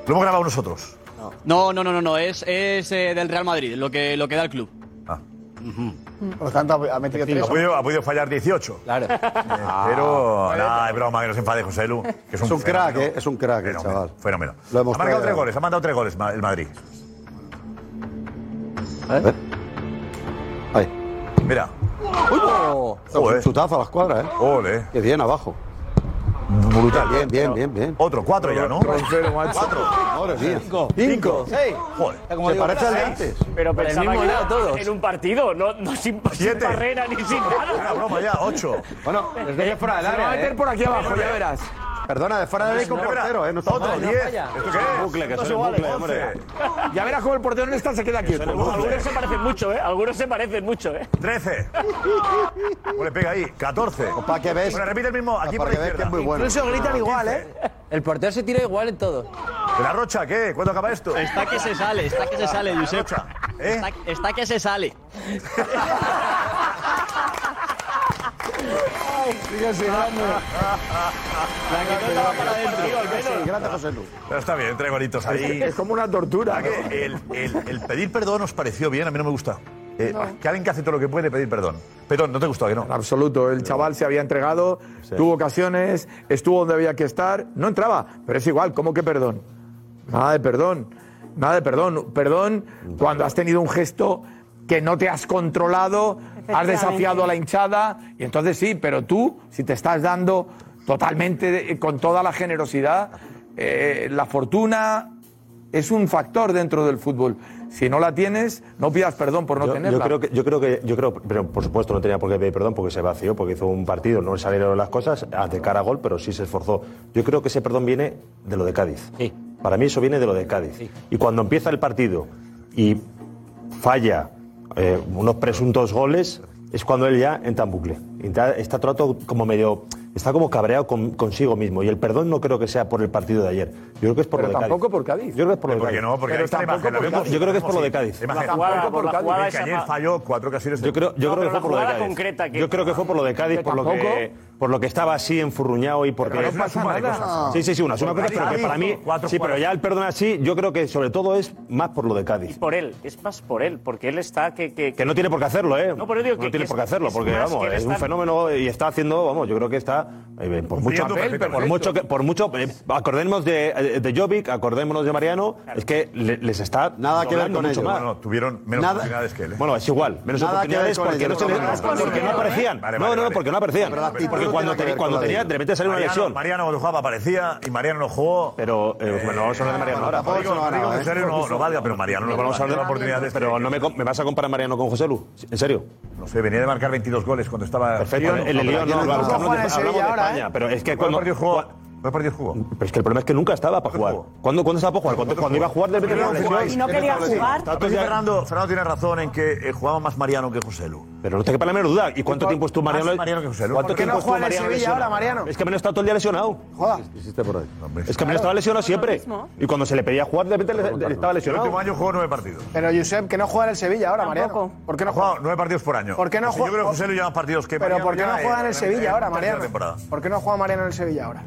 Speaker 8: Lo hemos grabado nosotros.
Speaker 29: No, no, no, no, no, es, es eh, del Real Madrid, lo que, lo que da el club.
Speaker 25: Por lo tanto, ha metido
Speaker 8: Ha
Speaker 25: tres.
Speaker 8: podido, ha podido fallar 18. Claro. pero, nada, es broma, que no se enfade José Lu. Que es un,
Speaker 13: Ah. Es un crack,
Speaker 8: fenómeno.
Speaker 13: ¿eh? Es un crack, el chaval.
Speaker 8: Fenómeno.
Speaker 13: Lo
Speaker 8: Ha
Speaker 13: hemos
Speaker 8: marcado
Speaker 13: traído.
Speaker 8: tres goles, ha mandado tres goles ma- el Madrid.
Speaker 13: ¿Eh?
Speaker 8: Mira.
Speaker 13: Un chutazo a las cuadras, ¿eh?
Speaker 8: Ole.
Speaker 13: Qué bien, abajo.
Speaker 8: Brutal.
Speaker 13: Bien, bien, bien, bien.
Speaker 8: Otro, cuatro ya, ¿no?
Speaker 15: Roncero, macho.
Speaker 13: Madre mía.
Speaker 15: Cinco.
Speaker 13: Cinco.
Speaker 22: Seis.
Speaker 8: Joder.
Speaker 13: Se parece al de
Speaker 15: ¿eh?
Speaker 13: antes.
Speaker 22: Pero
Speaker 13: Por el
Speaker 22: pensaba
Speaker 13: mismo
Speaker 22: que
Speaker 13: lado
Speaker 22: era
Speaker 13: todos.
Speaker 22: en un partido, no, no sin, sin
Speaker 13: Siete.
Speaker 22: barrera ni sin nada. Eh,
Speaker 8: Una broma ya, ocho.
Speaker 13: Bueno, desde que fuera del
Speaker 22: Se
Speaker 13: área.
Speaker 22: va a meter
Speaker 13: ¿eh?
Speaker 22: por aquí abajo, ya
Speaker 15: verás.
Speaker 13: Perdona, de fuera del área y con
Speaker 15: No, espera.
Speaker 13: portero, ¿eh? No está
Speaker 15: Otro,
Speaker 13: mal, ¿no?
Speaker 15: diez.
Speaker 13: Falla.
Speaker 15: ¿Esto qué es?
Speaker 13: Bucle, que
Speaker 15: Todos
Speaker 13: son
Speaker 15: iguales,
Speaker 13: bucle, hombre.
Speaker 15: once. Ya verás cómo el portero no está, se queda quieto.
Speaker 22: Algunos se parecen mucho, ¿eh? Algunos se parecen mucho, ¿eh?
Speaker 8: 13. ¿Cómo Pues le pega ahí? 14.
Speaker 13: Para que ves.
Speaker 8: Bueno, repite el mismo, aquí por
Speaker 13: Para que
Speaker 8: la
Speaker 13: veas que
Speaker 8: izquierda.
Speaker 13: es muy bueno. Incluso gritan
Speaker 1: igual, ¿eh? El portero se tira igual en todo.
Speaker 8: ¿De la Rocha qué? ¿Cuándo acaba esto? Ah,
Speaker 29: Está que se sale, está que se sale,
Speaker 8: La
Speaker 29: Josep.
Speaker 8: Rocha.
Speaker 29: Está, está que se sale.
Speaker 8: Pero está bien, tres golitos ahí.
Speaker 15: Es como una tortura.
Speaker 8: Ah, que el, el- el pedir perdón os pareció bien, a mí no me gusta. Eh, Que alguien que hace todo lo que puede pedir perdón. Perdón, no te gustó, que no.
Speaker 15: En absoluto, el chaval se había entregado, tuvo ocasiones, estuvo donde había que estar, no entraba, pero es igual, ¿cómo que perdón? Nada de perdón, nada de perdón. Perdón cuando has tenido un gesto que no te has controlado, has
Speaker 20: Efectivamente.
Speaker 15: desafiado a la hinchada, y entonces sí, pero tú, si te estás dando totalmente, de- con toda la generosidad, eh, la fortuna es un factor dentro del fútbol. Si no la tienes, no pidas perdón por no
Speaker 11: Yo-
Speaker 15: tenerla.
Speaker 11: Yo creo que, yo creo que, yo creo, pero por supuesto no tenía por qué pedir perdón porque se vació, porque hizo un partido, no le salieron las cosas ah, de cara a gol, pero sí se esforzó. Yo creo que ese perdón viene de lo de Cádiz. Para mí eso viene de lo de Cádiz. Y cuando empieza el partido y falla eh, unos presuntos goles, es cuando él ya entra en bucle. Está, está todo el rato como medio. Está como cabreado con- consigo mismo. Y el perdón no creo que sea por el partido de ayer. Yo creo que es por
Speaker 15: Pero
Speaker 11: lo de Cádiz.
Speaker 15: tampoco por Cádiz.
Speaker 11: Yo creo que es por lo
Speaker 8: Eh,
Speaker 11: de
Speaker 15: ¿Por qué
Speaker 11: Cádiz.
Speaker 15: no? Porque Pero ahí está la tampoco imagen, la por vemos- Cádiz.
Speaker 11: Yo creo que es por lo de
Speaker 8: Sí,
Speaker 11: Cádiz.
Speaker 8: la imagen. La jugada- Tampoco por la Cádiz. jugada Es que esa ayer ma- falló cuatro ocasiones de-
Speaker 11: Yo creo, yo
Speaker 8: No,
Speaker 11: creo
Speaker 8: pero
Speaker 11: que fue
Speaker 8: la
Speaker 11: por lo de
Speaker 8: jugada
Speaker 11: Cádiz.
Speaker 8: concreta que-
Speaker 11: Yo creo que fue por lo de Cádiz,
Speaker 8: Que
Speaker 11: por lo que,
Speaker 8: tampoco-
Speaker 11: por lo que estaba así enfurruñado y porque.
Speaker 8: Pero es una suma de cosas.
Speaker 11: Sí, sí, sí, una suma de Por cosas, pero que Cádiz, para mí. cuatro Sí, pero jugadas. ya el perdón así, yo creo que sobre todo es más por lo de Cádiz.
Speaker 22: Por él, es más por él, porque él está que. Que,
Speaker 11: Que no tiene por qué hacerlo, ¿eh?
Speaker 22: No, pero digo que-
Speaker 11: no tiene
Speaker 22: que
Speaker 11: por qué
Speaker 22: es-
Speaker 11: hacerlo,
Speaker 22: es
Speaker 11: porque
Speaker 22: más
Speaker 11: vamos,
Speaker 22: que él
Speaker 11: es un
Speaker 22: está-
Speaker 11: fenómeno y está haciendo, vamos, yo creo que está eh, por mucho,
Speaker 8: Cumpliendo perfectamente.
Speaker 11: por mucho que por mucho eh, acordémonos de, eh, de Jovic, acordémonos de Mariano, es que le- les está
Speaker 8: Nada que ver
Speaker 11: sobrando
Speaker 8: con
Speaker 11: mucho
Speaker 8: ellos.
Speaker 11: más.
Speaker 8: Bueno, tuvieron menos
Speaker 11: Nada-
Speaker 8: oportunidades que él. ¿eh?
Speaker 11: Bueno, es igual, menos
Speaker 8: Nada que ver
Speaker 11: oportunidades
Speaker 8: con
Speaker 11: porque no,
Speaker 8: ellos,
Speaker 11: se le-
Speaker 8: no, no, no, no,
Speaker 11: porque no
Speaker 8: no,
Speaker 11: aparecían.
Speaker 8: ¿eh? vale,
Speaker 11: no,
Speaker 8: vale,
Speaker 11: no,
Speaker 8: vale.
Speaker 11: porque no aparecían.
Speaker 8: Pero la actitud
Speaker 11: Porque
Speaker 8: no
Speaker 11: cuando,
Speaker 8: tiene que
Speaker 11: tenía,
Speaker 8: ver
Speaker 11: cuando
Speaker 8: con la
Speaker 11: tenía,
Speaker 8: de-
Speaker 11: de repente salió una
Speaker 8: Mariano-
Speaker 11: lesión.
Speaker 8: Mariano cuando jugaba aparecía y Mariano no jugó.
Speaker 11: Pero eh, bueno, vamos a hablar de Mariano ahora. ¿eh?
Speaker 8: Rodrigo- Rodrigo Joselu no- no valga, pero Mariano no
Speaker 11: vamos a hablar de
Speaker 8: valga.
Speaker 11: oportunidades. Pero no me, com- me vas a comparar Mariano con José Lu, ¿en serio?
Speaker 8: No sé, venía de marcar 22 goles cuando estaba.
Speaker 11: Perfecto, el el Lyon no, hablamos, hablamos de, hablamos de España, pero es que cuando...
Speaker 8: partido jugó? ¿Cuál partido jugó?
Speaker 11: Pero es que el problema es que nunca estaba para jugar. ¿Cuándo, cuándo estaba para jugar? Cuando, cuando iba a jugar de repente tenía una lesión.
Speaker 8: Está todo ya- Fernando, Fernando tiene razón en que eh, jugaba más Mariano que José Lu.
Speaker 11: Pero no te quepa la menor duda. ¿Y cuánto
Speaker 8: Más
Speaker 11: tiempo estuvo Mariano?
Speaker 8: Mariano que José Lu.
Speaker 11: ¿Cuánto
Speaker 8: ¿Por qué
Speaker 11: tiempo
Speaker 8: no
Speaker 11: estuvo
Speaker 8: juega en el
Speaker 11: Mariano
Speaker 8: Sevilla ahora,
Speaker 11: lesionado?
Speaker 8: Mariano?
Speaker 11: Es que Mariano estaba todo el día lesionado. Es que Mariano estaba lesionado siempre. Y cuando se le pedía jugar, de repente le- le- estaba
Speaker 8: El último
Speaker 11: lesionado.
Speaker 8: año jugó nueve partidos.
Speaker 12: Pero Josep, que no juega en el Sevilla ahora, Mariano.
Speaker 8: ¿Por qué no ha jugado nueve partidos por año?
Speaker 12: ¿Por qué no
Speaker 8: O sea,
Speaker 12: juega-
Speaker 8: Pues Yo creo que José Lu lleva más partidos que
Speaker 12: Pero
Speaker 8: Mariano
Speaker 12: ¿por qué no
Speaker 8: ya
Speaker 12: juega en el Sevilla ahora,
Speaker 8: tercera
Speaker 12: Mariano?
Speaker 8: temporada.
Speaker 12: ¿Por qué no juega Mariano en el Sevilla ahora?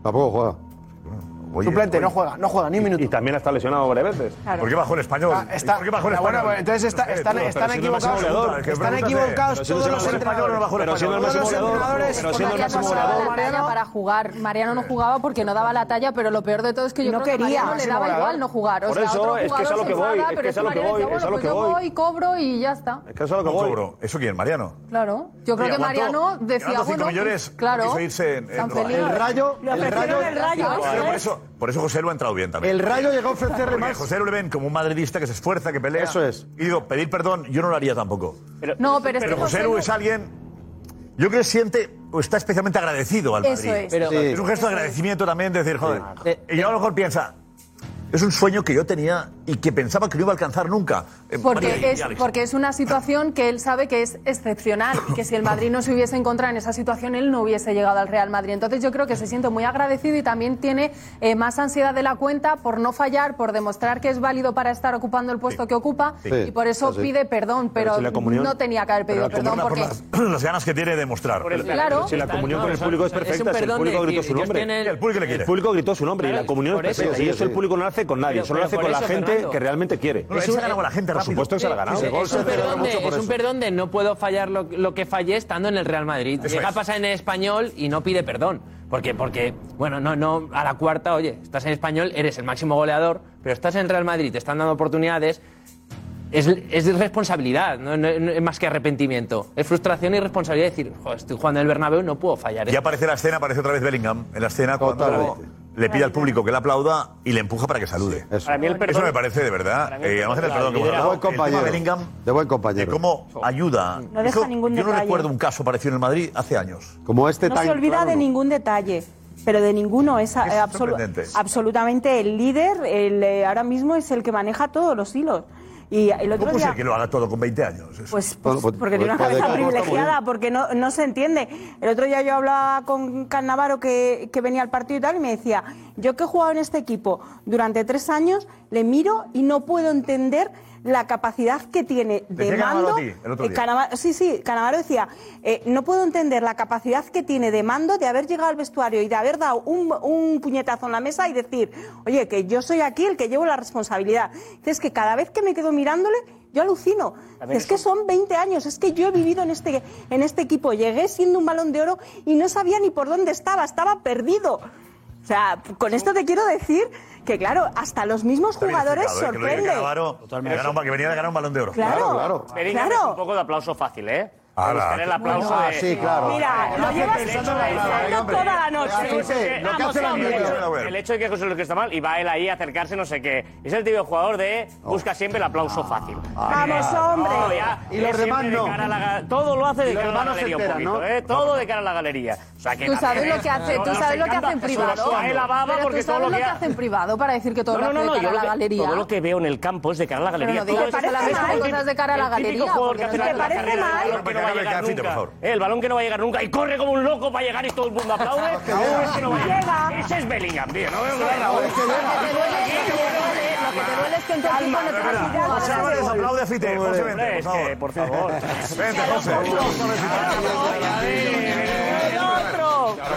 Speaker 11: Tampoco juega.
Speaker 12: Suplente, no juega, no juega ni un minuto.
Speaker 11: Y también está lesionado varias veces.
Speaker 12: Claro.
Speaker 8: ¿Por qué bajó el español?
Speaker 12: Ah, está-
Speaker 8: ¿Por qué bajó el
Speaker 12: Ah,
Speaker 8: español?
Speaker 12: bueno, pues entonces está-
Speaker 8: No sé,
Speaker 12: están-
Speaker 8: tú, pero
Speaker 12: están
Speaker 8: si es el máximo
Speaker 12: equivocados-
Speaker 8: goleador, que
Speaker 12: están
Speaker 8: pregúntate.
Speaker 12: equivocados
Speaker 8: Pero si
Speaker 12: todos
Speaker 8: es el
Speaker 12: los
Speaker 8: máximo
Speaker 12: entrenadores.
Speaker 8: goleador, no bajó el
Speaker 11: Pero si es el
Speaker 8: español.
Speaker 11: máximo
Speaker 8: Todos los
Speaker 11: goleador,
Speaker 8: entrenadores
Speaker 11: pero si es el
Speaker 8: con-
Speaker 11: máximo
Speaker 17: Mariano no daba la talla para jugar. Mariano no jugaba porque no daba la talla, pero lo peor de todo es que yo
Speaker 20: No
Speaker 17: creo que
Speaker 20: quería.
Speaker 17: Mariano le daba
Speaker 11: Máximo
Speaker 17: igual no jugar. O
Speaker 11: Por
Speaker 17: sea,
Speaker 11: eso,
Speaker 17: otro
Speaker 11: es que es a
Speaker 17: jugador
Speaker 11: lo que
Speaker 17: se
Speaker 11: voy,
Speaker 17: enfada,
Speaker 11: es
Speaker 17: pero
Speaker 11: que es a lo que
Speaker 17: Mariano
Speaker 11: voy,
Speaker 17: decía,
Speaker 11: es a
Speaker 17: bueno,
Speaker 11: lo que
Speaker 17: pues yo
Speaker 11: voy.
Speaker 17: voy, cobro y ya está.
Speaker 11: Es que eso es lo que
Speaker 8: No
Speaker 11: voy.
Speaker 8: cobró. ¿Eso quién? Mariano.
Speaker 17: Claro. Yo creo
Speaker 8: Oye,
Speaker 17: que
Speaker 8: aguantó-
Speaker 17: Mariano decía,
Speaker 8: ganando cinco
Speaker 17: bueno, pues,
Speaker 8: millones,
Speaker 17: claro.
Speaker 8: quiso irse en- en
Speaker 17: San
Speaker 8: Doha.
Speaker 17: Felipe.
Speaker 13: El Rayo-
Speaker 17: Lo
Speaker 13: el
Speaker 17: ofrecieron
Speaker 13: Rayo-
Speaker 17: el Rayo.
Speaker 13: Ah,
Speaker 8: Claro,
Speaker 17: ¿eh?
Speaker 8: por, eso, por eso José lo ha entrado bien también.
Speaker 13: El Rayo llegó a ofrecerle
Speaker 8: Porque
Speaker 13: más.
Speaker 8: José lo le ven como un madridista que se esfuerza, que pelea. Eso es. Y digo, pedir perdón, yo no lo haría tampoco.
Speaker 17: No, pero es que
Speaker 8: José
Speaker 17: Joselu-
Speaker 8: Lu es alguien. Yo creo que siente o está especialmente agradecido al
Speaker 17: Eso
Speaker 8: Madrid.
Speaker 17: es. Pero-
Speaker 8: es un gesto de agradecimiento también, de decir, joder.
Speaker 13: Eh,
Speaker 8: Y yo a lo mejor piensa, es un sueño que yo tenía y que pensaba que no iba a alcanzar nunca. Eh, María y
Speaker 17: Porque es,
Speaker 8: Alex.
Speaker 17: porque es una situación que él sabe que es excepcional y que si el Madrid no se hubiese encontrado en esa situación, él no hubiese llegado al Real Madrid. Entonces yo creo que se siente muy agradecido y también tiene eh, más ansiedad de la cuenta por no fallar, por demostrar que es válido para estar ocupando el puesto que ocupa
Speaker 8: Sí.
Speaker 17: y por eso
Speaker 8: Sí.
Speaker 17: pide perdón,
Speaker 8: Pero
Speaker 17: pero,
Speaker 8: si la comunión-
Speaker 17: no tenía que haber pedido
Speaker 8: Pero la
Speaker 17: perdón
Speaker 8: comunión
Speaker 17: porque...
Speaker 8: por las, las ganas que tiene de mostrar.
Speaker 17: el- Claro. si la
Speaker 11: comunión con el
Speaker 8: No,
Speaker 11: público es
Speaker 8: o sea,
Speaker 11: perfecta,
Speaker 8: un
Speaker 11: si el
Speaker 8: perdón
Speaker 11: público
Speaker 8: de-
Speaker 11: gritó su
Speaker 8: ellos
Speaker 11: nombre.
Speaker 8: tienen- El público le quiere.
Speaker 11: gritó su nombre y
Speaker 8: Claro,
Speaker 11: la comunión
Speaker 8: por
Speaker 11: es
Speaker 8: eso,
Speaker 11: perfecta.
Speaker 8: sí,
Speaker 11: y eso
Speaker 8: sí.
Speaker 11: el público no lo hace con nadie,
Speaker 8: Pero-
Speaker 11: solo lo
Speaker 8: pero
Speaker 11: hace
Speaker 8: por
Speaker 11: con la
Speaker 8: eso,
Speaker 11: gente
Speaker 8: Fernando.
Speaker 11: que realmente quiere.
Speaker 8: No, él se ha ganado a la gente
Speaker 11: Por
Speaker 8: rápido.
Speaker 11: supuesto que se la ha ganado.
Speaker 8: Sí,
Speaker 11: El gol
Speaker 8: es
Speaker 11: se
Speaker 8: un
Speaker 11: ha ganado
Speaker 8: perdón
Speaker 11: mucho
Speaker 8: de-
Speaker 11: por
Speaker 8: es
Speaker 11: eso.
Speaker 8: un
Speaker 1: perdón de no puedo fallar lo, lo que fallé estando en el Real Madrid.
Speaker 8: Eso
Speaker 1: Llega
Speaker 8: es.
Speaker 1: a pasar en el español y no pide perdón. Porque, porque, bueno, no, no, a la cuarta, oye, estás en español, eres el máximo goleador, pero estás en Real Madrid, te están dando oportunidades. Es, es responsabilidad, no, no- no es más que arrepentimiento. Es frustración y responsabilidad de decir, "Jo, estoy jugando en el Bernabéu, no puedo fallar.
Speaker 8: Ya aparece la escena, aparece otra vez Bellingham. En la escena cuando
Speaker 11: Totalmente.
Speaker 8: le pide al público que le aplauda y le empuja para que salude. Eso,
Speaker 11: Para mí el perdón-
Speaker 8: me parece de verdad.
Speaker 11: Para mí el
Speaker 8: Eh, además en el
Speaker 11: perdón,
Speaker 8: perdón que hemos
Speaker 11: lidera-
Speaker 8: hablado,
Speaker 11: De buen
Speaker 8: el tema
Speaker 11: compañero.
Speaker 8: Bellingham,
Speaker 11: De buen compañero.
Speaker 8: de cómo ayuda.
Speaker 20: No deja ningún
Speaker 8: yo no
Speaker 20: detalle.
Speaker 8: recuerdo un caso parecido en el Madrid hace años.
Speaker 11: Como este
Speaker 20: no se olvida de ningún detalle, pero de ninguno. Es, a-
Speaker 8: Es
Speaker 20: eh, absolu-
Speaker 8: sorprendente.
Speaker 20: absolutamente el líder, el, eh, ahora mismo es el que maneja todos los hilos. Y el otro
Speaker 8: ¿Cómo puede
Speaker 20: día,
Speaker 8: ser que lo haga todo con 20 años? Eso.
Speaker 20: Pues, porque tiene una cabeza privilegiada, porque no, no se entiende. El otro día yo hablaba con Carnavaro que, que venía al partido y tal, y me decía, yo que he jugado en este equipo durante tres años, le miro y no puedo entender la capacidad que tiene de
Speaker 8: Decía Cannavaro
Speaker 20: mando.
Speaker 8: a ti, el otro
Speaker 20: eh,
Speaker 8: día.
Speaker 20: Cannava- sí, sí, Canavaro decía, eh, no puedo entender la capacidad que tiene de mando de haber llegado al vestuario y de haber dado un, un puñetazo en la mesa y decir, oye, que yo soy aquí el que llevo la responsabilidad. Es que cada vez que me quedo mirándole, yo alucino.
Speaker 9: También
Speaker 20: Es que son 20 años, es que yo he vivido en este, en este equipo, llegué siendo un balón de oro y no sabía ni por dónde estaba, estaba perdido. O sea, con esto te quiero decir que, claro, hasta los mismos
Speaker 8: Está bien
Speaker 20: jugadores
Speaker 8: explicado, ¿eh? Que lo diga
Speaker 20: sorprende.
Speaker 8: Cannavaro, que, ganó un- que venía de ganar un balón de oro.
Speaker 20: Claro, Claro, claro.
Speaker 22: Bellingham
Speaker 20: claro.
Speaker 22: es un poco de aplauso fácil, ¿eh?
Speaker 8: Ahora,
Speaker 22: buscaré el aplauso
Speaker 13: Ah,
Speaker 22: de-
Speaker 13: sí, claro.
Speaker 22: Mira,
Speaker 13: Lo
Speaker 22: lo
Speaker 13: hace
Speaker 22: llevas
Speaker 13: pensando en la
Speaker 22: pensando
Speaker 13: palabra, hombre.
Speaker 22: toda la noche.
Speaker 13: Sí, sí, lo que hace la
Speaker 22: el,
Speaker 13: mierda.
Speaker 22: hecho, el hecho de que José Luis está mal y va él ahí a acercarse, no sé qué. Es el típico jugador de busca siempre el aplauso fácil.
Speaker 13: Vamos,
Speaker 22: hombre.
Speaker 13: Ah, Y los demás no.
Speaker 22: todo lo hace
Speaker 13: Y
Speaker 22: de
Speaker 13: los
Speaker 22: cara a
Speaker 13: demás
Speaker 22: la
Speaker 13: no se
Speaker 22: galería un
Speaker 13: enteran,
Speaker 22: poquito,
Speaker 13: ¿no?
Speaker 22: ¿eh? Todo de cara a la galería. O sea, que
Speaker 17: Tú
Speaker 22: también
Speaker 17: sabes lo
Speaker 22: es-
Speaker 17: que hace,
Speaker 22: no,
Speaker 17: tú
Speaker 22: nos
Speaker 17: sabes lo que hace en
Speaker 22: encanta, se nos
Speaker 17: privado.
Speaker 22: cae la baba
Speaker 17: Pero
Speaker 22: porque
Speaker 17: tú
Speaker 22: todo
Speaker 17: sabes
Speaker 22: lo
Speaker 17: lo
Speaker 22: que
Speaker 17: que
Speaker 22: ha-
Speaker 17: hace en privado para decir que todo
Speaker 22: No,
Speaker 17: lo
Speaker 22: no,
Speaker 17: hace
Speaker 22: no,
Speaker 17: de
Speaker 22: no,
Speaker 17: cara
Speaker 22: yo
Speaker 17: a la
Speaker 22: lo que-
Speaker 17: galería. Pues
Speaker 22: todo lo que veo en el campo es de cara a la
Speaker 17: Pero
Speaker 22: galería.
Speaker 17: no digas
Speaker 22: Todo
Speaker 17: que
Speaker 22: es-
Speaker 17: las
Speaker 22: es
Speaker 17: mismas
Speaker 22: como el
Speaker 17: cosas de
Speaker 22: típico-
Speaker 17: cara a la
Speaker 22: el típico
Speaker 17: galería,
Speaker 22: jugador
Speaker 17: porque
Speaker 22: que
Speaker 17: no
Speaker 22: hace la-
Speaker 17: te
Speaker 22: la
Speaker 17: parece
Speaker 22: carrera,
Speaker 17: mal.
Speaker 22: El balón que no va a llegar
Speaker 8: Fito, por
Speaker 22: nunca.
Speaker 8: favor.
Speaker 22: El balón que no va a llegar nunca y corre como un loco para llegar y todo el mundo aplaude. No, es que no va a llegar. Ese es Bellingham, tío. No veo
Speaker 13: Claro, es que llega.
Speaker 22: Lo que te duele es que
Speaker 17: Lo que te duele es que en tu equipo no te has cuidado.
Speaker 8: José Álvarez, aplaude a Fite. José, vente, por favor.
Speaker 22: por favor.
Speaker 8: Vente, José.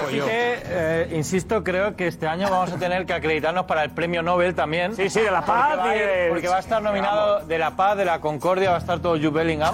Speaker 9: Así que, eh, insisto, creo que este año vamos a tener que acreditarnos para el premio Nobel también. Sí,
Speaker 22: sí, de la paz
Speaker 9: Porque va a,
Speaker 22: y
Speaker 9: ir-
Speaker 22: de-
Speaker 9: porque va a estar nominado de la paz, de la concordia, va a estar todo Jude Bellingham.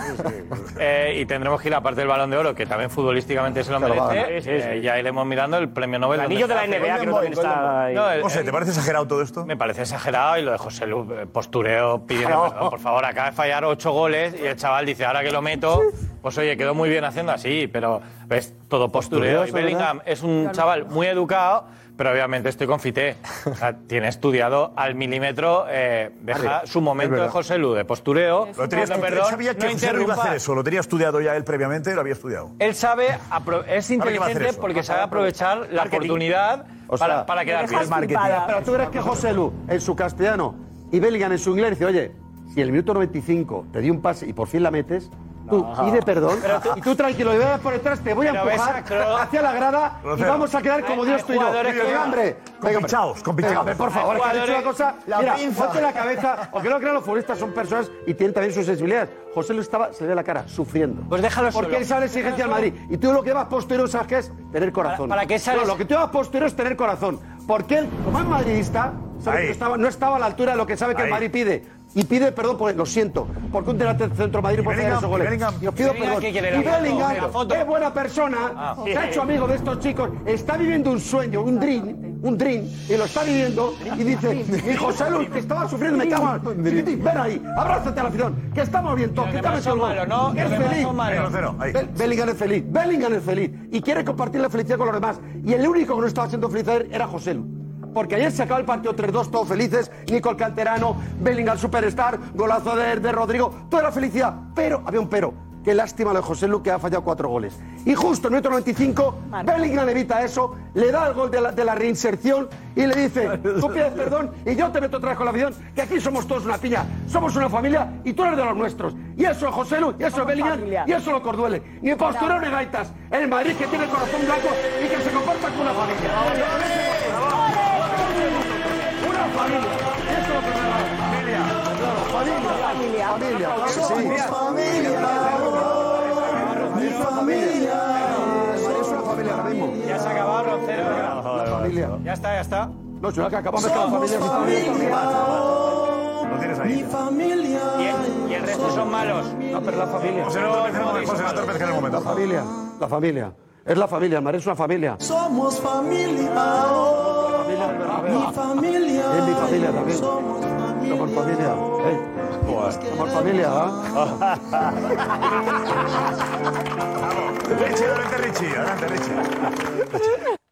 Speaker 9: Eh, y tendremos que ir, aparte del balón de oro, que también futbolísticamente se lo
Speaker 8: Se lo va a
Speaker 9: merece,
Speaker 8: ganar. Sí, sí,
Speaker 9: eh,
Speaker 8: sí.
Speaker 9: ya iremos mirando el premio Nobel.
Speaker 8: El
Speaker 9: donde
Speaker 8: anillo de la
Speaker 9: está.
Speaker 8: NBA que no también está ahí.
Speaker 9: No,
Speaker 8: José, ¿te parece exagerado todo esto?
Speaker 9: Me parece exagerado y lo de José Lu, eh, postureo pidiendo
Speaker 8: No.
Speaker 9: perdón, por favor, acaba de fallar ocho goles y el chaval dice, ahora que lo meto, pues oye, quedó muy bien haciendo así, pero ves, todo postureo.
Speaker 24: Postureo,
Speaker 9: Y Bellingham
Speaker 24: ¿verdad?
Speaker 9: es un
Speaker 24: Claro.
Speaker 9: chaval muy educado, pero obviamente estoy confité. O sea, tiene estudiado al milímetro, eh, deja
Speaker 8: Arriba.
Speaker 9: su momento
Speaker 8: Es
Speaker 9: de
Speaker 8: verdad.
Speaker 9: José Lu, de postureo.
Speaker 8: Lo tenías,
Speaker 9: pidiendo
Speaker 8: él sabía que
Speaker 9: no
Speaker 8: José Lu iba a
Speaker 9: interrumpa.
Speaker 8: hacer eso. ¿Lo tenía estudiado ya él previamente? ¿Lo había estudiado?
Speaker 9: Él sabe, apro- es
Speaker 8: Sabe que va a hacer
Speaker 9: inteligente
Speaker 8: eso.
Speaker 9: porque sabe aprovechar la
Speaker 8: Marketing.
Speaker 9: oportunidad
Speaker 13: O
Speaker 9: para,
Speaker 13: sea,
Speaker 9: para quedar bien.
Speaker 13: Pero tú crees que José Lu, en su castellano, y Bellingham en su inglés, dice, oye, si el minuto 95 te di un pase y por fin la metes, tú No. pide perdón Pero tú- y tú tranquilo, y veas por detrás, te voy a Pero ves empujar a Kroos- hacia la grada y Rocero. vamos a quedar como Hay- Dios hay tú y yo. jugadores que- Venga, hombre.
Speaker 8: Con pinchaos, con
Speaker 13: Venga,
Speaker 8: pinchaos.
Speaker 13: hombre, por
Speaker 8: Hay
Speaker 13: favor, que has dicho una
Speaker 8: jugadores-
Speaker 13: cosa,
Speaker 8: La
Speaker 13: mira,
Speaker 8: pinza.
Speaker 13: ponte la cabeza, o que no crean los futbolistas son personas y tienen también sus sensibilidades. José Lu estaba, se le ve la cara, sufriendo. Pues
Speaker 9: déjalo
Speaker 13: Porque
Speaker 9: solo.
Speaker 13: él sabe la exigencia del Madrid. Y tú lo que vas posterior, ¿sabes qué es? Tener corazón.
Speaker 9: para que sales-
Speaker 13: No, lo que tú vas posterior es tener corazón. Porque él, como es madridista, sabe que no estaba, no estaba a la altura de lo que sabe que el
Speaker 8: Ahí.
Speaker 13: Madrid pide. Y pide perdón, por, lo siento, porque un delante del centro de Madrid puede hacer
Speaker 8: Bellingham,
Speaker 13: esos goles.
Speaker 8: y Bellingham.
Speaker 13: Y os pido
Speaker 8: Bellingham,
Speaker 13: perdón.
Speaker 8: ¿qué
Speaker 13: Y
Speaker 8: quiere? La
Speaker 13: Bellingham
Speaker 8: foto, la foto.
Speaker 13: es buena persona,
Speaker 8: Ah.
Speaker 13: se ha hecho amigo de estos chicos, está viviendo un sueño, un dream, un dream, y lo está viviendo, y dice, mi José Luis, que estaba sufriendo, me cago en... Chiquitín, Ven ahí, abrázate a la afición, que estamos bien todos, que estamos
Speaker 9: son malos, ¿no? Los
Speaker 13: Es
Speaker 9: demás
Speaker 13: feliz.
Speaker 9: son malos. Cero, ahí.
Speaker 13: Be- Bellingham es feliz, Bellingham es feliz, y quiere compartir la felicidad con los demás. Y el único que no estaba siendo feliz ayer era José Luis. Porque ayer se acaba el partido 3-2, todos felices, Nicol Canterano, Bellingham Superstar, golazo de, de Rodrigo, toda la felicidad. Pero, había un pero, qué lástima lo de José Lu que ha fallado cuatro goles. Y justo en el minuto 95, Bellingham evita eso, le da el gol de la, de la reinserción y le dice, tú pides perdón y yo te meto otra vez con la afición, que aquí somos todos una piña, somos una familia y tú eres de los nuestros. Y eso es José Lu, y eso es Bellingham, y eso es lo corduele. Ni postureo ni gaitas, el Madrid que tiene el corazón blanco y que se comporta como una familia. Una familia. Eso es lo que me da. Familia. Familia. Familia. Familia. Mi familia. Es una familia ahora mismo.
Speaker 9: Ya se ha acabado, Roncero.
Speaker 13: La familia.
Speaker 9: Ya está, ya está.
Speaker 13: No, chula, que acabamos de acabar familia.
Speaker 8: Lo tienes ahí.
Speaker 13: familia.
Speaker 9: Y el resto son malos.
Speaker 13: No, pero la familia.
Speaker 8: José, no te empecemos, José, no te empecemos en el momento.
Speaker 13: La familia. La familia. Es la familia, María, es una familia.
Speaker 10: Somos familia. Mi familia.
Speaker 13: Es mi familia también. Somos familia. Ey. Somos familia, ¿ah?
Speaker 8: Richie, adelante, Richie. Adelante, Richie.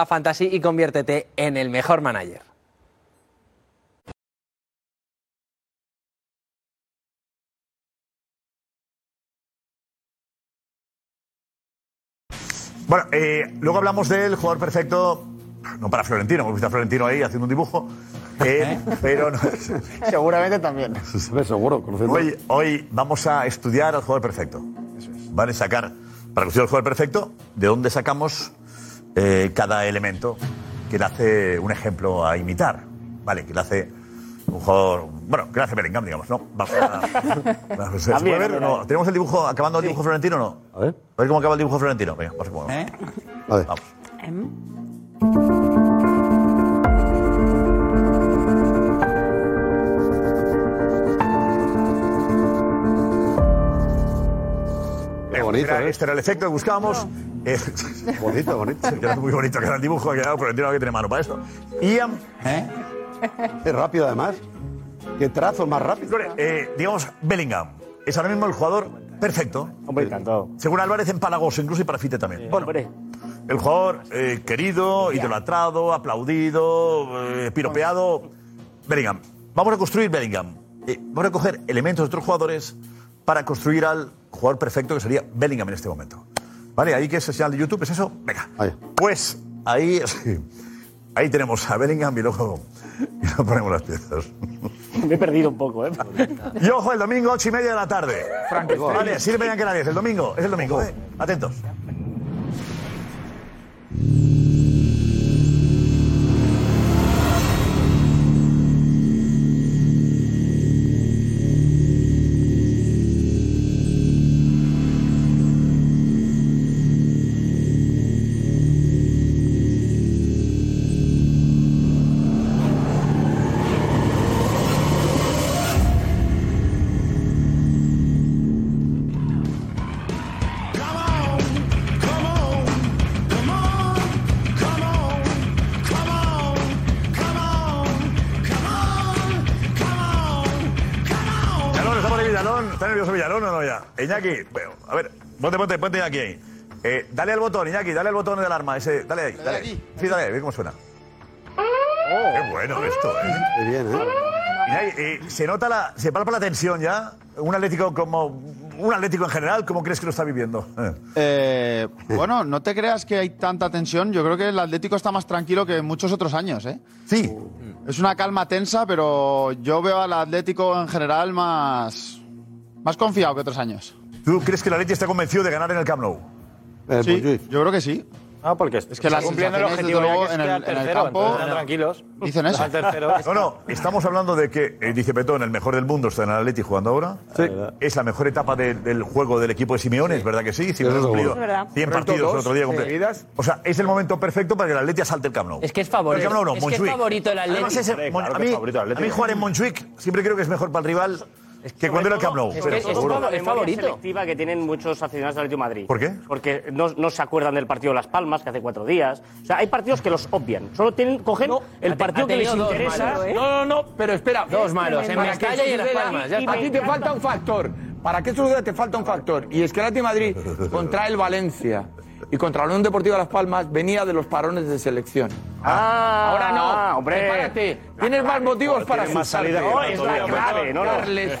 Speaker 1: Fantasy y conviértete en el mejor manager.
Speaker 8: Bueno, eh, luego hablamos del jugador perfecto. No para Florentino, hemos visto a Florentino ahí haciendo un dibujo. eh, pero no-
Speaker 25: Seguramente también.
Speaker 13: Seguro,
Speaker 8: hoy, hoy vamos a estudiar al jugador perfecto. Vale, sacar, para construir el jugador perfecto, de dónde sacamos eh, cada elemento que le hace un ejemplo a imitar. Vale, que le hace Un jugador. Bueno, gracias Bellingham, digamos, ¿no? Vamos a- Vamos a- ¿Se puede
Speaker 27: También,
Speaker 8: ver o no? ¿Tenemos el dibujo, acabando el dibujo florentino o no? A ver. A ver cómo acaba el dibujo florentino. Venga, vamos a jugar.
Speaker 13: A ver.
Speaker 8: Vamos. Qué bonito, este, era, este era el efecto que buscábamos. Eh, bonito, bonito. muy bonito que era el dibujo, ha quedado Florentino que tiene mano para esto. Ian.
Speaker 13: Es rápido, además. Qué trazo más rápido.
Speaker 8: Eh, digamos, Bellingham. Es ahora mismo el jugador perfecto. Hombre, encantado. Según Álvarez, empalagoso, incluso y para Fite también. bueno, el jugador eh, querido, idolatrado, aplaudido, eh, piropeado. Bellingham. Vamos a construir Bellingham. Eh, vamos a coger elementos de otros jugadores para construir al jugador perfecto que sería Bellingham en este momento. ¿Vale? Ahí que es el señal de YouTube, ¿es eso? Venga. Pues ahí, ahí tenemos a Bellingham y luego, y luego ponemos las piezas.
Speaker 22: Me he perdido un poco, ¿eh?
Speaker 8: Y ojo, el domingo, ocho y media de la tarde. Vale, sirve ya que nadie. Es el domingo, es el domingo. ¿eh? Atentos. Villalón, estamos en Villalón. ¿Está nervioso Villalón o no ya? Iñaki, bueno, a ver, ponte, ponte, ponte Iñaki ahí. Eh, dale al botón, Iñaki, dale al botón del arma. Ese, dale ahí, dale. Sí, dale, ve cómo suena. Qué bueno esto, ¿eh? Oh. Qué bien, ¿eh? Iñaki, eh, se nota la, se palpa la tensión ya. Un atlético como, un atlético en general, ¿cómo crees que lo está viviendo? Eh.
Speaker 27: Eh, bueno, no te creas que hay tanta tensión. Yo creo que el Atlético está más tranquilo que muchos otros años, ¿eh?
Speaker 8: Sí.
Speaker 27: Es una calma tensa, pero yo veo al Atlético en general más, más confiado que otros años.
Speaker 8: ¿Tú crees que la Leti está convencido de ganar en el Camp Nou? Eh, pues
Speaker 27: Sí, yo creo que sí.
Speaker 8: Ah, porque es
Speaker 27: que las
Speaker 9: cumpliendo el
Speaker 27: sensaciones, desde
Speaker 9: objetivo ya
Speaker 27: luego,
Speaker 9: que es
Speaker 27: en el-
Speaker 9: quedar
Speaker 27: en el
Speaker 9: tercero,
Speaker 27: campo-
Speaker 9: entonces, tranquilos.
Speaker 27: Dicen eso.
Speaker 9: Al tercero.
Speaker 8: No, no, estamos hablando de que, eh, dice Petón, el mejor del mundo está en el Atleti jugando ahora. Es la mejor etapa de- del juego del equipo de Simeone, ¿es verdad que sí? Simeone ha
Speaker 15: Eso seguro.
Speaker 8: cumplido
Speaker 15: Es verdad.
Speaker 8: 100
Speaker 15: Correcto,
Speaker 8: partidos el
Speaker 15: dos,
Speaker 8: otro día.
Speaker 15: sí.
Speaker 8: cumple- O sea, es el momento perfecto para que el Atleti asalte el Camp Nou.
Speaker 16: Es que es favorito.
Speaker 8: El Camp Nou no,
Speaker 16: Es que es
Speaker 8: Montjuic.
Speaker 16: favorito el Atleti.
Speaker 8: Además, ese-
Speaker 16: Hombre, claro
Speaker 8: a,
Speaker 16: que
Speaker 8: mí,
Speaker 16: es favorito el Atleti.
Speaker 8: a mí jugar en Montjuic siempre creo que es mejor para el rival que cuando era el Camp Nou.
Speaker 22: Es,
Speaker 8: Pero
Speaker 22: que es
Speaker 8: seguro.
Speaker 22: una memoria selectiva que tienen muchos aficionados del Atlético de Madrid.
Speaker 8: ¿Por qué?
Speaker 22: Porque no, no se acuerdan del partido de Las Palmas, que hace cuatro días. O sea, hay partidos que los obvian. Solo tienen, cogen el partido que les interesa.
Speaker 26: No, no, no, pero espera.
Speaker 22: ¿eh? Dos malos, en
Speaker 26: Para que
Speaker 22: Mestalla y en Las
Speaker 26: suceda,
Speaker 22: Palmas, ya está.
Speaker 26: A ti te falta un factor. Para que suceda te falta un factor. Y es que el Atlético de Madrid contra el Valencia y contra la Unión Deportiva Las Palmas venía de los parones de selección. Ahora
Speaker 12: Ah,
Speaker 26: no,
Speaker 22: hombre.
Speaker 26: Prepárate. Tienes más motivos para
Speaker 22: Tiene más
Speaker 26: asustarte.
Speaker 22: salida que
Speaker 26: No,
Speaker 22: el
Speaker 26: es
Speaker 22: otro
Speaker 26: la
Speaker 22: día,
Speaker 26: clave. No, no.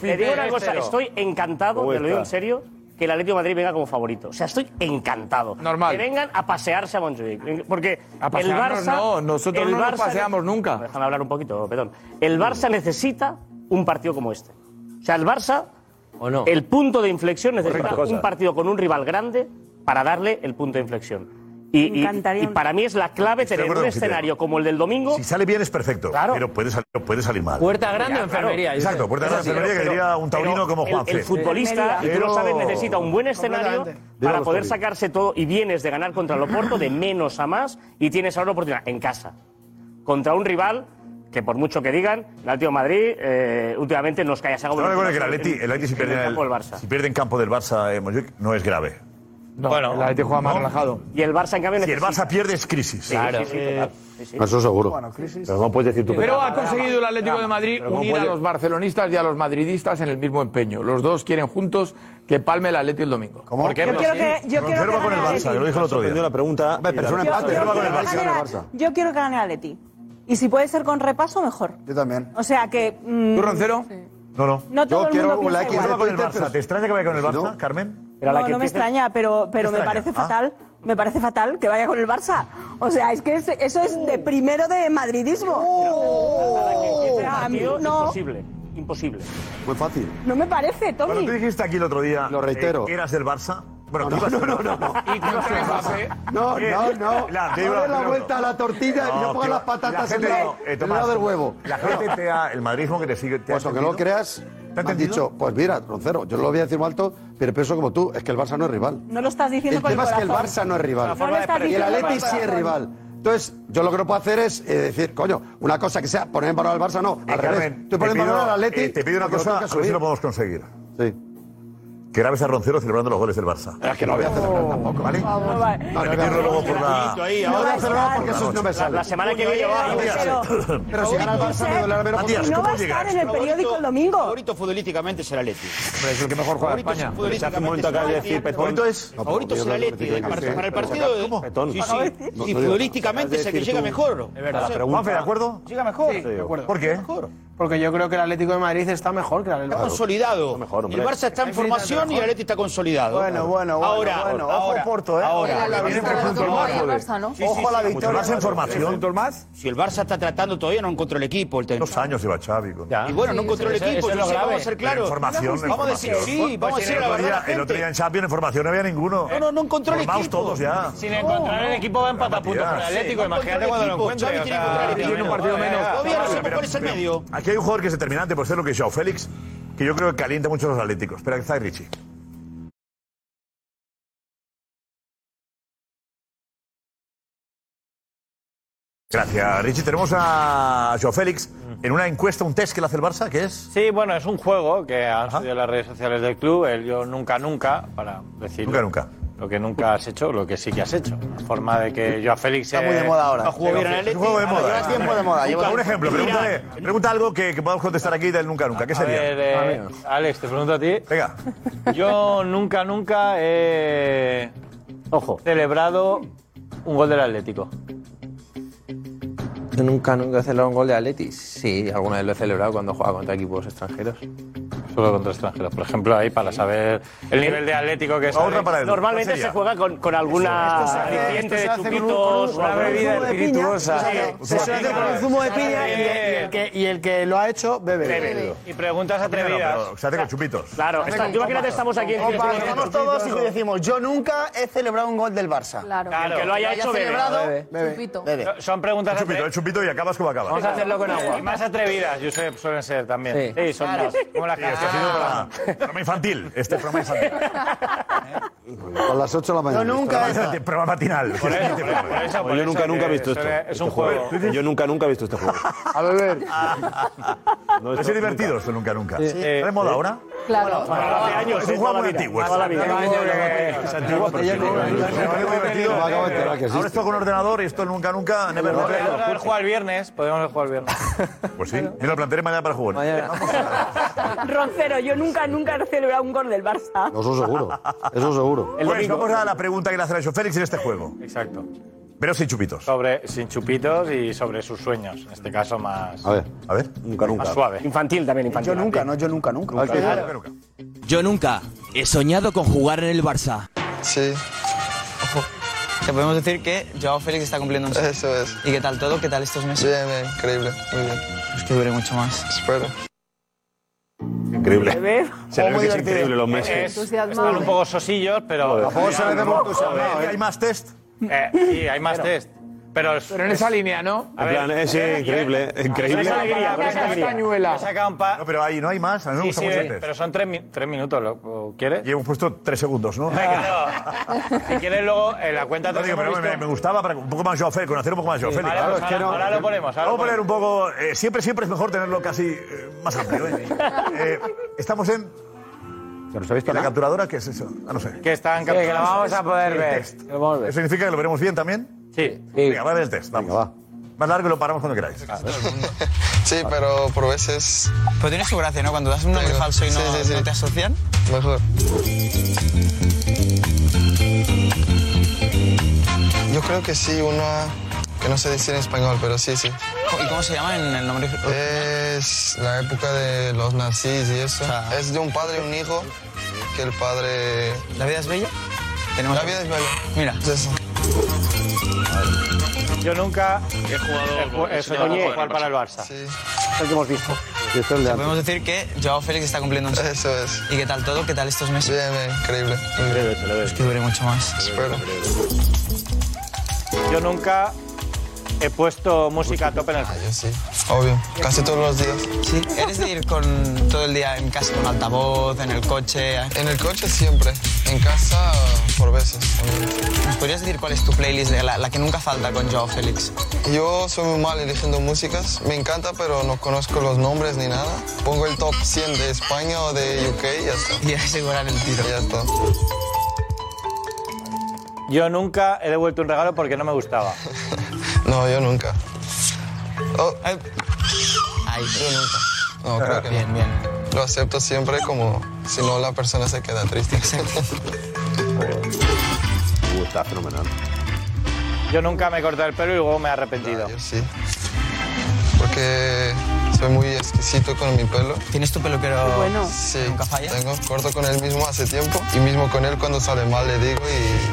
Speaker 22: Te digo una cosa, estoy encantado,
Speaker 27: ¿Cómo
Speaker 22: te lo digo en
Speaker 27: está?
Speaker 22: serio, que el Atlético de Madrid venga como favorito. O sea, estoy encantado.
Speaker 26: Normal.
Speaker 22: Que vengan a pasearse a Montjuic. Porque
Speaker 26: A
Speaker 22: el
Speaker 26: pasearnos
Speaker 22: Barça...
Speaker 26: no, nosotros
Speaker 22: el
Speaker 26: no nos
Speaker 22: Barça-
Speaker 26: paseamos nunca.
Speaker 22: Déjame hablar un poquito, perdón. El Barça necesita un partido como este. O sea, el Barça, el punto de inflexión necesita
Speaker 27: Correcto.
Speaker 22: un partido con un rival grande para darle el punto de inflexión. Y, y- y para mí es la clave
Speaker 8: Estoy de
Speaker 22: tener
Speaker 8: acuerdo
Speaker 22: un
Speaker 8: con Peter.
Speaker 22: escenario como el del domingo.
Speaker 8: Si sale bien es perfecto, pero puede salir, puede salir mal.
Speaker 22: Puerta grande o enfermería, yo
Speaker 8: Exacto,
Speaker 22: sé.
Speaker 8: puerta
Speaker 22: Es
Speaker 8: grande o
Speaker 22: así,
Speaker 8: enfermería, que
Speaker 22: pero-
Speaker 8: diría un taurino
Speaker 22: pero
Speaker 8: como
Speaker 22: el-
Speaker 8: Juan
Speaker 22: El, futbolista, y tú lo sabes, necesita un buen escenario
Speaker 8: Completamente. Digo
Speaker 22: para
Speaker 8: los
Speaker 22: poder
Speaker 8: taurinos.
Speaker 22: sacarse todo. Y vienes de ganar contra el Oporto de menos a más y tienes ahora la oportunidad en casa. Contra un rival que, por mucho que digan, el Atlético de Madrid eh, últimamente nos cae a saco.
Speaker 8: No recuerdo que el Atleti, el Atleti si, pierde en el-
Speaker 22: campo del Barça.
Speaker 8: si pierde en campo del Barça en Montjuic no es grave.
Speaker 22: Bueno,
Speaker 8: el Atleti juega más relajado.
Speaker 22: Y el Barça, en cambio,
Speaker 8: Si el Barça pierde es crisis.
Speaker 22: Sí, Claro. Eh, sí, sí, total.
Speaker 13: Eso seguro.
Speaker 22: crisis.
Speaker 13: Pero no puedes decir tú. que-
Speaker 26: Pero ha conseguido el Atlético de Madrid
Speaker 13: Pero ¿cómo
Speaker 26: unir a
Speaker 13: puede?
Speaker 26: los barcelonistas y a los madridistas en el mismo empeño. Los dos quieren juntos que palme el Atlético el domingo.
Speaker 20: Yo quiero que, yo quiero que gane el Atleti.
Speaker 13: Sorprendió la pregunta.
Speaker 26: pero es un empate.
Speaker 13: Yo- yo-
Speaker 26: Reserva con el
Speaker 13: yo-
Speaker 26: Barça.
Speaker 13: yo-
Speaker 20: Yo quiero que gane el Atleti. Y si puede ser con repaso, mejor.
Speaker 13: Yo también.
Speaker 20: O sea que... mm,
Speaker 13: ¿Tú, Roncero?
Speaker 8: No, no.
Speaker 20: No todo el mundo piensa igual.
Speaker 8: Reserva con el Barça. ¿Te extraña que vaya con el Barça, Carmen?
Speaker 20: no, no me extraña, pero, pero me
Speaker 8: extraña?
Speaker 20: parece
Speaker 8: Ah.
Speaker 20: fatal. Me parece fatal que vaya con el Barça. O sea, es que es- eso es de primero de madridismo. O
Speaker 22: El
Speaker 20: sea, a mí
Speaker 22: partido,
Speaker 20: no,
Speaker 22: Imposible, imposible.
Speaker 13: Muy fácil.
Speaker 20: no me parece, Tommy.
Speaker 8: Cuando tú dijiste aquí el otro día,
Speaker 13: Lo reitero.
Speaker 8: eh, que eras del Barça, Bueno, tú ibas- Eh,
Speaker 30: Y contra Mbappé.
Speaker 13: No, no, no.
Speaker 8: La-
Speaker 13: No le la vuelta a la tortilla y no
Speaker 8: No,
Speaker 13: pongas
Speaker 8: tío,
Speaker 13: las patatas
Speaker 8: la
Speaker 13: en
Speaker 8: gente
Speaker 13: el-
Speaker 8: no, eh,
Speaker 13: en el
Speaker 8: Tomás,
Speaker 13: lado del huevo.
Speaker 8: La gente te ha, el madridismo que te sigue. Te ha
Speaker 13: Pues aunque no lo
Speaker 8: entendido.
Speaker 13: creas, me han dicho, pues mira, Roncero, yo lo voy a decir muy alto, pero pienso como tú, es que el Barça no es rival.
Speaker 20: No lo estás diciendo
Speaker 13: el
Speaker 20: con el
Speaker 13: tema es que el
Speaker 20: corazón.
Speaker 13: Barça no
Speaker 20: Una
Speaker 13: es rival.
Speaker 20: forma No lo de estás
Speaker 13: Y el
Speaker 20: diciendo con
Speaker 13: Atleti
Speaker 20: el
Speaker 13: sí es
Speaker 20: corazón.
Speaker 13: rival. Entonces, yo lo que no puedo hacer es eh, decir, coño, una cosa que sea poner en valor al Barça, no, al
Speaker 8: Eh,
Speaker 13: revés.
Speaker 8: Carmen,
Speaker 13: Estoy poniendo en
Speaker 8: pido-
Speaker 13: valor al Atleti.
Speaker 8: eh, te pido una
Speaker 13: porque lo
Speaker 8: cosa,
Speaker 13: tengo
Speaker 8: a
Speaker 13: que
Speaker 8: ver si
Speaker 13: asumir.
Speaker 8: lo podemos conseguir.
Speaker 13: Sí.
Speaker 8: Que grabes a Roncero celebrando los goles del Barça.
Speaker 13: Es que no voy a hacer tampoco, ¿vale?
Speaker 20: No, vale.
Speaker 8: No, no, no, luego por la...
Speaker 13: No voy a hacer nada porque eso no me sale.
Speaker 22: La semana que viene va a
Speaker 13: Pero si gana el Barça, me dolerá menos.
Speaker 20: Matías, No ¿cómo va a llegas? estar en el periódico el domingo.
Speaker 16: Favorito futbolísticamente es el Atleti.
Speaker 13: es el que mejor juega
Speaker 16: Favorito
Speaker 13: España.
Speaker 16: futbolísticamente
Speaker 13: Hace un momento
Speaker 16: es el
Speaker 13: acaba de
Speaker 16: Atleti.
Speaker 13: decir Petón.
Speaker 16: Favorito es,
Speaker 13: No,
Speaker 16: favorito es el
Speaker 13: pero digo,
Speaker 16: Atleti.
Speaker 13: digo,
Speaker 16: Para,
Speaker 13: sí,
Speaker 16: para el
Speaker 13: pero
Speaker 16: partido,
Speaker 13: Petón.
Speaker 16: eh,
Speaker 13: Petón.
Speaker 16: sí,
Speaker 13: Acaba de
Speaker 16: sí.
Speaker 13: decir.
Speaker 16: Y
Speaker 13: No, no digo.
Speaker 16: futbolísticamente es el que
Speaker 13: Acabas de
Speaker 16: llega
Speaker 13: decir
Speaker 16: mejor.
Speaker 13: tú. Es verdad. La pregunta- Juanfe, ¿de acuerdo?
Speaker 16: Llega mejor.
Speaker 12: Sí, de acuerdo.
Speaker 16: ¿Por qué?
Speaker 12: Porque yo creo que el Atlético de Madrid está mejor que el Atlético.
Speaker 16: Está consolidado. el Barça está en formación y el Atleti está consolidado.
Speaker 12: Bueno, bueno, bueno,
Speaker 16: Ahora,
Speaker 12: bueno. Ojo
Speaker 16: ahora,
Speaker 12: a Porto, ¿eh?
Speaker 16: Ahora,
Speaker 12: Ojo a la
Speaker 16: Viene
Speaker 12: victoria
Speaker 16: tres
Speaker 12: de
Speaker 16: puntos
Speaker 12: Tomás,
Speaker 16: más,
Speaker 12: joder.
Speaker 16: joder.
Speaker 12: Sí, Ojo sí, a la sí, victoria mucho más de en Tomás. formación.
Speaker 16: Si el Barça está tratando todavía, no encontró el equipo. El Dos
Speaker 8: años lleva Xavi.
Speaker 16: Y bueno, no
Speaker 8: Sí,
Speaker 16: encontró el
Speaker 8: eso es-
Speaker 16: equipo.
Speaker 8: eso es
Speaker 16: no
Speaker 8: lo
Speaker 16: sé,
Speaker 8: grave.
Speaker 16: Vamos a ser
Speaker 8: Pero
Speaker 16: claros.
Speaker 8: información,
Speaker 16: Vamos a decir,
Speaker 8: información.
Speaker 16: sí, vamos a decir la
Speaker 8: el otro,
Speaker 16: verdad. a
Speaker 8: día,
Speaker 16: la
Speaker 8: el otro
Speaker 16: gente.
Speaker 8: día en Champions información no había ninguno.
Speaker 16: No, no, no encontró el
Speaker 8: Formados
Speaker 16: equipo.
Speaker 8: todos ya.
Speaker 16: Sin encontrar el equipo
Speaker 9: va empata puntos con el Atlético, imagínate cuando lo encuentre, o sea, tiene un partido menos. Todavía no sabemos cuál es el medio.
Speaker 8: Aquí hay un jugador que es determinante por ser lo que es Joao Félix, que yo creo que calienta mucho a los atléticos. Espera que está ahí Richie. Gracias, Richie. Tenemos a Joao Félix en una encuesta, un test que le hace el Barça, que es...
Speaker 9: Sí, bueno, es un juego que han subido las redes sociales del club, el yo nunca nunca, para decir
Speaker 8: Nunca nunca.
Speaker 9: lo que nunca has hecho, lo que sí que has hecho. La forma de que yo a Félix
Speaker 8: Está muy de moda ahora.
Speaker 9: No jugó bien en el
Speaker 8: Es
Speaker 9: Atleti.
Speaker 8: un juego de moda.
Speaker 9: Ahora tiempo de
Speaker 8: Nunca,
Speaker 9: moda.
Speaker 8: Ah, un ejemplo, pregúntale, pregunta algo que, que podamos contestar aquí del nunca nunca. ¿Qué
Speaker 9: A
Speaker 8: sería?
Speaker 9: ver, eh, Alex, te pregunto a ti.
Speaker 8: Venga.
Speaker 9: Yo nunca, nunca he Ojo. celebrado un gol del Atlético.
Speaker 1: Yo nunca, nunca he celebrado un gol de Atleti. Sí, alguna vez lo he celebrado cuando jugaba contra equipos extranjeros.
Speaker 9: Solo contra extranjeros, por ejemplo, ahí para saber el nivel de Atlético que es. Alex.
Speaker 22: Normalmente se juega con, con alguna
Speaker 9: Esto se hace-
Speaker 22: aliciente
Speaker 9: esto se
Speaker 22: de
Speaker 9: hace con un-
Speaker 22: chupitos.
Speaker 9: con un- con un
Speaker 22: bebida
Speaker 12: zumo de piña.
Speaker 22: espirituosa.
Speaker 12: Se hace- Se suele hacer con un zumo de piña y el- y el que- y el que lo ha hecho bebe.
Speaker 22: Bebe.
Speaker 9: Y preguntas
Speaker 8: atrevidas. se hace con chupitos.
Speaker 22: Claro, está- tú imagínate, estamos aquí en
Speaker 12: Opa,
Speaker 22: Ciudad
Speaker 12: estamos
Speaker 22: Deportiva.
Speaker 12: todos y decimos, yo nunca he celebrado un gol del Barça.
Speaker 22: Claro. El que lo haya hecho, bebe.
Speaker 12: celebrado,
Speaker 22: Bebe.
Speaker 12: bebe.
Speaker 8: Bebe.
Speaker 9: Son preguntas
Speaker 8: el chupito, el chupito y acabas como acabas.
Speaker 9: Vamos a hacerlo con agua. Y más atrevidas, Josep, suelen ser también. Sí, son más. Como la
Speaker 8: Sí, este ha sido programa- programa infantil. Este es programa infantil.
Speaker 13: A las 8 de la mañana.
Speaker 8: Programa- Programa matinal.
Speaker 11: Pues yo nunca, nunca he visto esto.
Speaker 9: Es un
Speaker 11: Este
Speaker 9: juego.
Speaker 11: Yo nunca, nunca he visto este juego.
Speaker 13: A beber.
Speaker 10: Ah, eh.
Speaker 8: No, es divertido esto nunca nunca.
Speaker 11: Sí.
Speaker 8: ¿Está de moda ahora?
Speaker 22: Claro.
Speaker 8: Hace años, es un juego muy antiguo.
Speaker 22: Toda la
Speaker 8: Es
Speaker 22: vida.
Speaker 8: antiguo, es antiguo, pero sí, es muy divertido.
Speaker 9: Me acabo de enterar que
Speaker 8: Ahora esto con ordenador y esto nunca nunca. Never never.
Speaker 9: Podríamos haber jugado el viernes. Podríamos haber jugado el viernes.
Speaker 8: Pues sí, me lo plantearé mañana para jugar.
Speaker 20: Roncero, yo nunca, nunca he celebrado un gol del Barça.
Speaker 13: Eso seguro. Eso seguro.
Speaker 8: Pues vamos a la pregunta que le hace Nacho Félix en este juego.
Speaker 9: Exacto.
Speaker 8: Pero sin chupitos.
Speaker 9: Sobre, sin chupitos y sobre sus sueños. En este caso, más.
Speaker 13: A ver.
Speaker 8: A ver.
Speaker 11: Nunca,
Speaker 9: nunca. Más suave.
Speaker 22: Infantil Ah, también,
Speaker 12: Yo nunca, no, yo nunca, nunca.
Speaker 31: Yo nunca he soñado con jugar en el Barça.
Speaker 32: Sí. Te podemos decir que Joao Félix está cumpliendo un Eso es. ¿Y qué tal todo? ¿Qué tal estos meses? Bien, bien, increíble, muy bien. Es que dure mucho más. Espero.
Speaker 11: Increíble.
Speaker 9: Se ve
Speaker 11: que es
Speaker 9: divertido.
Speaker 11: increíble los
Speaker 9: Es-
Speaker 11: meses.
Speaker 9: están un poco sosillos, pero.
Speaker 11: Tampoco se le ve por tu
Speaker 9: Joder.
Speaker 8: salvado, ¿eh? ¿Hay más test?
Speaker 9: Eh, sí, hay más test. Pero, es-
Speaker 26: Pero en esa línea, ¿no?
Speaker 9: A
Speaker 11: En
Speaker 9: ver,
Speaker 11: plan, es increíble, increíble.
Speaker 9: Esa alegría,
Speaker 26: Saca
Speaker 9: esa alegría.
Speaker 26: castañuela.
Speaker 9: Saca un pa-
Speaker 8: No, pero ahí no hay más. A mí me
Speaker 9: Sí,
Speaker 8: gusta
Speaker 9: sí,
Speaker 8: mucho
Speaker 9: eh,
Speaker 8: el test.
Speaker 9: pero son tres, mi- tres minutos, ¿lo quieres?
Speaker 8: Y hemos puesto tres segundos, ¿no?
Speaker 9: Si quieres luego, en la cuenta
Speaker 8: No,
Speaker 9: te
Speaker 8: digo, pero me, me gustaba para un poco más Joao Félix, conocer un poco más Joao
Speaker 9: Sí,
Speaker 8: Félix.
Speaker 9: ahora, pues, ahora- ahora lo ponemos, ahora lo
Speaker 8: Vamos a poner un poco. eh, siempre, siempre es mejor tenerlo casi eh, más amplio. ¿eh? Eh, estamos en. ¿En la capturadora? ¿Qué es eso? Ah, no sé.
Speaker 9: Que están
Speaker 8: capturados.
Speaker 9: que lo vamos a poder
Speaker 8: El
Speaker 9: ver.
Speaker 8: test. ¿Eso significa que lo veremos bien también?
Speaker 9: Sí.
Speaker 8: Venga, va a ver el test. Vamos. Más largo y lo paramos cuando queráis.
Speaker 32: Sí, pero por veces.
Speaker 13: Pero tiene su gracia, ¿no? Cuando das un nombre falso y no, no te asocian.
Speaker 32: Mejor. Yo creo que sí, una que no sé decir en español, pero sí, sí. ¿Y cómo se llama en el nombre? Es la época de los nazis y eso. es de un padre y un hijo, que el padre... ¿La vida es bella? La vida es bella. Mira.
Speaker 9: Yo nunca
Speaker 32: He jugado
Speaker 9: he,
Speaker 32: con-
Speaker 9: he
Speaker 32: he soñado con
Speaker 9: soñado jugar
Speaker 32: jugar
Speaker 9: para el
Speaker 32: en el
Speaker 9: Barça.
Speaker 32: Sí.
Speaker 9: Es lo que hemos visto.
Speaker 13: Y esto es el de antes.
Speaker 5: Podemos decir que Joao Félix está cumpliendo un Eso es. ¿Y qué tal todo? ¿Qué tal estos meses? Bien, increíble. Increíble, se Es que dure mucho más. Espero.
Speaker 9: Yo nunca he puesto música a tope en el
Speaker 32: Ah,
Speaker 5: Yo sí, obvio. Casi todos los días. Sí. ¿Eres de ir con todo el día en casa con altavoz, en el coche?
Speaker 32: En el coche siempre, en casa por veces.
Speaker 5: ¿Nos podrías decir cuál es tu playlist, la, la que nunca falta con Joao Félix?
Speaker 32: Yo soy muy mal eligiendo músicas, me encanta pero no conozco los nombres ni nada. Pongo el top 100 de España o de UK y ya está.
Speaker 5: Y asegurar el tiro.
Speaker 32: Ya está.
Speaker 9: Yo nunca he devuelto un regalo porque no me gustaba.
Speaker 32: No, yo nunca. Oh,
Speaker 5: Ay,
Speaker 32: yo nunca. No, creo que bien, bien. Lo acepto siempre como si no la persona se queda triste.
Speaker 9: Uh, está fenomenal. Yo nunca me he cortado el pelo y luego me he arrepentido.
Speaker 32: sí. Porque soy muy exquisito con mi pelo.
Speaker 5: ¿Tienes tu peluquero?
Speaker 32: Bueno. Sí.
Speaker 5: ¿Nunca falla?
Speaker 32: Tengo corto con él mismo hace tiempo y mismo con él cuando sale mal le digo y,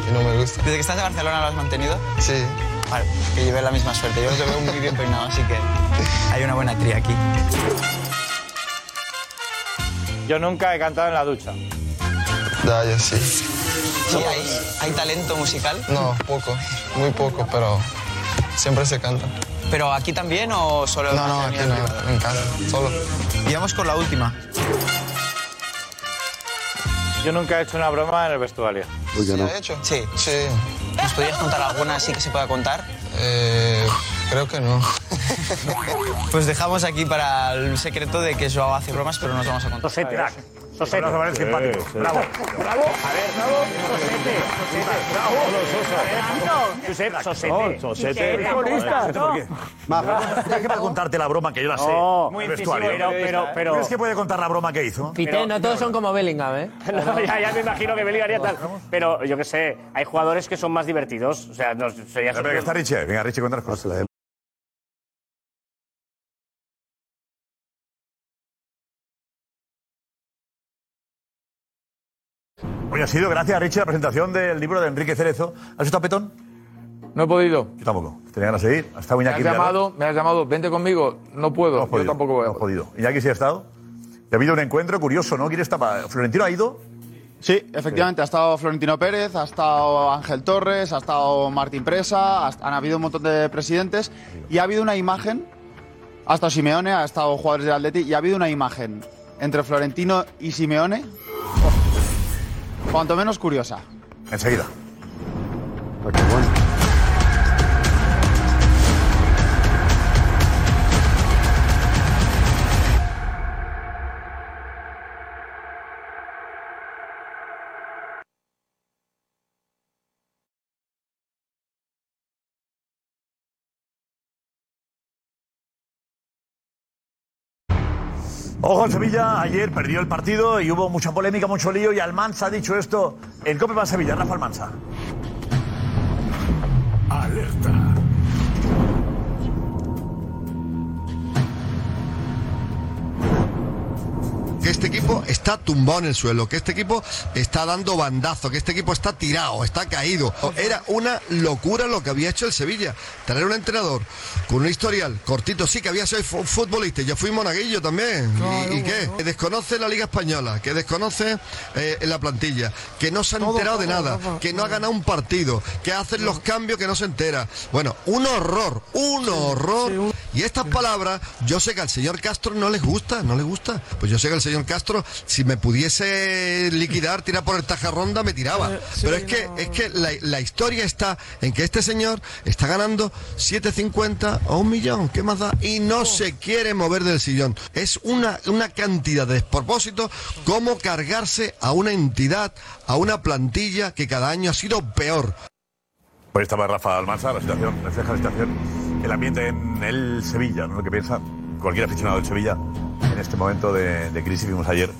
Speaker 32: y no me gusta.
Speaker 5: ¿Desde que estás de Barcelona lo has mantenido?
Speaker 32: Sí.
Speaker 5: Vale, que lleve la misma suerte. Yo los veo muy bien peinados, así que hay una buena cría aquí.
Speaker 9: Yo nunca he cantado en la ducha.
Speaker 32: Ya, yo sí.
Speaker 5: Sí, hay, hay talento musical.
Speaker 32: No, poco, muy poco, pero siempre se canta.
Speaker 5: ¿Pero aquí también o solo
Speaker 32: No, no, aquí no, en casa, solo.
Speaker 5: Y vamos con la última.
Speaker 9: Yo nunca he hecho una broma en el vestuario.
Speaker 5: ¿Sí lo he hecho? Sí. Sí. ¿Nos podrías contar alguna así que se pueda contar?
Speaker 32: Eh, creo que no.
Speaker 5: Pues dejamos aquí para el secreto de que Joao hace bromas, pero no nos vamos a contar. Sosete, crack. Sosete.
Speaker 8: Nos vamos a simpático. Bravo.
Speaker 5: Bravo. A ver, bravo. Sosete. Bravo. Sosete.
Speaker 8: Oh, Sosete.
Speaker 5: Qué futbolista,
Speaker 8: Sosete, ¿por qué? Maja, ¿crees que puede contarte la broma que yo la sé?
Speaker 1: No,
Speaker 8: Muy
Speaker 1: muy
Speaker 8: vestuario.
Speaker 1: incisivo, pero- pero- pero-
Speaker 8: ¿Crees que puede contar la broma que hizo?
Speaker 1: Pité, no todos son como Bellingham, ¿eh?
Speaker 22: No, ya, ya me imagino que Bellingham haría
Speaker 5: tal. Pero yo qué sé, hay jugadores que son más divertidos. O sea, no sería.
Speaker 8: Venga, que está Richie. Venga, Richie, cuéntanos cosas. Hoy ha sido, gracias Richie, la presentación del libro de Enrique Cerezo. ¿Has visto a Petón?
Speaker 15: No he podido.
Speaker 8: Yo tampoco. Tenía ganas de ir. Hasta
Speaker 15: Me
Speaker 8: Iñaki
Speaker 15: has,
Speaker 8: Villalba.
Speaker 15: llamado, me has llamado, vente conmigo. No puedo, yo
Speaker 8: podido,
Speaker 15: tampoco voy a
Speaker 8: No has podido. Iñaki sí ha estado. Y ha habido un encuentro curioso, ¿no? ¿Quién estaba? ¿Florentino ha ido?
Speaker 27: Sí, efectivamente, ha estado Florentino Pérez, ha estado Ángel Torres, ha estado Martín Presa, ha- han habido un montón de presidentes y ha habido una imagen, ha estado Simeone, ha estado jugadores del Atleti y ha habido una imagen entre Florentino y Simeone, cuanto menos curiosa.
Speaker 8: Enseguida. Ojo al Sevilla, ayer perdió el partido y hubo mucha polémica, mucho lío y Almanza ha dicho esto. El cope va a Sevilla, Rafa Almanza.
Speaker 14: Alerta.
Speaker 18: Que este equipo está tumbado en el suelo, que este equipo está dando bandazo, que este equipo está tirado, está caído. Era una locura lo que había hecho el Sevilla. Traer un entrenador con un historial cortito, sí, que había sido fu- futbolista. Yo fui monaguillo también. ¿Y- ¿Y, qué? Que desconoce la Liga Española, que desconoce eh, la plantilla, que no se ha enterado de
Speaker 7: todo,
Speaker 18: nada,
Speaker 7: todo,
Speaker 18: que no ha ganado un partido, que hacen los cambios que no se entera. Bueno, un horror, un horror. Y estas palabras, yo sé que al señor Castro no les gusta, no les gusta. Pues yo sé que al señor Castro, si me pudiese liquidar, tirar por el tajarronda, me tiraba.
Speaker 7: Eh, sí,
Speaker 18: Pero es que, es que la, la historia está en que este señor está ganando 7,50 o un millón, ¿qué más da? Y no se quiere mover del sillón. Es una, una cantidad de despropósito como cargarse a una entidad, a una plantilla que cada año ha sido peor.
Speaker 8: Pues estaba Rafa Almanza, la situación, refleja la situación, el ambiente en el Sevilla, ¿no? Lo que piensa cualquier aficionado del Sevilla en este momento de, de crisis. Vimos ayer,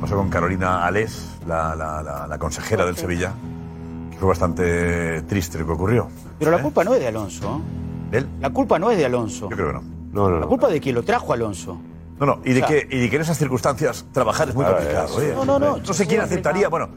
Speaker 8: pasó con Carolina Alés, la, la- la- la consejera del Sevilla, que fue bastante triste lo que ocurrió.
Speaker 16: Pero la culpa no es de Alonso. ¿eh? La culpa no es de Alonso. Yo
Speaker 8: creo que no.
Speaker 16: La culpa de quien lo trajo Alonso.
Speaker 8: No, no, y de,
Speaker 16: O sea-
Speaker 8: que, y de que en esas circunstancias trabajar Ah, es muy
Speaker 16: Claro,
Speaker 8: complicado.
Speaker 16: eso.
Speaker 8: ¿eh?
Speaker 16: No, no, no.
Speaker 8: No sé quién aceptaría, bueno,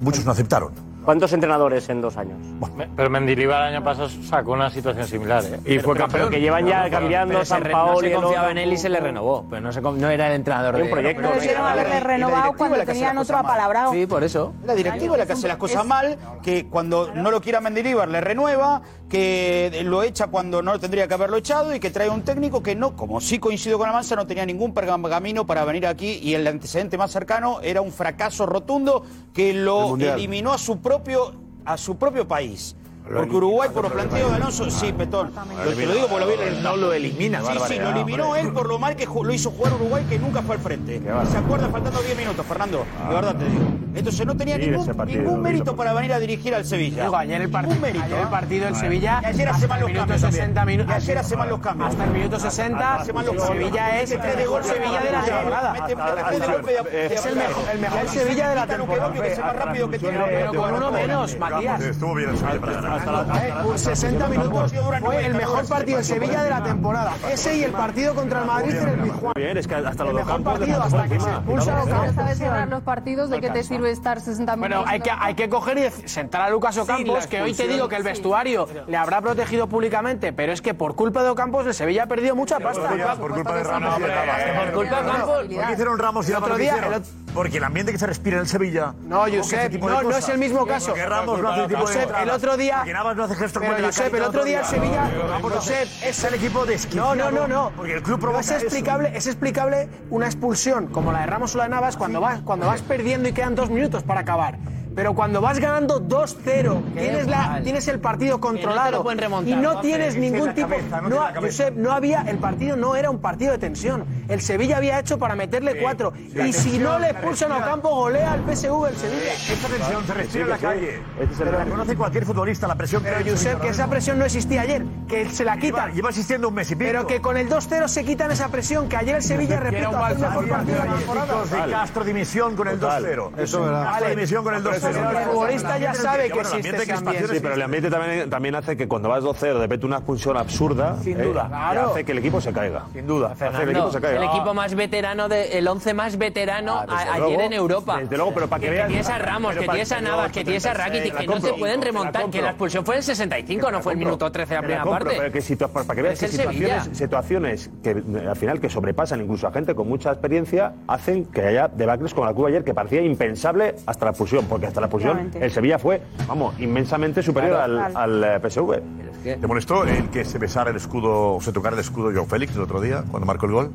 Speaker 8: muchos no aceptaron.
Speaker 22: ¿Cuántos entrenadores en dos años?
Speaker 9: Me- Pero Mendilibar el año pasado sacó una situación similar. ¿eh?
Speaker 22: Y fue campeón.
Speaker 9: que llevan ya cambiando
Speaker 22: Pero se
Speaker 9: San
Speaker 22: re-
Speaker 9: Paolo.
Speaker 22: no se confiaba
Speaker 29: en él y se le renovó, pero no, se con- no era el entrenador
Speaker 22: Hay un
Speaker 29: de-
Speaker 22: proyecto.
Speaker 29: pero-
Speaker 20: Debieron haberle renovado cuando
Speaker 16: la que hace
Speaker 20: tenían
Speaker 16: las
Speaker 20: otro apalabrado.
Speaker 29: Sí, por eso.
Speaker 16: La directiva es la que hace las cosas mal, que cuando no lo quiera Mendilibar le renueva, que lo echa cuando no tendría que haberlo echado y que trae un técnico que no, como sí coincido con Amanza, no tenía ningún pergamino para venir aquí y el antecedente más cercano era un fracaso rotundo que lo eliminó a su propio, a su propio país. Porque Uruguay, por los planteos de Alonso, sí, Petón, lo, te lo digo porque lo vi en el-
Speaker 15: No lo elimina.
Speaker 16: Sí, sí, lo eliminó él por lo mal que ju- lo hizo jugar Uruguay, que nunca fue al frente. ¿Se acuerda? Faltando 10 minutos, Fernando. De verdad te digo. Entonces no tenía
Speaker 12: Sí, Ah. ese
Speaker 16: ningún,
Speaker 12: partido,
Speaker 16: ningún
Speaker 12: lo
Speaker 16: mérito
Speaker 12: hizo.
Speaker 16: para venir a dirigir al Sevilla.
Speaker 12: Digo, ayer el,
Speaker 16: Ningún mérito,
Speaker 12: ayer el
Speaker 16: ¿eh?
Speaker 12: partido del
Speaker 16: Vale.
Speaker 12: Sevilla.
Speaker 16: Y ayer hace
Speaker 12: hasta
Speaker 16: mal
Speaker 12: el
Speaker 16: los
Speaker 12: minuto
Speaker 16: cambios. también.
Speaker 12: 60 minutos.
Speaker 16: Y ayer hace mal los cambios.
Speaker 12: Hasta el minuto 60.
Speaker 16: Hace mal los cambios.
Speaker 12: Sevilla es
Speaker 16: Mete tres de gol,
Speaker 12: Sevilla de la
Speaker 16: Mete-
Speaker 12: temporada.
Speaker 16: mete- mete de golpe de-
Speaker 12: Es el mejor, el mejor Sevilla de la temporada.
Speaker 16: Que es el más rápido que tiene.
Speaker 12: Pero con uno menos, Matías.
Speaker 8: Estuvo bien el Sevilla para ganar.
Speaker 12: Eh, un 60 minutos. Fue el mejor partido de Sevilla de la temporada. Ese y el partido contra el Madrid en el Pizjuán.
Speaker 11: Bien, es que hasta los dos campos
Speaker 12: partido hasta que se expulsa
Speaker 14: Si no sabes cerrar los partidos, ¿de qué te sirve estar 60 minutos?
Speaker 12: Bueno, hay que, hay que coger y dec- sentar a Lucas Ocampos,
Speaker 14: la
Speaker 12: que hoy te
Speaker 14: expulsión.
Speaker 12: digo que el
Speaker 14: Sí.
Speaker 12: vestuario le habrá protegido públicamente, pero es que por culpa de Ocampos el Sevilla ha perdido mucha pasta.
Speaker 8: Por culpa de Ramos y de Navas.
Speaker 12: Por culpa de Ramos.
Speaker 8: ¿Por qué hicieron Ramos y
Speaker 12: El
Speaker 8: Navas
Speaker 12: otro
Speaker 8: lo que
Speaker 12: día,
Speaker 8: hicieron?
Speaker 12: el
Speaker 8: Porque el ambiente que se respira en el Sevilla.
Speaker 12: No,
Speaker 8: provoca
Speaker 12: Josep,
Speaker 8: ese tipo de
Speaker 12: no, no
Speaker 8: cosas.
Speaker 12: es el mismo caso.
Speaker 8: Porque Ramos no hace ese tipo de
Speaker 12: Josep,
Speaker 8: cosas.
Speaker 12: el otro día-
Speaker 8: Porque Navas no hace gestos
Speaker 12: Pero,
Speaker 8: con la
Speaker 12: Josep,
Speaker 8: carita
Speaker 12: el otro día el Sevilla-
Speaker 8: Ramos no hace-
Speaker 12: Josep,
Speaker 8: es el equipo
Speaker 12: No,
Speaker 8: desquiciado.
Speaker 12: no, no, no.
Speaker 8: Porque el club
Speaker 12: No
Speaker 8: provoca
Speaker 12: es
Speaker 8: eso.
Speaker 12: explicable, es explicable una expulsión como la de Ramos o la de Navas cuando vas cuando vas perdiendo y quedan dos minutos para acabar. Pero cuando vas ganando 2-0, tienes, la, tienes el partido
Speaker 29: te
Speaker 12: controlado
Speaker 29: lo pueden remontar,
Speaker 12: y no
Speaker 29: Juanfe,
Speaker 12: tienes
Speaker 29: es que
Speaker 12: ningún
Speaker 29: la
Speaker 12: tipo.
Speaker 29: cabeza, no
Speaker 12: no,
Speaker 29: tiene
Speaker 12: ha-
Speaker 29: la cabeza.
Speaker 12: Josep, no había. El partido no era un partido de tensión. El Sevilla había hecho para meterle cuatro.
Speaker 8: sí.
Speaker 12: y
Speaker 8: La
Speaker 12: si
Speaker 8: tensión,
Speaker 12: no le
Speaker 8: la
Speaker 12: expulsan a
Speaker 8: respira.
Speaker 12: campo, golea el PSV el Sevilla.
Speaker 8: Esta tensión se respira en la calle. Pero la conoce cualquier futbolista, la presión que
Speaker 12: Pero
Speaker 8: hay en el
Speaker 12: Josep,
Speaker 8: Sevilla
Speaker 12: que
Speaker 8: ahora
Speaker 12: esa
Speaker 8: mismo.
Speaker 12: presión no existía ayer, que se la quitan.
Speaker 8: Lleva- Lleva existiendo un mes y pico.
Speaker 12: Pero que con el 2-0 se quitan esa presión, que ayer el Sevilla,
Speaker 8: Que era
Speaker 12: repito,
Speaker 8: un
Speaker 12: hace el
Speaker 8: balsa-
Speaker 12: mejor partido de la temporada.
Speaker 8: Chicos de Castro dimisión con el 2-0.
Speaker 11: Eso es verdad.
Speaker 8: Castro
Speaker 11: Vale.
Speaker 8: dimisión con el 2-0.
Speaker 12: Pero el futbolista ya sabe que
Speaker 8: Bueno, el
Speaker 12: existe ese
Speaker 8: que espacio
Speaker 12: ambiente.
Speaker 11: Sí, pero el ambiente también, también hace que cuando vas 2-0, de repente una expulsión absurda, Sin eh, duda. Claro. hace que el equipo se caiga.
Speaker 15: Sin duda.
Speaker 11: Hace que el equipo se caiga.
Speaker 29: el equipo más veterano, de, el 11 más veterano a-
Speaker 11: Ah, desde
Speaker 29: ayer
Speaker 11: luego,
Speaker 29: en Europa.
Speaker 11: desde luego, pero para que
Speaker 29: que,
Speaker 11: veas-
Speaker 29: tienes a Ramos,
Speaker 11: pero
Speaker 29: que
Speaker 11: para-
Speaker 29: tienes a
Speaker 11: pero
Speaker 29: Navas, que tienes a
Speaker 11: 86,
Speaker 29: Rakitic,
Speaker 11: eh, la
Speaker 29: que no se
Speaker 11: compro,
Speaker 29: pueden
Speaker 11: te la
Speaker 29: remontar, que
Speaker 11: compro.
Speaker 29: la expulsión fue en el 65, no fue el minuto 13 de la
Speaker 11: Te
Speaker 29: primera
Speaker 11: compro,
Speaker 29: parte.
Speaker 11: Pero que situa- para que
Speaker 29: Pero
Speaker 11: veas
Speaker 29: es
Speaker 11: que
Speaker 29: el
Speaker 11: situaciones,
Speaker 29: Sevilla.
Speaker 11: situaciones que eh, al final que sobrepasan incluso a gente con mucha experiencia hacen que haya debacles como la Cuba ayer que parecía impensable hasta la pulsión, porque hasta la pulsión
Speaker 8: Efectivamente.
Speaker 11: el Sevilla fue, vamos, inmensamente superior
Speaker 8: Claro.
Speaker 11: al, al, eh, PSV.
Speaker 8: ¿Te molestó el que se besara el escudo, o se tocara el escudo Joao Félix el otro día, cuando marcó el gol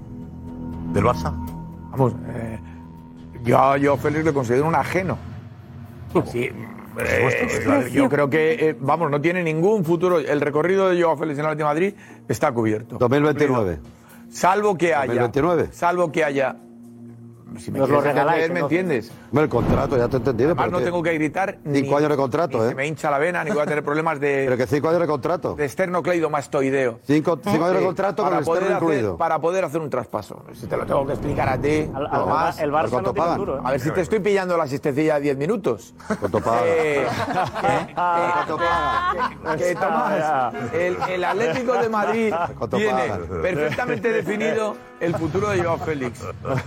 Speaker 8: del Barça?
Speaker 15: Vamos, eh, yo a Joao Félix le considero un ajeno. Sí,
Speaker 8: supuesto,
Speaker 15: eh,
Speaker 8: claro.
Speaker 15: yo creo que, eh, vamos, no tiene ningún futuro. El recorrido de Joao Félix en el Atlético de Madrid está cubierto.
Speaker 13: 2029.
Speaker 15: Salvo que haya.
Speaker 13: 2029.
Speaker 15: Salvo que haya. Si me
Speaker 13: Nos lo
Speaker 15: quieres entender,
Speaker 13: regaláis.
Speaker 15: ¿me
Speaker 13: ¿no?
Speaker 15: entiendes?
Speaker 13: Hombre, el contrato, ya te he entendido.
Speaker 8: Ah,
Speaker 15: Además,
Speaker 13: pero
Speaker 15: no
Speaker 13: que-
Speaker 15: tengo que gritar.
Speaker 13: Cinco años de contrato,
Speaker 15: ni
Speaker 13: ¿eh?
Speaker 15: Se me hincha la vena, ni voy a tener problemas de. Pero
Speaker 13: que cinco años de contrato.
Speaker 15: De esternocleidomastoideo.
Speaker 13: Cinco, cinco años de
Speaker 15: Sí,
Speaker 13: contrato con
Speaker 15: para
Speaker 13: el externo
Speaker 15: poder hacer-
Speaker 13: incluido.
Speaker 15: para poder hacer un traspaso. Si te lo tengo que explicar a ti,
Speaker 13: Al-
Speaker 15: no
Speaker 13: al-
Speaker 15: más.
Speaker 13: el Barça ¿Pero cuánto no tiene pagan? duro, ¿eh?
Speaker 15: A ver si te estoy pillando la asistencia a 10 minutos. ¿Cuánto
Speaker 13: pagan?
Speaker 10: Ah,
Speaker 15: Que Tomás, el, el Atlético de Madrid
Speaker 13: ¿Cuánto
Speaker 15: tiene
Speaker 13: pagan?
Speaker 15: perfectamente definido el futuro de Joao Félix.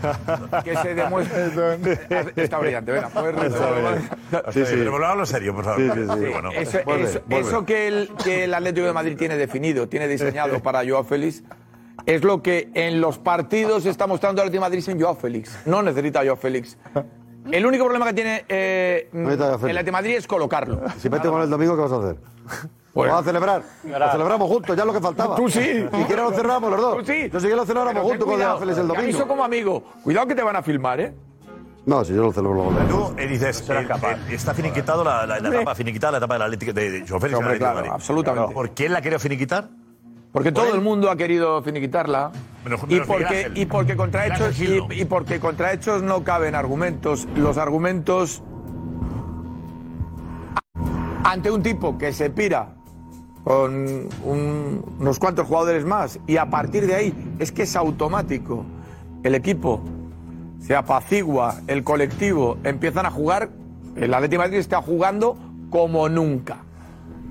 Speaker 15: Que se demuestre. Ah, Está brillante, venga, puedes retomar.
Speaker 8: Sí, sí. Pero volvamos a lo serio, por favor.
Speaker 15: Sí, sí, sí.
Speaker 8: Sí, bueno.
Speaker 15: Eso,
Speaker 8: Vuelve,
Speaker 15: eso-
Speaker 8: vuelve.
Speaker 15: eso que, el, que el Atlético de Madrid tiene definido, tiene diseñado para Joao Félix, es lo que en los partidos está mostrando el Atlético de Madrid sin Joao Félix. No necesita a Joao Félix. El único problema que tiene eh, el
Speaker 13: necesita a Joao Félix.
Speaker 15: Atlético de Madrid es colocarlo.
Speaker 13: Si
Speaker 8: Ah,
Speaker 13: mete con el domingo, ¿qué vas a hacer? Vamos a celebrar. Lo celebramos juntos, ya es lo que faltaba.
Speaker 15: Pues- Tú sí.
Speaker 13: Si quieres lo cerramos los dos.
Speaker 15: Tú sí.
Speaker 13: Yo si quieres lo celebramos
Speaker 15: Pero ten
Speaker 13: juntos con
Speaker 15: cuidado,
Speaker 13: Joao Félix el
Speaker 15: te aviso
Speaker 13: domingo.
Speaker 15: como amigo. Cuidado que te van a filmar, ¿eh?
Speaker 13: No, si yo lo celebro luego.
Speaker 8: Tú eh, dices, el- el- está finiquitado la, la- la etapa, finiquitada la etapa del Atlético de, de Joao
Speaker 15: Hombre,
Speaker 8: Félix. en el Atlético de
Speaker 15: claro,
Speaker 8: Madrid.
Speaker 15: absolutamente.
Speaker 8: ¿Por quién la quería finiquitar?
Speaker 15: Porque
Speaker 8: Por
Speaker 15: todo
Speaker 8: él.
Speaker 15: el mundo ha querido finiquitarla.
Speaker 8: Menos-
Speaker 15: Y
Speaker 8: menos Miguel
Speaker 15: porque,
Speaker 8: Ángel.
Speaker 15: y, porque contra
Speaker 8: Miguel
Speaker 15: hechos,
Speaker 8: Ángel Gil no.
Speaker 15: y, y porque contra hechos no caben argumentos. Los argumentos ante un tipo que se pira con un- unos cuantos jugadores más y a partir de ahí es que es automático. El equipo se apacigua, el colectivo, empiezan a jugar. El Atlético de Madrid está jugando como nunca.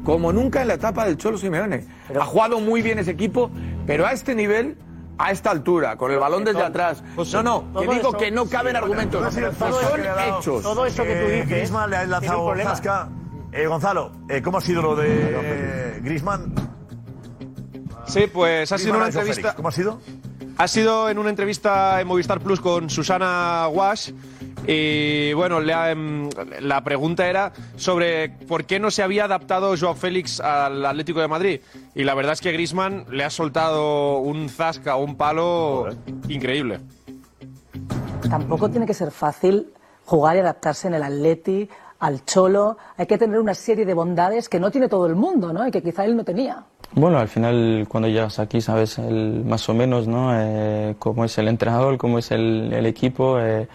Speaker 15: Como nunca en la etapa del Cholo Simeone. ha jugado muy bien ese equipo, pero a este nivel, a esta altura, con el balón desde atrás. no, no, que
Speaker 11: todo
Speaker 15: digo
Speaker 11: eso-
Speaker 15: que no caben
Speaker 11: Sí,
Speaker 15: argumentos.
Speaker 11: todo eso-
Speaker 15: que
Speaker 11: todo eso
Speaker 15: son
Speaker 11: que le ha dado-
Speaker 15: hechos.
Speaker 11: todo eso que tú Eh, dices Griezmann le ha lanzado tiene un problema.
Speaker 8: zasca Eh, Gonzalo, eh, ¿cómo ha sido lo de Grisman?
Speaker 10: Sí, pues ha sido una entrevista.
Speaker 8: ¿Cómo ha sido?
Speaker 10: Ha sido en una entrevista en Movistar Plus con Susana Wash. Y bueno, la, em, la pregunta era sobre por qué no se había adaptado Joao Félix al Atlético de Madrid. Y la verdad es que Grisman le ha soltado un zasca, un palo increíble.
Speaker 7: Tampoco tiene que ser fácil jugar y adaptarse en el Atleti, al Cholo. Hay que tener una serie de bondades que no tiene todo el mundo, ¿no? Y que quizá él no tenía.
Speaker 6: Bueno, al final cuando llegas aquí sabes el- más o menos ¿no? Eh, cómo es el entrenador, cómo es el, el equipo eh,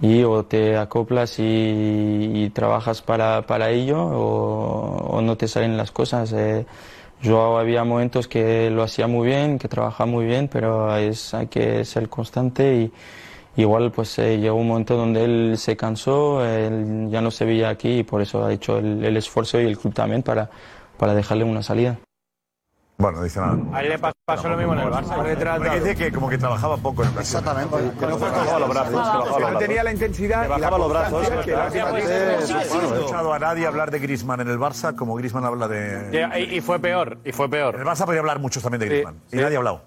Speaker 6: y o te acoplas y, y trabajas para, para ello o, o no te salen las cosas. eh. yo había momentos que lo hacía muy bien, que trabajaba muy bien, pero es, hay que ser constante y igual pues eh, llegó un momento donde él se cansó, él ya no se veía aquí y por eso ha hecho el, el esfuerzo y el club también para, para dejarle una salida.
Speaker 8: Bueno, dice nada.
Speaker 9: A él le pas- pasó lo mismo en el Barça.
Speaker 8: Porque dice que como que trabajaba poco en el Exactamente. Que no trabajaba los brazos. trabajaba los
Speaker 15: no tenía
Speaker 8: brazos.
Speaker 15: la intensidad.
Speaker 8: Le
Speaker 15: y la
Speaker 8: bajaba los brazos. pues,
Speaker 15: constancia que la-
Speaker 8: Bueno, No he escuchado a nadie hablar de Griezmann en el Barça como Griezmann habla de...
Speaker 9: Y, y fue peor, y fue peor.
Speaker 8: En el Barça podía hablar muchos también de Griezmann. y nadie ha hablado.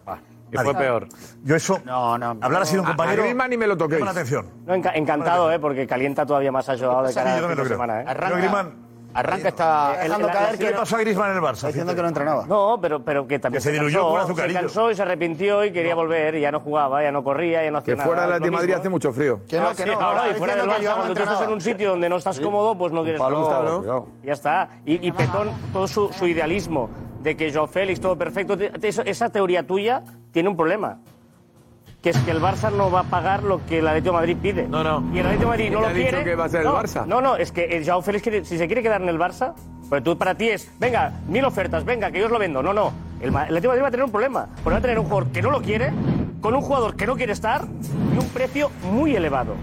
Speaker 9: Y fue peor.
Speaker 8: Yo eso...
Speaker 16: No, no.
Speaker 8: Hablar ha sido un
Speaker 22: A- a
Speaker 8: compañero...
Speaker 22: Griezmann
Speaker 8: ni me lo toquéis. la atención.
Speaker 22: No, enca- encantado, eh, porque calienta todavía más a Joao de
Speaker 8: Sí,
Speaker 22: cara
Speaker 8: yo
Speaker 22: a
Speaker 8: también lo
Speaker 22: la
Speaker 8: creo.
Speaker 22: semana. eh.
Speaker 8: Arranca- Yo, Griezmann, eh,
Speaker 16: Arranca esta.
Speaker 8: dejando caer que le pasó a Griezmann en el Barça,
Speaker 22: Diciendo
Speaker 8: que
Speaker 22: no entrenaba. No, pero, pero que también.
Speaker 8: Que se diluyó con
Speaker 22: Se
Speaker 8: azucarillo.
Speaker 22: cansó y se arrepintió y quería volver y ya no jugaba, ya no corría, ya no hacía
Speaker 15: Que
Speaker 22: nada.
Speaker 15: fuera del
Speaker 22: Lo
Speaker 15: Atlético de Madrid
Speaker 22: mismo.
Speaker 15: hace mucho frío.
Speaker 22: Ah, sí, ahora, y fuera del Barça, cuando tú estás en un sitio donde no estás cómodo, pues no quieres
Speaker 15: palo está, ¿no?
Speaker 22: Cuidado. Ya está. Y, y Petón, todo su, su idealismo de que Joao Félix, todo perfecto, te- te- eso- esa teoría tuya tiene un problema. Que es que el Barça no va a pagar lo que el Atlético de Madrid pide. No, no. Y el Atlético de Madrid no
Speaker 15: Ya
Speaker 22: lo
Speaker 15: ha dicho
Speaker 22: quiere.
Speaker 15: que va a ser el
Speaker 22: no,
Speaker 15: Barça.
Speaker 22: No, no, es que el Joao Félix, quiere- si se quiere quedar en el Barça, pues tú para ti es, venga, mil ofertas, venga, que yo os lo vendo. No, no. El, Ma- el Atlético de Madrid va a tener un problema. Porque va a tener un jugador que no lo quiere, con un jugador que no quiere estar y un precio muy elevado.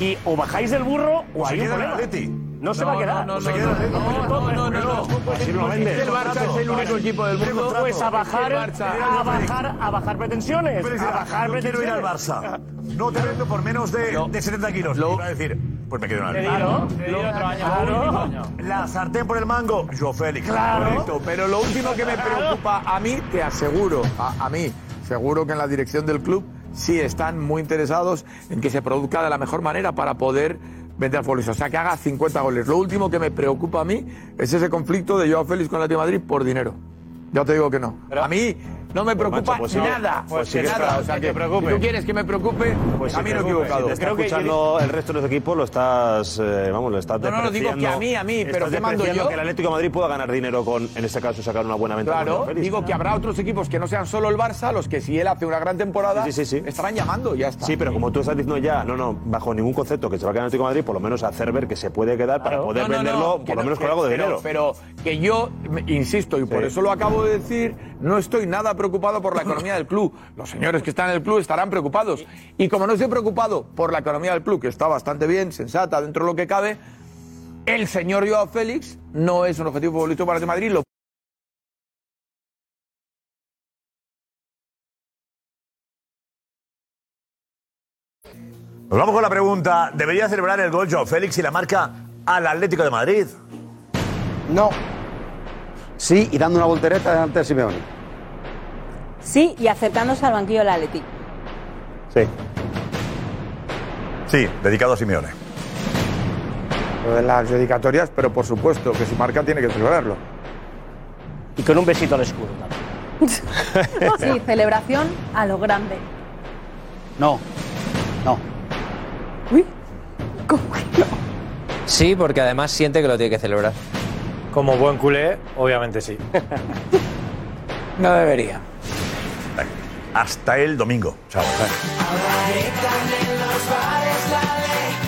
Speaker 22: Y o bajáis del burro o,
Speaker 8: se
Speaker 22: hay un
Speaker 8: queda en el
Speaker 22: problema.
Speaker 8: Atleti.
Speaker 22: No se va a quedar.
Speaker 8: No, se queda en el Atleti.
Speaker 22: No, no, no.
Speaker 8: Así lo vende.
Speaker 22: El Barça es el único
Speaker 8: equipo
Speaker 22: del mundo. Pues a bajar,
Speaker 8: El Barça.
Speaker 22: a bajar, a bajar pretensiones.
Speaker 8: Pero dice,
Speaker 22: A bajar
Speaker 8: no quiero ir al
Speaker 22: pretensiones.
Speaker 8: Barça. No te vendo por menos de, de 70 kilos. Lo... Iba a decir, pues me quedo en el Atleti.
Speaker 22: Claro,
Speaker 8: Claro. La sartén por el mango, yo Félix.
Speaker 15: Correcto, pero lo último que me preocupa a mí, te aseguro, a, a mí, seguro que en la dirección del club sí están muy interesados en que se produzca de la mejor manera para poder vender al futbolista. O sea, que haga 50 goles. Lo último que me preocupa a mí es ese conflicto de Joao Félix con el Atlético de Madrid por dinero. Ya te digo que no. a mí no me preocupa
Speaker 10: macho, pues sí que-
Speaker 15: nada.
Speaker 10: pues sí que
Speaker 15: nada.
Speaker 10: está-
Speaker 15: o sea,
Speaker 10: que
Speaker 15: que
Speaker 10: te preocupe.
Speaker 15: si tú quieres que me preocupe,
Speaker 10: Pues
Speaker 15: camino equivocado.
Speaker 10: Si te está
Speaker 15: Creo que yo-
Speaker 10: escuchando el resto de los equipos, lo estás, eh, vamos, lo estás
Speaker 15: No, no, lo digo
Speaker 10: despreciando.
Speaker 15: que a mí, a mí,
Speaker 10: Estás
Speaker 15: pero ¿qué mando
Speaker 10: despreciando
Speaker 15: yo?
Speaker 10: que el Atlético de Madrid pueda ganar dinero con, en este caso, sacar una buena venta.
Speaker 15: Claro, digo que habrá otros equipos que no sean solo el Barça, los que si él hace una gran temporada,
Speaker 10: Sí, sí, sí.
Speaker 15: estarán llamando, ya está.
Speaker 10: Sí, pero como tú estás diciendo ya, no, no, bajo ningún concepto que se va a quedar el Atlético de Madrid, por lo menos hacer ver que se puede quedar para poder
Speaker 15: No, no, no,
Speaker 10: venderlo,
Speaker 15: que
Speaker 10: por lo
Speaker 15: no,
Speaker 10: menos con
Speaker 15: que-
Speaker 10: algo de
Speaker 15: pero-
Speaker 10: dinero.
Speaker 15: Pero que yo, me- insisto, y por eso lo acabo de decir, no estoy nada preocupado por la economía del club. Los señores que están en el club estarán preocupados. Y como no estoy preocupado por la economía del club, que está bastante bien, sensata, dentro de lo que cabe, el señor Joao Félix no es un objetivo futbolístico para el Madrid. Lo
Speaker 8: Nos vamos con la pregunta. Ah, ¿Debería celebrar el gol Joao Félix y la marca al Atlético de Madrid?
Speaker 13: No. Sí, y dando una voltereta delante de Simeone.
Speaker 20: Sí, y acercándose al banquillo del Atleti.
Speaker 8: Sí, dedicado a Simeone.
Speaker 15: de las dedicatorias, pero por supuesto, que si marca tiene que celebrarlo.
Speaker 22: Y con un besito al escudo.
Speaker 17: Pues
Speaker 14: Sí, celebración a lo grande.
Speaker 16: No.
Speaker 1: Sí, porque además siente que lo tiene que celebrar.
Speaker 9: Como buen culé, obviamente sí.
Speaker 30: No debería.
Speaker 8: Hasta el domingo. Chao.
Speaker 19: Conectan en los bares la ley